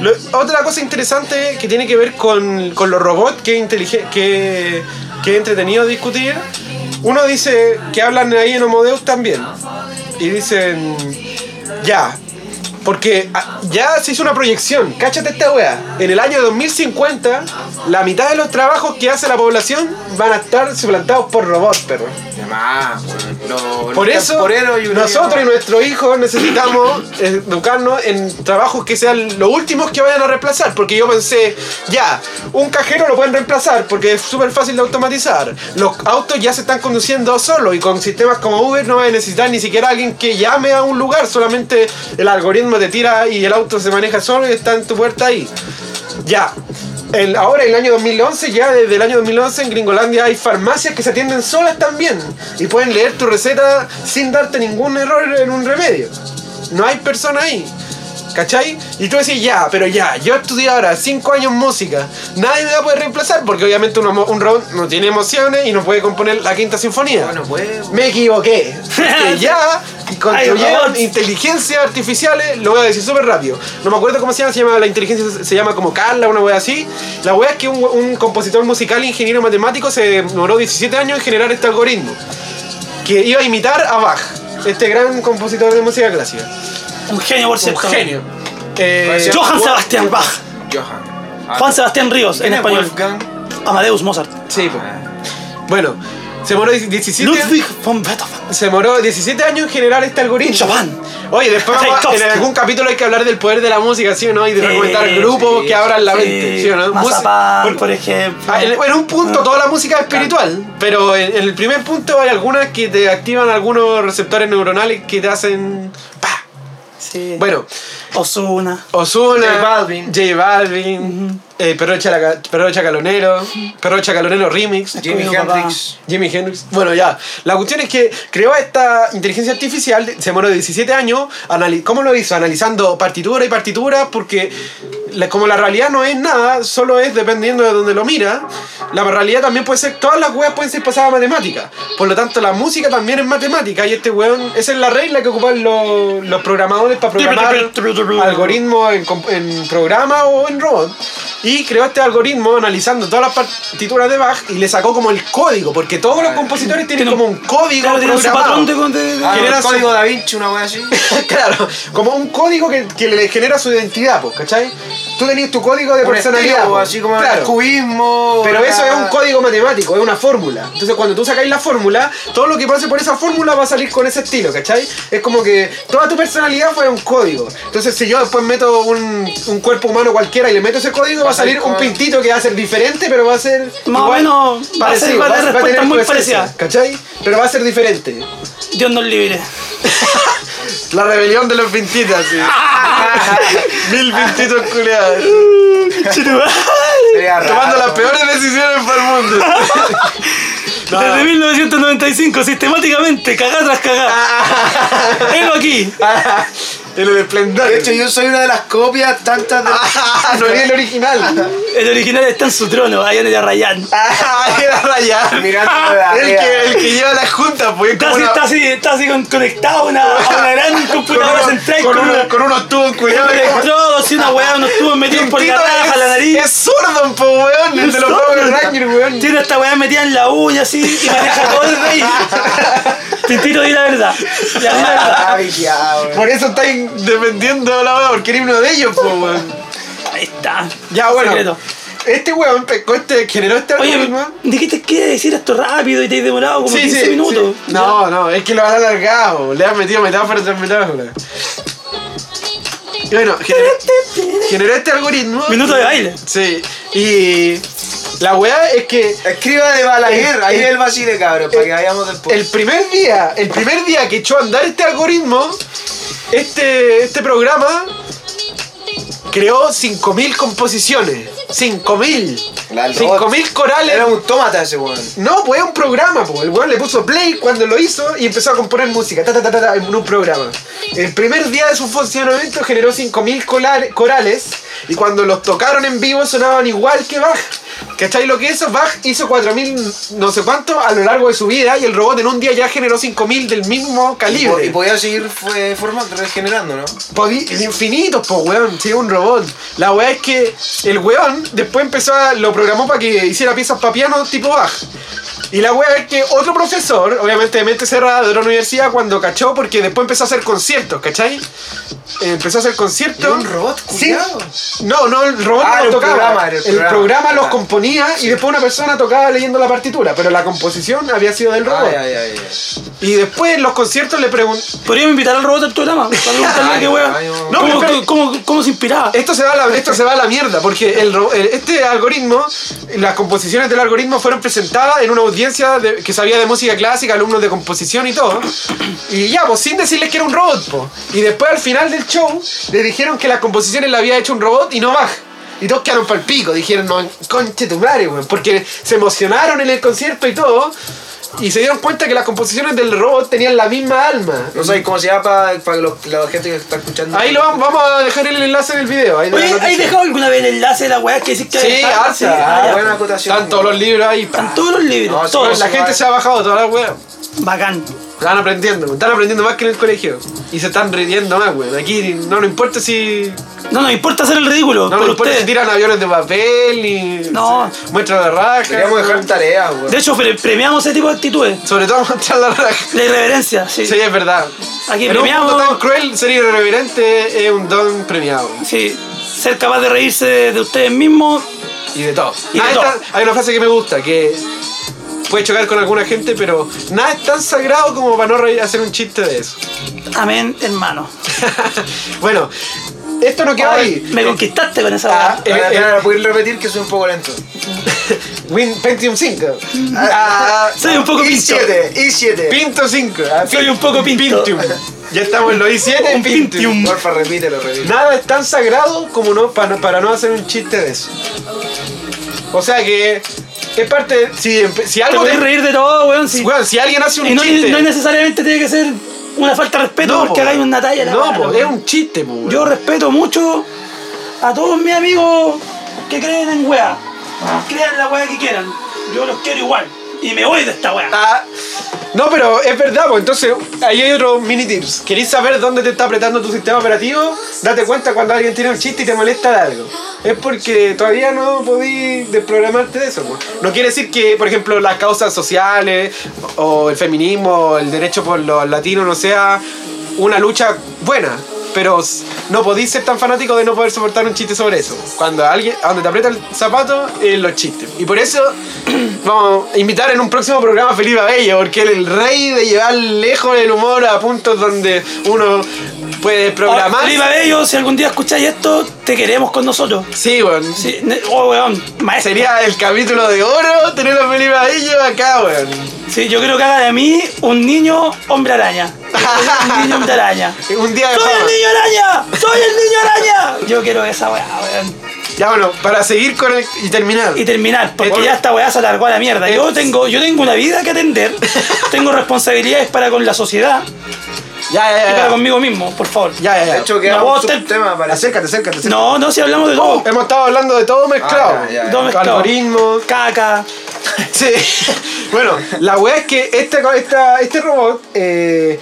Speaker 3: Lo- otra cosa interesante que tiene que ver con, con los robots que es intelige- que, que es entretenido discutir. Uno dice que hablan ahí en Homodeus también. Y dicen, ya, porque ah, ya se hizo una proyección. Cáchate esta wea. En el año 2050, la mitad de los trabajos que hace la población van a estar suplantados por robots, perro.
Speaker 1: De más, weón. Los-
Speaker 3: Por
Speaker 1: los
Speaker 3: eso,
Speaker 1: temporeros y un-
Speaker 3: nosotros y nuestros hijos necesitamos educarnos en trabajos que sean los últimos que vayan a reemplazar. Porque yo pensé, ya, un cajero lo pueden reemplazar porque es súper fácil de automatizar. Los autos ya se están conduciendo solos y con sistemas como Uber no vas a necesitar ni siquiera alguien que llame a un lugar. Solamente el algoritmo te tira y el auto se maneja solo y está en tu puerta ahí. Ya. El, ahora, en el año 2011, ya desde el año 2011 en Gringolandia hay farmacias que se atienden solas también y pueden leer tu receta sin darte ningún error en un remedio. No hay persona ahí. ¿Cachai? Y tú decís, ya, pero ya, yo estudié ahora 5 años música, nadie me va a poder reemplazar porque obviamente un, homo- un robot no tiene emociones y no puede componer la quinta sinfonía.
Speaker 1: Bueno, pues.
Speaker 3: Me equivoqué. Que ya construyeron inteligencias artificiales, lo voy a decir súper rápido. No me acuerdo cómo se llama, se llama la inteligencia, se llama como Carla, una wea así. La wea es que un, un compositor musical, ingeniero matemático, se demoró 17 años en generar este algoritmo. Que iba a imitar a Bach, este gran compositor de música clásica.
Speaker 2: Un genio, por
Speaker 3: Un
Speaker 2: cierto.
Speaker 3: genio. Eh,
Speaker 2: Johann Sebastian Bach.
Speaker 1: Johan. Ah,
Speaker 2: Juan Sebastián Ríos, en
Speaker 1: ¿quién es
Speaker 2: español.
Speaker 1: Wolfgang?
Speaker 2: Amadeus Mozart.
Speaker 3: sí, po.
Speaker 1: Ah,
Speaker 3: Bueno, se demoró 17
Speaker 2: Ludwig von Beethoven.
Speaker 3: Se demoró 17 años en generar este algoritmo.
Speaker 2: Chopin.
Speaker 3: Oye, después vamos a-
Speaker 2: Tchaikovsky.
Speaker 3: en algún capítulo hay que hablar del poder de la música, ¿sí o no? Y de
Speaker 2: Sí,
Speaker 3: recomendar grupos
Speaker 1: sí,
Speaker 3: que abran la
Speaker 2: Sí,
Speaker 3: mente, ¿sí o no?
Speaker 2: Mazapán,
Speaker 3: Música-
Speaker 2: por ejemplo.
Speaker 3: Ah, En, en un punto toda la música es espiritual, pero en, en el primer punto hay algunas que te activan algunos receptores neuronales que te hacen... ¡pa!
Speaker 2: Sí.
Speaker 3: Bueno,
Speaker 2: Osuna.
Speaker 3: Ozuna,
Speaker 1: J Balvin.
Speaker 3: J Balvin, eh, Perro, Chalaca- Perro Chacalonero, Perro Chacalonero Remix,
Speaker 1: Jimi
Speaker 2: Comido, papá.
Speaker 1: Hendrix.
Speaker 3: Jimi Hendrix. Bueno, ya. La cuestión es que creó esta inteligencia artificial, se demoró 17 años. anali- ¿Cómo lo hizo? Analizando partitura y partitura, porque la- como la realidad no es nada, solo es dependiendo de donde lo mira, la realidad también puede ser, todas las weas pueden ser pasadas a matemática. Por lo tanto, la música también es matemática y este weón, esa es la regla que ocupan los, los programadores para programar algoritmos en, comp- en programa o en robot. Y creó este algoritmo analizando todas las partituras de Bach y le sacó como el código, porque todos los compositores tienen
Speaker 2: Ah, Tiene un-
Speaker 3: como un código
Speaker 2: Claro, tiene su
Speaker 3: programado.
Speaker 2: patrón de... de- de-
Speaker 1: Ah,
Speaker 3: ¿Quién
Speaker 1: el
Speaker 3: era su-
Speaker 1: código da Vinci, una wea así.
Speaker 3: claro, como un código que, que le genera su identidad, pues, ¿cachai? Tú tenías tu código de
Speaker 1: Un
Speaker 3: personalidad.
Speaker 1: estilo,
Speaker 3: pues,
Speaker 1: así como el
Speaker 3: claro.
Speaker 1: cubismo.
Speaker 3: Pero
Speaker 1: la-
Speaker 3: eso es un código matemático, es una fórmula. Entonces cuando tú sacáis la fórmula, todo lo que pase por esa fórmula va a salir con ese estilo, ¿cachai? Es como que toda tu personalidad fue un código. Entonces si yo después meto un, un cuerpo humano cualquiera y le meto ese código, va a salir un
Speaker 1: con-
Speaker 3: pintito que va a ser diferente, pero va a ser...
Speaker 2: Más o
Speaker 3: igual,
Speaker 2: menos, va a ser- va a tener respuestas
Speaker 3: tener
Speaker 2: muy
Speaker 3: tu esencia,
Speaker 2: parecidas.
Speaker 3: ¿Cachai? Pero va a ser diferente.
Speaker 2: Dios nos libre.
Speaker 3: La rebelión de los pintitas, sí. Mil pintitos culiados.
Speaker 1: Sería raro.
Speaker 3: peores decisiones para el mundo.
Speaker 2: Desde 1995, sistemáticamente, cagá tras cagá. Helo aquí.
Speaker 3: En el esplendor.
Speaker 1: De hecho, yo soy una de las copias tantas de.
Speaker 3: Ah, no vi el original.
Speaker 2: El original está en su trono, allá en el Arrayán.
Speaker 3: Ah, era Rayán.
Speaker 1: Mirando de arriba.
Speaker 3: lleva la junta, pues.
Speaker 2: Está así, está así, está así con- conectado a una, a una gran computadora central con, una-
Speaker 3: con unos tubos
Speaker 2: con
Speaker 3: culiados.
Speaker 2: electrodos y una weá, unos tubos metidos por la raja, la nariz.
Speaker 3: Es zurdo, po, weón. El de los Power Rangers, weón.
Speaker 2: Tiene esta weá metida en la uña así y maneja todo el rey. Tintito, di la verdad. Di la verdad.
Speaker 1: Ah, viciado, weón.
Speaker 3: Por eso estáis dependiendo de la weá, porque eres uno de ellos, po, weón.
Speaker 2: Ahí está.
Speaker 3: Ya, bueno.
Speaker 2: Secreto.
Speaker 3: Este weón pescó este, generó este
Speaker 2: Oye,
Speaker 3: algoritmo.
Speaker 2: ¿de qué te quiere decir esto rápido y te has demorado como 15 minutos?
Speaker 3: sí. No, no, es que lo han alargado. Le han metido metáfora tras metáfora. Y bueno, generó, generó este algoritmo.
Speaker 2: Minuto de baile.
Speaker 3: Sí. Y la weá es que
Speaker 1: Escriba de Balaguer, ahí
Speaker 3: El-
Speaker 1: el Basile, cabrón, para que vayamos después.
Speaker 3: el primer día, el primer día que echó a andar este algoritmo, este, este programa creó 5.000 composiciones. 5.000.
Speaker 1: La- el
Speaker 3: 5.000 corales.
Speaker 1: Era un autómata ese weón.
Speaker 3: No, pues es un programa, pues. El weón le puso play cuando lo hizo y empezó a componer música, ta, ta, ta, ta, ta, en un programa. El primer día de su funcionamiento generó 5.000 colare- corales y cuando los tocaron en vivo sonaban igual que Bach. ¿Cachai lo que eso? Bach hizo 4.000 no sé cuánto a lo largo de su vida y el robot en un día ya generó 5.000 del mismo
Speaker 1: Y, po-
Speaker 3: calibre.
Speaker 1: y podía seguir fue, formando, regenerando, ¿no?
Speaker 3: Podí, infinitos, po, weón. Sí, un robot. La weá es que el weón después empezó a. Lo programó para que hiciera piezas para piano tipo Bach. Y la weá es que otro profesor, obviamente de mente cerrada de la universidad, cuando cachó, porque después empezó a hacer conciertos, ¿cachai? Eh, Empezó a hacer conciertos.
Speaker 1: Era un robot, culiao.
Speaker 3: No, no, el robot
Speaker 1: Ah,
Speaker 3: no
Speaker 1: era
Speaker 3: los
Speaker 1: un
Speaker 3: tocaba.
Speaker 1: programa, era
Speaker 3: el
Speaker 1: el
Speaker 3: programa,
Speaker 1: programa.
Speaker 3: los
Speaker 1: Ah.
Speaker 3: componía y después una persona tocaba leyendo la partitura, pero la composición había sido del robot.
Speaker 1: Ay, ay, ay, ay.
Speaker 3: Y después en los conciertos le preguntó.
Speaker 2: Podríamos invitar al robot al programa para preguntarle
Speaker 1: Ay,
Speaker 2: qué
Speaker 1: ay,
Speaker 2: weá.
Speaker 1: no.
Speaker 2: ¿Cómo,
Speaker 3: No,
Speaker 2: cómo,
Speaker 3: pero-
Speaker 2: cómo- cómo se inspiraba?
Speaker 3: Esto se, va a la, esto se va a la mierda, porque el, ro- el- este algoritmo, las composiciones del algoritmo fueron presentadas en una audiencia de- que sabía de música clásica, alumnos de composición y todo. Y ya, pues sin decirles que era un robot, po. Y después al final del show le dijeron que las composiciones las había hecho un robot y no Bach. Y todos quedaron pa'l pico, dijeron, no, conche tu madre, weón, porque se emocionaron en el concierto y todo. Y se dieron cuenta que las composiciones del robot tenían la misma alma.
Speaker 1: No sé cómo se llama para los, la gente que está escuchando.
Speaker 3: Ahí lo vamos, vamos a dejar el enlace en el video. ahí de
Speaker 2: Oye,
Speaker 3: la
Speaker 2: ¿hay
Speaker 3: noticia.
Speaker 2: dejado alguna vez el enlace de la weá que hiciste?
Speaker 3: Sí, harta.
Speaker 1: Ah,
Speaker 2: ya.
Speaker 1: buena acotación.
Speaker 3: Están todos los libros ahí. pa.
Speaker 2: Están todos los libros,
Speaker 1: No, sí,
Speaker 2: todos.
Speaker 3: La gente se ha bajado toda la wea.
Speaker 2: Bacán.
Speaker 3: Están aprendiendo, están aprendiendo más que en el colegio. Y se están riendo más, weón. Aquí no nos importa si.
Speaker 2: No nos importa hacer el ridículo
Speaker 3: No nos
Speaker 2: por
Speaker 3: importa si
Speaker 2: ustedes.
Speaker 3: tiran aviones de papel ni.
Speaker 2: No.
Speaker 3: si Muestran la raja.
Speaker 1: Queríamos dejar tareas, weón.
Speaker 2: De hecho, pre- premiamos ese tipo de actitudes.
Speaker 3: Sobre todo mostrar la raja.
Speaker 2: La irreverencia, sí.
Speaker 3: Sí, es verdad.
Speaker 2: Aquí
Speaker 3: en un mundo
Speaker 2: premiamos-
Speaker 3: tan cruel, ser irreverente es un don premiado.
Speaker 2: Sí. Ser capaz de reírse de ustedes mismos.
Speaker 3: Y de todo.
Speaker 2: Y de
Speaker 3: Nada es
Speaker 2: todo.
Speaker 3: tan- hay una frase que me gusta, que puede chocar con alguna gente, pero nada es tan sagrado como para no reír- hacer un chiste de eso.
Speaker 2: Amén, hermano.
Speaker 3: bueno, esto no queda ahí.
Speaker 2: Me conquistaste con esa
Speaker 3: Ah,
Speaker 2: weá.
Speaker 1: Eh,
Speaker 3: eh,
Speaker 1: espera, ¿lo puedes repetir que soy un poco lento.
Speaker 3: Win Pentium 5.
Speaker 1: Ah,
Speaker 2: Soy un poco pinto.
Speaker 1: I7, I7.
Speaker 3: Pinto 5.
Speaker 2: Soy un poco pinto.
Speaker 3: Pintium. Ya estamos en los i7
Speaker 2: Un
Speaker 3: Pintium.
Speaker 2: Pintium.
Speaker 1: Porfa, repítelo, repítelo.
Speaker 3: Nada es tan sagrado como no para, para no hacer un chiste de eso. O sea que es parte. Si, empe- si
Speaker 2: Te
Speaker 3: algo.
Speaker 2: podés
Speaker 3: te-
Speaker 2: reír de todo, weón. sí.
Speaker 3: Weón, si alguien hace un
Speaker 2: Y no,
Speaker 3: chiste.
Speaker 2: no necesariamente tiene que ser una falta de respeto
Speaker 3: No,
Speaker 2: porque
Speaker 3: po.
Speaker 2: hagáis una talla. la
Speaker 3: No,
Speaker 2: weá,
Speaker 3: po,
Speaker 2: weón.
Speaker 3: es un chiste, po, weón.
Speaker 2: Yo respeto mucho a todos mis amigos que creen en weá. Crean la weá que quieran. Yo los quiero igual. y me voy de esta weá.
Speaker 3: Ah, no, pero es verdad, pues entonces ahí hay otros mini tips. ¿Queréis saber dónde te está apretando tu sistema operativo? Date cuenta cuando alguien tiene un chiste y te molesta de algo. Es porque todavía no podí desprogramarte de eso. pues. No quiere decir que, por ejemplo, las causas sociales o el feminismo o el derecho por los latinos no sea una lucha buena. Pero s- no podís ser tan fanático de no poder soportar un chiste sobre eso. Cuando alguien, a donde te aprieta el zapato, es los chistes. Y por eso vamos a invitar en un próximo programa a Felipe Abello, porque él es el rey de llevar lejos el humor a puntos donde uno puede programar.
Speaker 2: Oliva Bello, si algún día escucháis esto, te queremos con nosotros.
Speaker 3: Sí, weón.
Speaker 2: Sí, ne- oh, weón, maestro.
Speaker 3: Sería el capítulo de oro tener a Felipe Abello acá, weón.
Speaker 2: Sí, yo creo que haga de mí un niño hombre araña. Un niño hombre araña.
Speaker 3: Un día de
Speaker 2: ¡Soy el
Speaker 3: fama.
Speaker 2: niño araña! ¡Soy el niño araña! Yo quiero esa weá, weón.
Speaker 3: Ya bueno, para seguir con el. y terminar.
Speaker 2: Y terminar, porque
Speaker 3: Bueno.
Speaker 2: ya esta weá se alargó a la mierda.
Speaker 3: Eh.
Speaker 2: Yo tengo, yo tengo una vida que atender, tengo responsabilidades para con la sociedad
Speaker 3: Ya, ya,
Speaker 2: y para
Speaker 3: ya. Ya,
Speaker 2: conmigo mismo, por favor.
Speaker 3: ya, ya.
Speaker 1: De hecho,
Speaker 2: No,
Speaker 1: queda
Speaker 2: vos
Speaker 1: un
Speaker 2: te-
Speaker 1: subtema para
Speaker 4: Acércate, acércate, acércate.
Speaker 2: No, no, si hablamos de todo.
Speaker 3: Hemos estado hablando de todo mezclado.
Speaker 1: Ah, ya, ya.
Speaker 2: Todo mezclado.
Speaker 3: Algoritmos. em-
Speaker 2: Caca.
Speaker 3: Sí. Bueno, la weá es que este, co- esta- este robot eh,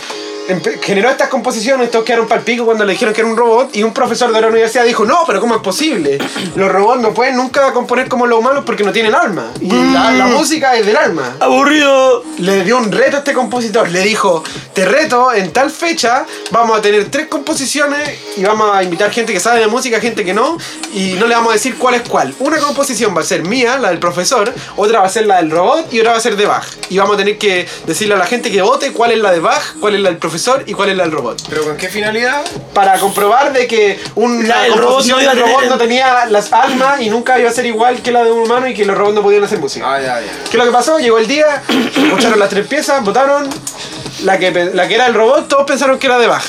Speaker 3: empe- generó estas composiciones, todos quedaron pal pico cuando le dijeron que era un robot y un profesor de la universidad dijo, no, pero ¿cómo es posible? Los robots no pueden nunca componer como los humanos porque no tienen alma. Y la,
Speaker 2: Mm.
Speaker 3: la música es del alma.
Speaker 2: Aburrido.
Speaker 3: Le dio un reto a este compositor, le dijo, te reto, en tal fecha vamos a tener tres composiciones y vamos a invitar gente que sabe de música, gente que no, y no le vamos a decir cuál es cuál. Una composición va a ser mía, la del profesor, otra va a ser la del robot y otra va a ser de Bach. Y vamos a tener que decirle a la gente que vote cuál es la de Bach, cuál es la del profesor y cuál es la del robot.
Speaker 1: ¿Pero con qué finalidad?
Speaker 3: Para comprobar de que
Speaker 2: La
Speaker 3: una
Speaker 2: del robot
Speaker 3: composición
Speaker 2: no iba a
Speaker 3: del robot
Speaker 2: tener-
Speaker 3: no tenía las almas y nunca iba a ser igual que la de un humano y que los robots no podían hacer música.
Speaker 1: Ah, ya, ya.
Speaker 3: ¿Qué es lo que pasó? Llegó el día, escucharon las tres piezas, votaron. La que, pe- la que era el robot, todos pensaron que era de Bach.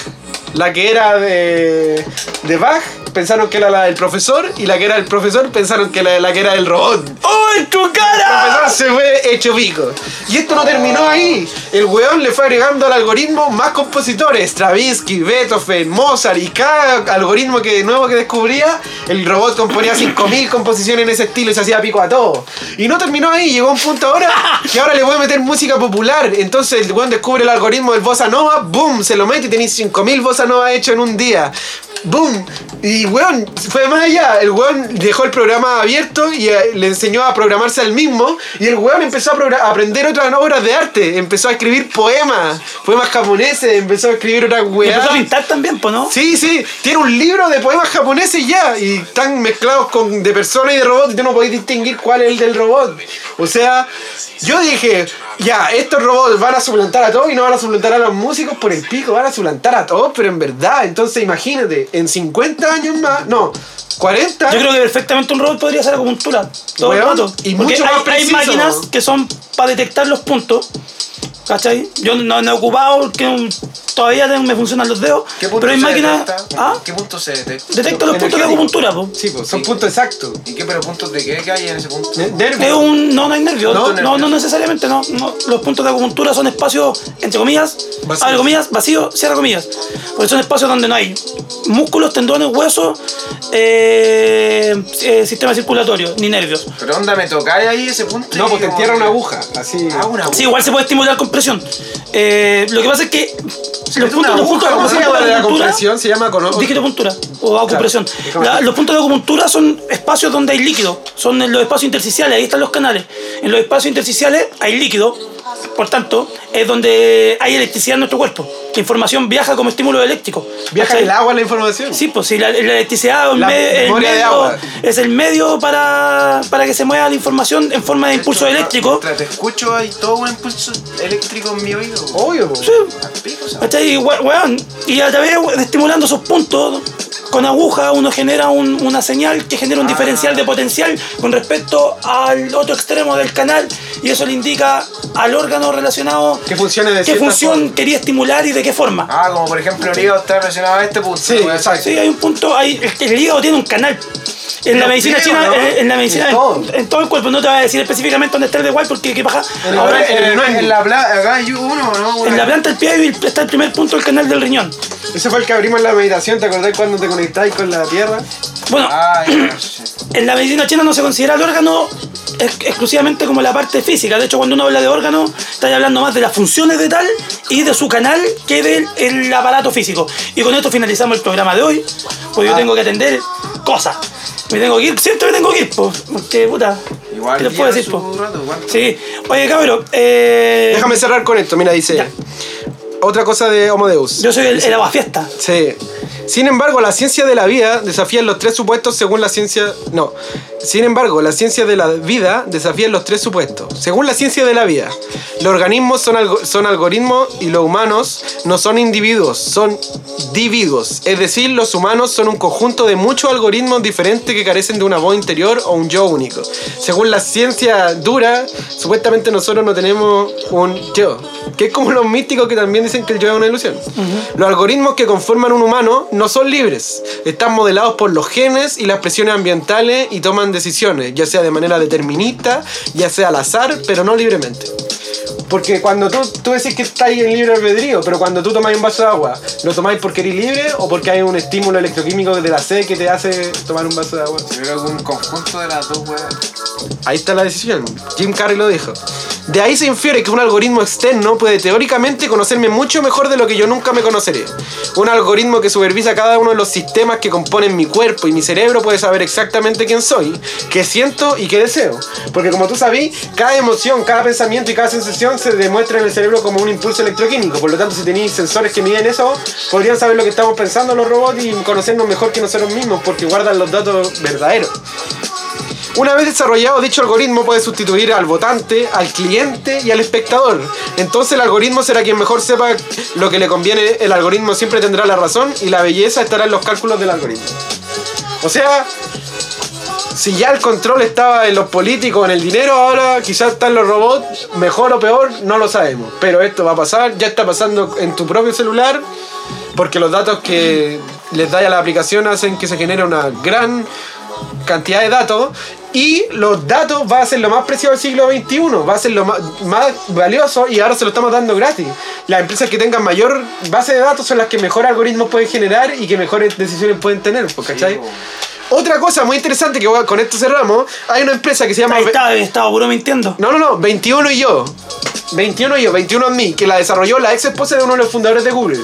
Speaker 3: La que era de, de Bach, pensaron que era la del profesor. Y la que era del profesor, pensaron que era la que era del robot.
Speaker 2: ¡Oh, en tu
Speaker 3: El
Speaker 2: cara!
Speaker 3: profesor se fue hecho pico. Y esto no terminó ahí. El weón le fue agregando al algoritmo más compositores. Stravinsky, Beethoven, Mozart. Y cada algoritmo que nuevo que descubría, el robot componía 5.000 composiciones en ese estilo y se hacía pico a todo. Y no terminó ahí. Llegó a un punto ahora que ahora le voy a meter música popular. Entonces el weón descubre el algoritmo del bossa nova. Boom, se lo mete y tenéis 5.000 bossa nova hechos en un día. ¡Boom! Y weón, fue más allá. El weón dejó el programa abierto y eh, le enseñó a programarse al mismo. Y el weón empezó a, progra- a aprender otras obras de arte. Empezó a escribir poemas, poemas japoneses. Empezó a escribir otras
Speaker 2: Y empezó a
Speaker 3: weas.
Speaker 2: pintar también, pues, ¿no?
Speaker 3: Sí, sí, tiene un libro de poemas japoneses ya. Y están mezclados con de persona y de robot. Y tú no podéis distinguir cuál es el del robot. O sea, yo dije, ya, estos robots van a suplantar a todos y no van a suplantar a los músicos por el pico. Van a suplantar a todos, pero en verdad. Entonces, imagínate, en 50 años más, no, 40.
Speaker 2: Yo creo que perfectamente un robot podría hacer acupuntura todo el
Speaker 3: Weón,
Speaker 2: rato.
Speaker 3: y
Speaker 2: Porque
Speaker 3: mucho
Speaker 2: hay,
Speaker 3: más
Speaker 2: hay
Speaker 3: preciso.
Speaker 2: máquinas que son para detectar los puntos. ¿Cachai? Yo no, no he ocupado porque un- todavía tengo- me funcionan los dedos.
Speaker 1: ¿Qué punto
Speaker 2: Pero hay
Speaker 1: se
Speaker 2: máquinas.
Speaker 1: detecta?
Speaker 2: ¿Ah?
Speaker 1: ¿Qué punto se detecta?
Speaker 2: Detecta los puntos de
Speaker 3: energético.
Speaker 2: acupuntura, po.
Speaker 3: Sí, pues, son
Speaker 1: Sí.
Speaker 3: puntos exactos.
Speaker 1: ¿Y qué, pero puntos de qué que hay en ese punto?
Speaker 2: ¿Eh?
Speaker 3: Ne- nervio.
Speaker 2: Es un, no, no hay nervios.
Speaker 1: No,
Speaker 2: No, no,
Speaker 1: nervios.
Speaker 2: necesariamente. No, no. Los puntos de acupuntura son espacios, entre comillas,
Speaker 3: Vacíos.
Speaker 2: abre comillas, vacío, cierra comillas. Porque son espacios donde no hay músculos, tendones, huesos, eh, eh, sistema circulatorio, ni nervios.
Speaker 1: Pero onda, me tocáis ahí ese punto.
Speaker 3: No,
Speaker 1: y
Speaker 3: pues te
Speaker 1: como
Speaker 3: entierra
Speaker 1: que-
Speaker 3: una aguja. Así.
Speaker 1: Ah, una aguja.
Speaker 2: Sí, igual se puede estimular con presión. Eh, lo que pasa es que los
Speaker 1: mete una
Speaker 2: puntos, los
Speaker 1: aguja,
Speaker 2: puntos de
Speaker 3: ¿Cómo se
Speaker 2: acupuntura-
Speaker 3: llama la
Speaker 2: acupuntura-
Speaker 3: compresión? Se llama con
Speaker 2: digitopuntura o acupresión.
Speaker 3: Claro.
Speaker 2: La- los puntos de acupuntura son espacios donde hay líquido, son en los espacios intersticiales, ahí están los canales. En los espacios intersticiales hay líquido, por tanto, es donde hay electricidad en nuestro cuerpo. La información viaja como estímulo eléctrico.
Speaker 3: Viaja
Speaker 2: ¿Cachai?
Speaker 3: el agua la información.
Speaker 2: Sí, pues sí, la, la electricidad es el
Speaker 3: La
Speaker 2: me- el
Speaker 3: memoria de
Speaker 2: medio-
Speaker 3: agua.
Speaker 2: es el medio para, para que se mueva la información en forma de
Speaker 1: De hecho,
Speaker 2: impulso eléctrico.
Speaker 1: Mientras te escucho, hay todo un impulso eléctrico en mi oído.
Speaker 3: Obvio, po.
Speaker 2: Sí.
Speaker 1: Al pico, o sea.
Speaker 2: ¿Cachai? Hue- Weón. Y a través we- de estimulando esos puntos con aguja uno genera un- una señal que genera un diferencial de potencial con respecto al otro extremo del canal y eso le indica al órgano relacionado
Speaker 3: Que funcione de
Speaker 2: qué
Speaker 3: cierta
Speaker 2: función
Speaker 3: forma.
Speaker 2: quería estimular y de qué forma.
Speaker 1: Ah, como por ejemplo, el hígado está relacionado a este punto.
Speaker 3: Sí,
Speaker 1: Puede ser.
Speaker 3: exacto.
Speaker 2: Sí, hay un punto, hay, el hígado tiene un canal. En la
Speaker 1: Los
Speaker 2: medicina
Speaker 1: pies,
Speaker 2: china, eh,
Speaker 1: ¿no?
Speaker 2: en, en la medicina, en,
Speaker 3: En todo.
Speaker 2: en todo el cuerpo, no te voy a decir específicamente dónde está el de igual porque qué paja.
Speaker 3: En la-
Speaker 2: Ahora,
Speaker 1: Ahora, en, en- en la planta, acá hay uno, ¿no? Una-
Speaker 2: en la planta del pie hay- está el primer punto, el canal del riñón.
Speaker 3: Ese fue el que abrimos en la meditación, ¿te acordás cuando te
Speaker 2: Eh,
Speaker 3: conectáis con la tierra?
Speaker 2: Bueno,
Speaker 1: Ah, ya, sí.
Speaker 2: En la medicina china no se considera el órgano ex- exclusivamente como la parte física. De hecho, cuando uno habla de órgano, está hablando más de las funciones de tal y de su canal que del el aparato físico. Y con esto finalizamos el programa de hoy, pues yo
Speaker 1: Ah.
Speaker 2: tengo que atender cosas. Me tengo que ir, siento que tengo que ir, po, porque puta.
Speaker 1: Igual
Speaker 2: ¿Qué les puedo
Speaker 1: lleva
Speaker 2: decir,
Speaker 1: su
Speaker 2: po?
Speaker 1: rato, igual.
Speaker 2: Sí. Oye, cabrón, eh,
Speaker 3: Déjame cerrar con esto, mira, dice.
Speaker 2: Ya.
Speaker 3: Otra cosa de Homo Deus.
Speaker 2: yo soy el, el aguafiesta.
Speaker 3: Sí. Sin embargo, la ciencia de la vida desafía los tres supuestos según la ciencia. No. Sin embargo, la ciencia de la vida desafía los tres supuestos. Según la ciencia de la vida, los organismos son, algo- son algoritmos y los humanos no son individuos, son dividuos. Es decir, los humanos son un conjunto de muchos algoritmos diferentes que carecen de una voz interior o un yo único. Según la ciencia dura, supuestamente nosotros no tenemos un yo, que es como los místicos que también dicen que el yo es una ilusión. Los algoritmos que conforman un humano no son libres, están modelados por los genes y las presiones ambientales y toman decisiones, ya sea de manera determinista, ya sea al azar, pero no libremente. Porque cuando tú, tú decís que estáis en libre albedrío, pero cuando tú tomáis un vaso de agua, ¿lo tomáis porque eres libre o porque hay un estímulo electroquímico de la sed que te hace tomar un vaso de agua?
Speaker 1: Yo creo que un conjunto de las dos weas.
Speaker 3: Ahí está la decisión. Jim Carrey lo dijo. De ahí se infiere que un algoritmo externo puede teóricamente conocerme mucho mejor de lo que yo nunca me conoceré. Un algoritmo que supervisa cada uno de los sistemas que componen mi cuerpo y mi cerebro puede saber exactamente quién soy, qué siento y qué deseo. Porque como tú sabí, cada emoción, cada pensamiento y cada sensación se demuestra en el cerebro como un impulso electroquímico. Por lo tanto, si tenéis sensores que miden eso, podrían saber lo que estamos pensando los robots y conocernos mejor que nosotros mismos porque guardan los datos verdaderos. Una vez desarrollado dicho algoritmo puede sustituir al votante, al cliente y al espectador. Entonces el algoritmo será quien mejor sepa lo que le conviene. El algoritmo siempre tendrá la razón y la belleza estará en los cálculos del algoritmo. O sea, si ya el control estaba en los políticos, en el dinero, ahora quizás están los robots, mejor o peor, no lo sabemos. Pero esto va a pasar, ya está pasando en tu propio celular, porque los datos que les da a la aplicación hacen que se genere una gran cantidad de datos y los datos va a ser lo más preciado del siglo XXI, va a ser lo más, más valioso y ahora se lo estamos dando gratis. Las empresas que tengan mayor base de datos son las que mejor algoritmos pueden generar y que mejores decisiones pueden tener, pues, ¿cachai?
Speaker 1: po.
Speaker 3: Otra cosa muy interesante que voy a- con esto cerramos, hay una empresa que se llama...
Speaker 2: Ahí estaba, estaba puro mintiendo.
Speaker 3: No, no, no, 21 y yo. 21 y yo, 21 and me, que la desarrolló la ex esposa de uno de los fundadores de Google.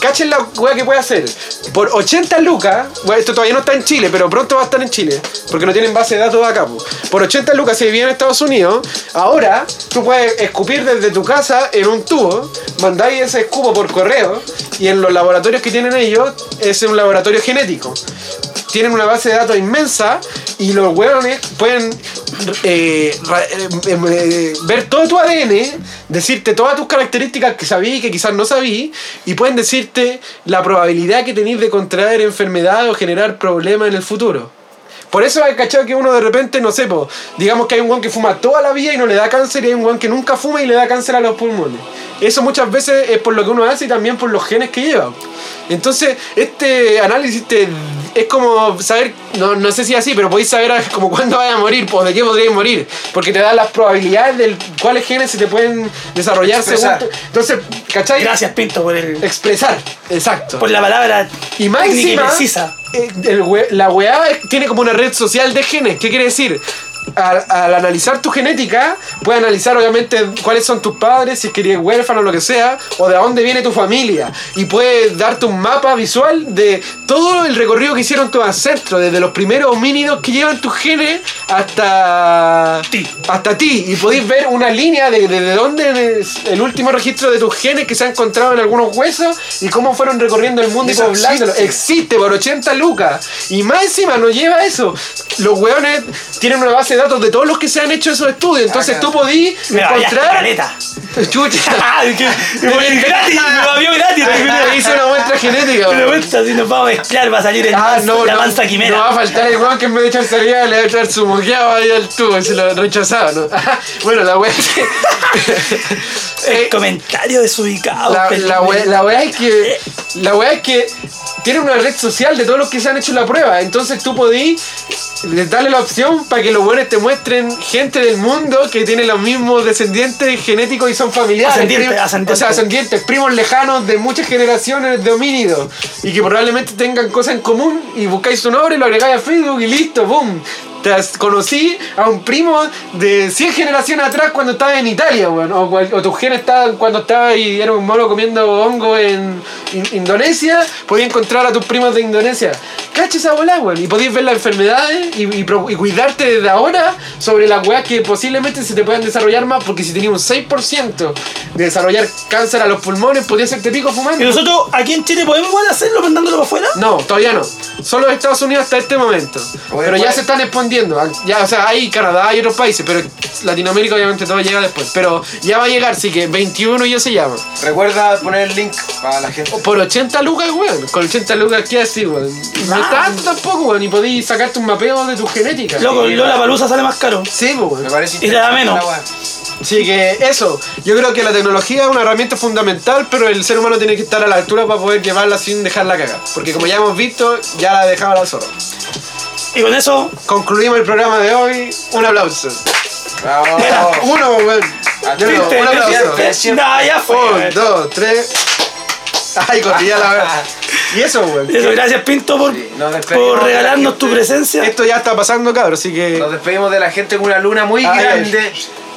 Speaker 3: Cachen la weá que puede hacer. Por 80 lucas, weá, esto todavía no está en Chile, pero pronto va a estar en Chile, porque no tienen base de datos acá. po. Por 80 lucas, si vivía en Estados Unidos, ahora tú puedes escupir desde tu casa en un tubo, mandáis ese escupo por correo, y en los laboratorios que tienen ellos, es un laboratorio genético tienen una base de datos inmensa y los hueones pueden eh, ra- eh, eh, eh, ver todo tu ADN, decirte todas tus características que sabí y que quizás no sabí, y pueden decirte la probabilidad que tenéis de contraer enfermedad o generar problemas en el futuro. Por eso hay cachado que uno de repente, no sé, po, digamos que hay un guan que fuma toda la vida y no le da cáncer y hay un guan que nunca fuma y le da cáncer a los pulmones. Eso muchas veces es por lo que uno hace y también por los genes que lleva. Entonces, este análisis te- es como saber, no, no sé si así, pero podéis saber a- como cuándo vaya a morir, po, de qué podríais morir, porque te da las probabilidades de cuáles genes se te pueden desarrollar según...
Speaker 1: Expresar.
Speaker 3: tu- Entonces, ¿cachai?
Speaker 2: Gracias, Pinto, por el.
Speaker 3: Expresar, exacto.
Speaker 2: Por la palabra
Speaker 3: Eh, Y más
Speaker 2: técnica y
Speaker 3: encima,
Speaker 2: precisa.
Speaker 3: eh, el we- la weá es- tiene como una red social de genes. ¿Qué quiere decir? Al, al analizar tu genética, puede analizar obviamente cuáles son tus padres, si es que eres huérfano o lo que sea, o de dónde viene tu familia. Y puede darte un mapa visual de todo el recorrido que hicieron tus ancestros, desde los primeros homínidos que llevan tus genes hasta
Speaker 2: Ti.
Speaker 3: hasta ti y podéis ver una línea de desde dónde es el último registro de tus genes que se ha encontrado en algunos huesos y cómo fueron recorriendo el mundo y
Speaker 1: Eso
Speaker 3: poblándolo.
Speaker 1: existe.
Speaker 3: Existe por 80 lucas. Y más encima nos lleva a eso. Los hueones tienen una base de datos de todos los que se han hecho esos estudios. Entonces
Speaker 1: Ah,
Speaker 3: tú podís
Speaker 2: Me vayaste,
Speaker 3: encontrar.
Speaker 2: caleta.
Speaker 3: Chucha.
Speaker 2: ¡Ah! que- Me voy gratis, me lo vio gratis.
Speaker 3: Te hice una muestra genética.
Speaker 2: Pero esto, si nos vamos a mezclar, va a salir el
Speaker 3: Ah,
Speaker 2: manso-
Speaker 3: no,
Speaker 2: la
Speaker 3: no,
Speaker 2: mansa
Speaker 3: no va
Speaker 2: quimera.
Speaker 3: a faltar el weón que en vez de echar salida le va a echar su moqueado ahí al tubo y se lo rechazaba, ¿no? bueno, la wea es que.
Speaker 2: el
Speaker 3: Eh,
Speaker 2: comentario desubicado.
Speaker 3: la,
Speaker 2: pero-
Speaker 3: la wea, la wea es que. La wea es que tiene una red social de todos los que se han hecho la prueba. Entonces tú podís eh, darle la opción para que los buenos te muestren gente del mundo que tiene los mismos descendientes genéticos y son familiares.
Speaker 2: Ascendientes,
Speaker 3: Prim-
Speaker 2: ascendientes.
Speaker 3: O sea, ascendientes, primos lejanos de muchas generaciones de homínidos. Y que probablemente tengan cosas en común y buscáis su nombre, lo agregáis a Facebook y listo, boom. Te conocí a un primo de 100 generaciones atrás cuando estaba en Italia, weón. O, cual- o tus genes estaban cuando estaba y era un mono comiendo hongo en In- Indonesia. Podías encontrar a tus primos de Indonesia. Cacha esa bola, weón. Y podías ver las enfermedades y, y pro- y cuidarte desde ahora sobre las weas que posiblemente se te puedan desarrollar más. Porque si tenías un 6% de desarrollar cáncer a los pulmones, podías hacerte pico
Speaker 2: ¿Y
Speaker 3: fumando.
Speaker 2: nosotros aquí en Chile podemos igual hacerlo mandándolo para afuera?
Speaker 3: No, todavía no. Solo Estados Unidos hasta este momento.
Speaker 1: Oye,
Speaker 3: pero ya
Speaker 1: pues-
Speaker 3: se están expandiendo. Ah, Ya, o sea, hay Canadá y otros países, pero Latinoamérica obviamente todo llega después. Pero ya va a llegar, sí que 21 ya se llama.
Speaker 1: Recuerda poner el link para la gente.
Speaker 3: Por 80 lucas, weón. Con 80 lucas, ¿qué así, weón? No
Speaker 2: Ah.
Speaker 3: tanto tampoco, weón. Y podéis sacarte un mapeo de tu genética.
Speaker 2: Loco, la palusa sale más caro.
Speaker 3: Sí, pues, weón.
Speaker 1: Me parece
Speaker 2: Y nada menos.
Speaker 1: interesante
Speaker 3: Así que eso, yo creo que la tecnología es una herramienta fundamental, pero el ser humano tiene que estar a la altura para poder llevarla sin dejarla cagar. Porque como ya hemos visto, ya la dejaba la zorra.
Speaker 2: Y con eso,
Speaker 3: Concluimos el programa de hoy. Un aplauso.
Speaker 1: la weá.
Speaker 2: Mira,
Speaker 1: Bravo.
Speaker 3: Uno, pues, weón.
Speaker 1: Al
Speaker 3: Yo no,
Speaker 1: frente,
Speaker 3: un
Speaker 1: al
Speaker 3: aplauso.
Speaker 1: frente.
Speaker 2: ¿viste? Nah, ya fue.
Speaker 3: Un, dos, tres. Ay, cotilla la verdad. Y eso, weón.
Speaker 2: Eso, gracias Pinto por,
Speaker 1: Sí, nos despedimos
Speaker 2: por
Speaker 1: de la
Speaker 2: regalarnos tu
Speaker 1: gente.
Speaker 2: presencia.
Speaker 3: Esto ya está pasando, cabrón, así
Speaker 1: Nos
Speaker 3: que.
Speaker 1: despedimos de la gente con una luna muy
Speaker 3: Ay,
Speaker 1: grande.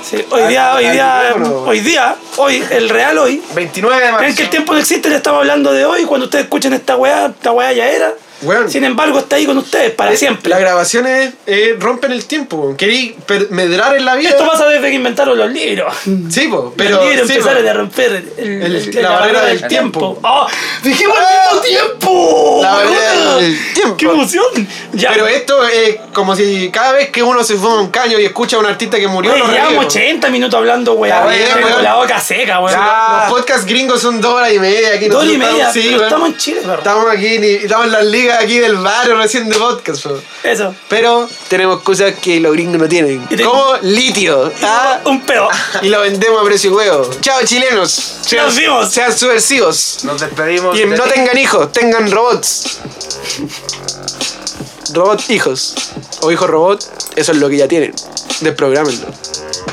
Speaker 2: Sí, hoy día,
Speaker 3: ah, al-
Speaker 2: hoy
Speaker 3: al
Speaker 2: día,
Speaker 3: micrófono.
Speaker 2: hoy día, hoy, el real hoy.
Speaker 1: 29 de
Speaker 2: Vean que el
Speaker 1: marzo.
Speaker 2: tiempo no existe, le estamos hablando de hoy. Cuando ustedes escuchen esta weá, esta weá ya era.
Speaker 3: Weón. Eh,
Speaker 2: Sin embargo, está ahí con ustedes para siempre.
Speaker 3: Las grabaciones eh, rompen el tiempo, weón. Querí per- medrar en la vida.
Speaker 2: Esto pasa desde que inventaron los libros.
Speaker 3: Sí, po, pero.
Speaker 2: los libros
Speaker 3: sí,
Speaker 2: empezaron
Speaker 3: po.
Speaker 2: a romper el-
Speaker 3: El-
Speaker 2: el-
Speaker 3: la barrera del tiempo.
Speaker 2: ¡Ah! ¡Dijimos al mismo tiempo!
Speaker 3: La barrera
Speaker 2: weón.
Speaker 3: del tiempo.
Speaker 2: ¡Qué emoción! Ya,
Speaker 3: Pero esto es como si cada vez que uno se fuma un caño y escucha a un artista que murió,
Speaker 2: Güey,
Speaker 3: lo revive,
Speaker 2: llevamos
Speaker 3: po.
Speaker 2: 80 minutos hablando, weá.
Speaker 3: Está bien,
Speaker 2: Tengo
Speaker 3: weón.
Speaker 2: la boca seca, weón.
Speaker 3: Los podcasts gringos son dos horas y media. Aquí
Speaker 2: Dos
Speaker 3: nosotros
Speaker 2: y media,
Speaker 3: estamos- sí,
Speaker 2: pero
Speaker 3: weón.
Speaker 2: estamos en Chile, perro.
Speaker 3: Estamos aquí, ni- estamos en las ligas aquí del barrio recién de podcast. po.
Speaker 2: Eso.
Speaker 3: Pero tenemos cosas que los gringos no tienen.
Speaker 2: Y te-
Speaker 3: Como litio. ¿ah?
Speaker 2: Un pedo.
Speaker 3: Y lo vendemos a precio de huevo. Chao, chilenos. Sean,
Speaker 2: Nos vimos.
Speaker 3: Sean subversivos.
Speaker 1: Nos despedimos.
Speaker 3: Y
Speaker 1: de
Speaker 3: no
Speaker 1: ti.
Speaker 3: tengan hijos, tengan robots. Robot hijos. O hijos robot, eso es lo que ya tienen. Desprográmenlo.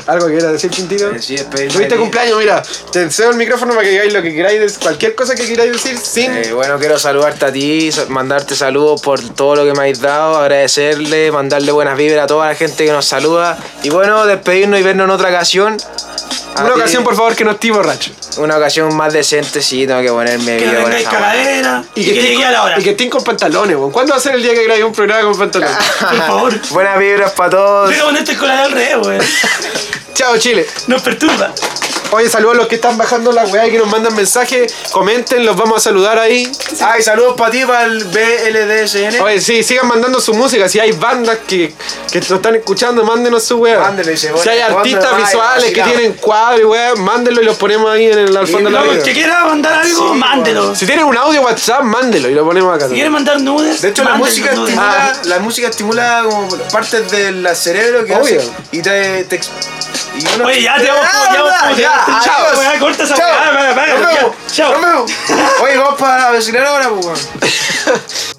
Speaker 3: ¿Algo que quieras decir, Quintino?
Speaker 1: Sí, despedimos de
Speaker 3: Tuviste
Speaker 1: ti.
Speaker 3: cumpleaños, mira. Te cedo el micrófono para que digáis lo que queráis, cualquier cosa que queráis decir sin.
Speaker 1: Eh, bueno, quiero saludarte a ti, sa- mandarte saludos por todo lo que me habéis dado, agradecerle, mandarle buenas vibras a toda la gente que nos saluda. Y bueno, despedirnos y vernos en otra ocasión. A
Speaker 2: Ah,
Speaker 3: Una
Speaker 1: ti,
Speaker 3: ocasión, por favor, que no esté borracho.
Speaker 1: Una ocasión más decente, sí, tengo que ponerme
Speaker 2: Que
Speaker 1: bien
Speaker 2: no
Speaker 1: con
Speaker 2: tengáis
Speaker 1: esa weá.
Speaker 2: cagadera. Y que
Speaker 3: esté
Speaker 2: llegué a la hora.
Speaker 3: y que estén con pantalones, weón. ¿Cuándo va a ser el día que grabéis un programa con pantalones?
Speaker 2: Por favor.
Speaker 1: Buenas vibras para todos.
Speaker 2: Pero ponerte el colar al revés, weón.
Speaker 3: Chao, Chile.
Speaker 2: Nos perturba.
Speaker 3: Oye, saludos a los que están bajando la weá y que nos mandan mensajes. Comenten, los vamos a saludar ahí.
Speaker 1: Ay, saludos para ti, para el BLDSN.
Speaker 3: Oye, sí, sigan mandando su música. Si hay bandas que, que lo están escuchando, mándenos su weá.
Speaker 1: Mándenlo y se
Speaker 3: Si hay
Speaker 1: ponen-
Speaker 3: artistas
Speaker 1: pongan-
Speaker 3: visuales
Speaker 1: ay,
Speaker 3: que
Speaker 1: así,
Speaker 3: tienen cuadros, y weá, mándenlo y los ponemos ahí en el al fondo de la
Speaker 2: Loco, el
Speaker 3: vida.
Speaker 2: que quiera mandar algo, mándelo. Si
Speaker 3: Si tienen un audio WhatsApp, mándelo y lo ponemos acá.
Speaker 2: quiere mandar nudes,
Speaker 1: De hecho, la
Speaker 2: manden
Speaker 1: música,
Speaker 2: nudes.
Speaker 1: estimula, la música estimula como partes del cerebro que
Speaker 3: Obvio.
Speaker 1: hacen y te... te ex- y uno- Ah,
Speaker 2: Oye, ya te vamos como- ya vamos como-
Speaker 1: ya,
Speaker 2: ya,
Speaker 1: adiós.
Speaker 2: chao, weá, corta esa
Speaker 1: Chao.
Speaker 2: weá, weá, weá,
Speaker 1: Nos
Speaker 2: ya,
Speaker 1: vemos,
Speaker 2: chao.
Speaker 1: nos vemos. Oye, vamos para la vecinal ahora, pues, weón.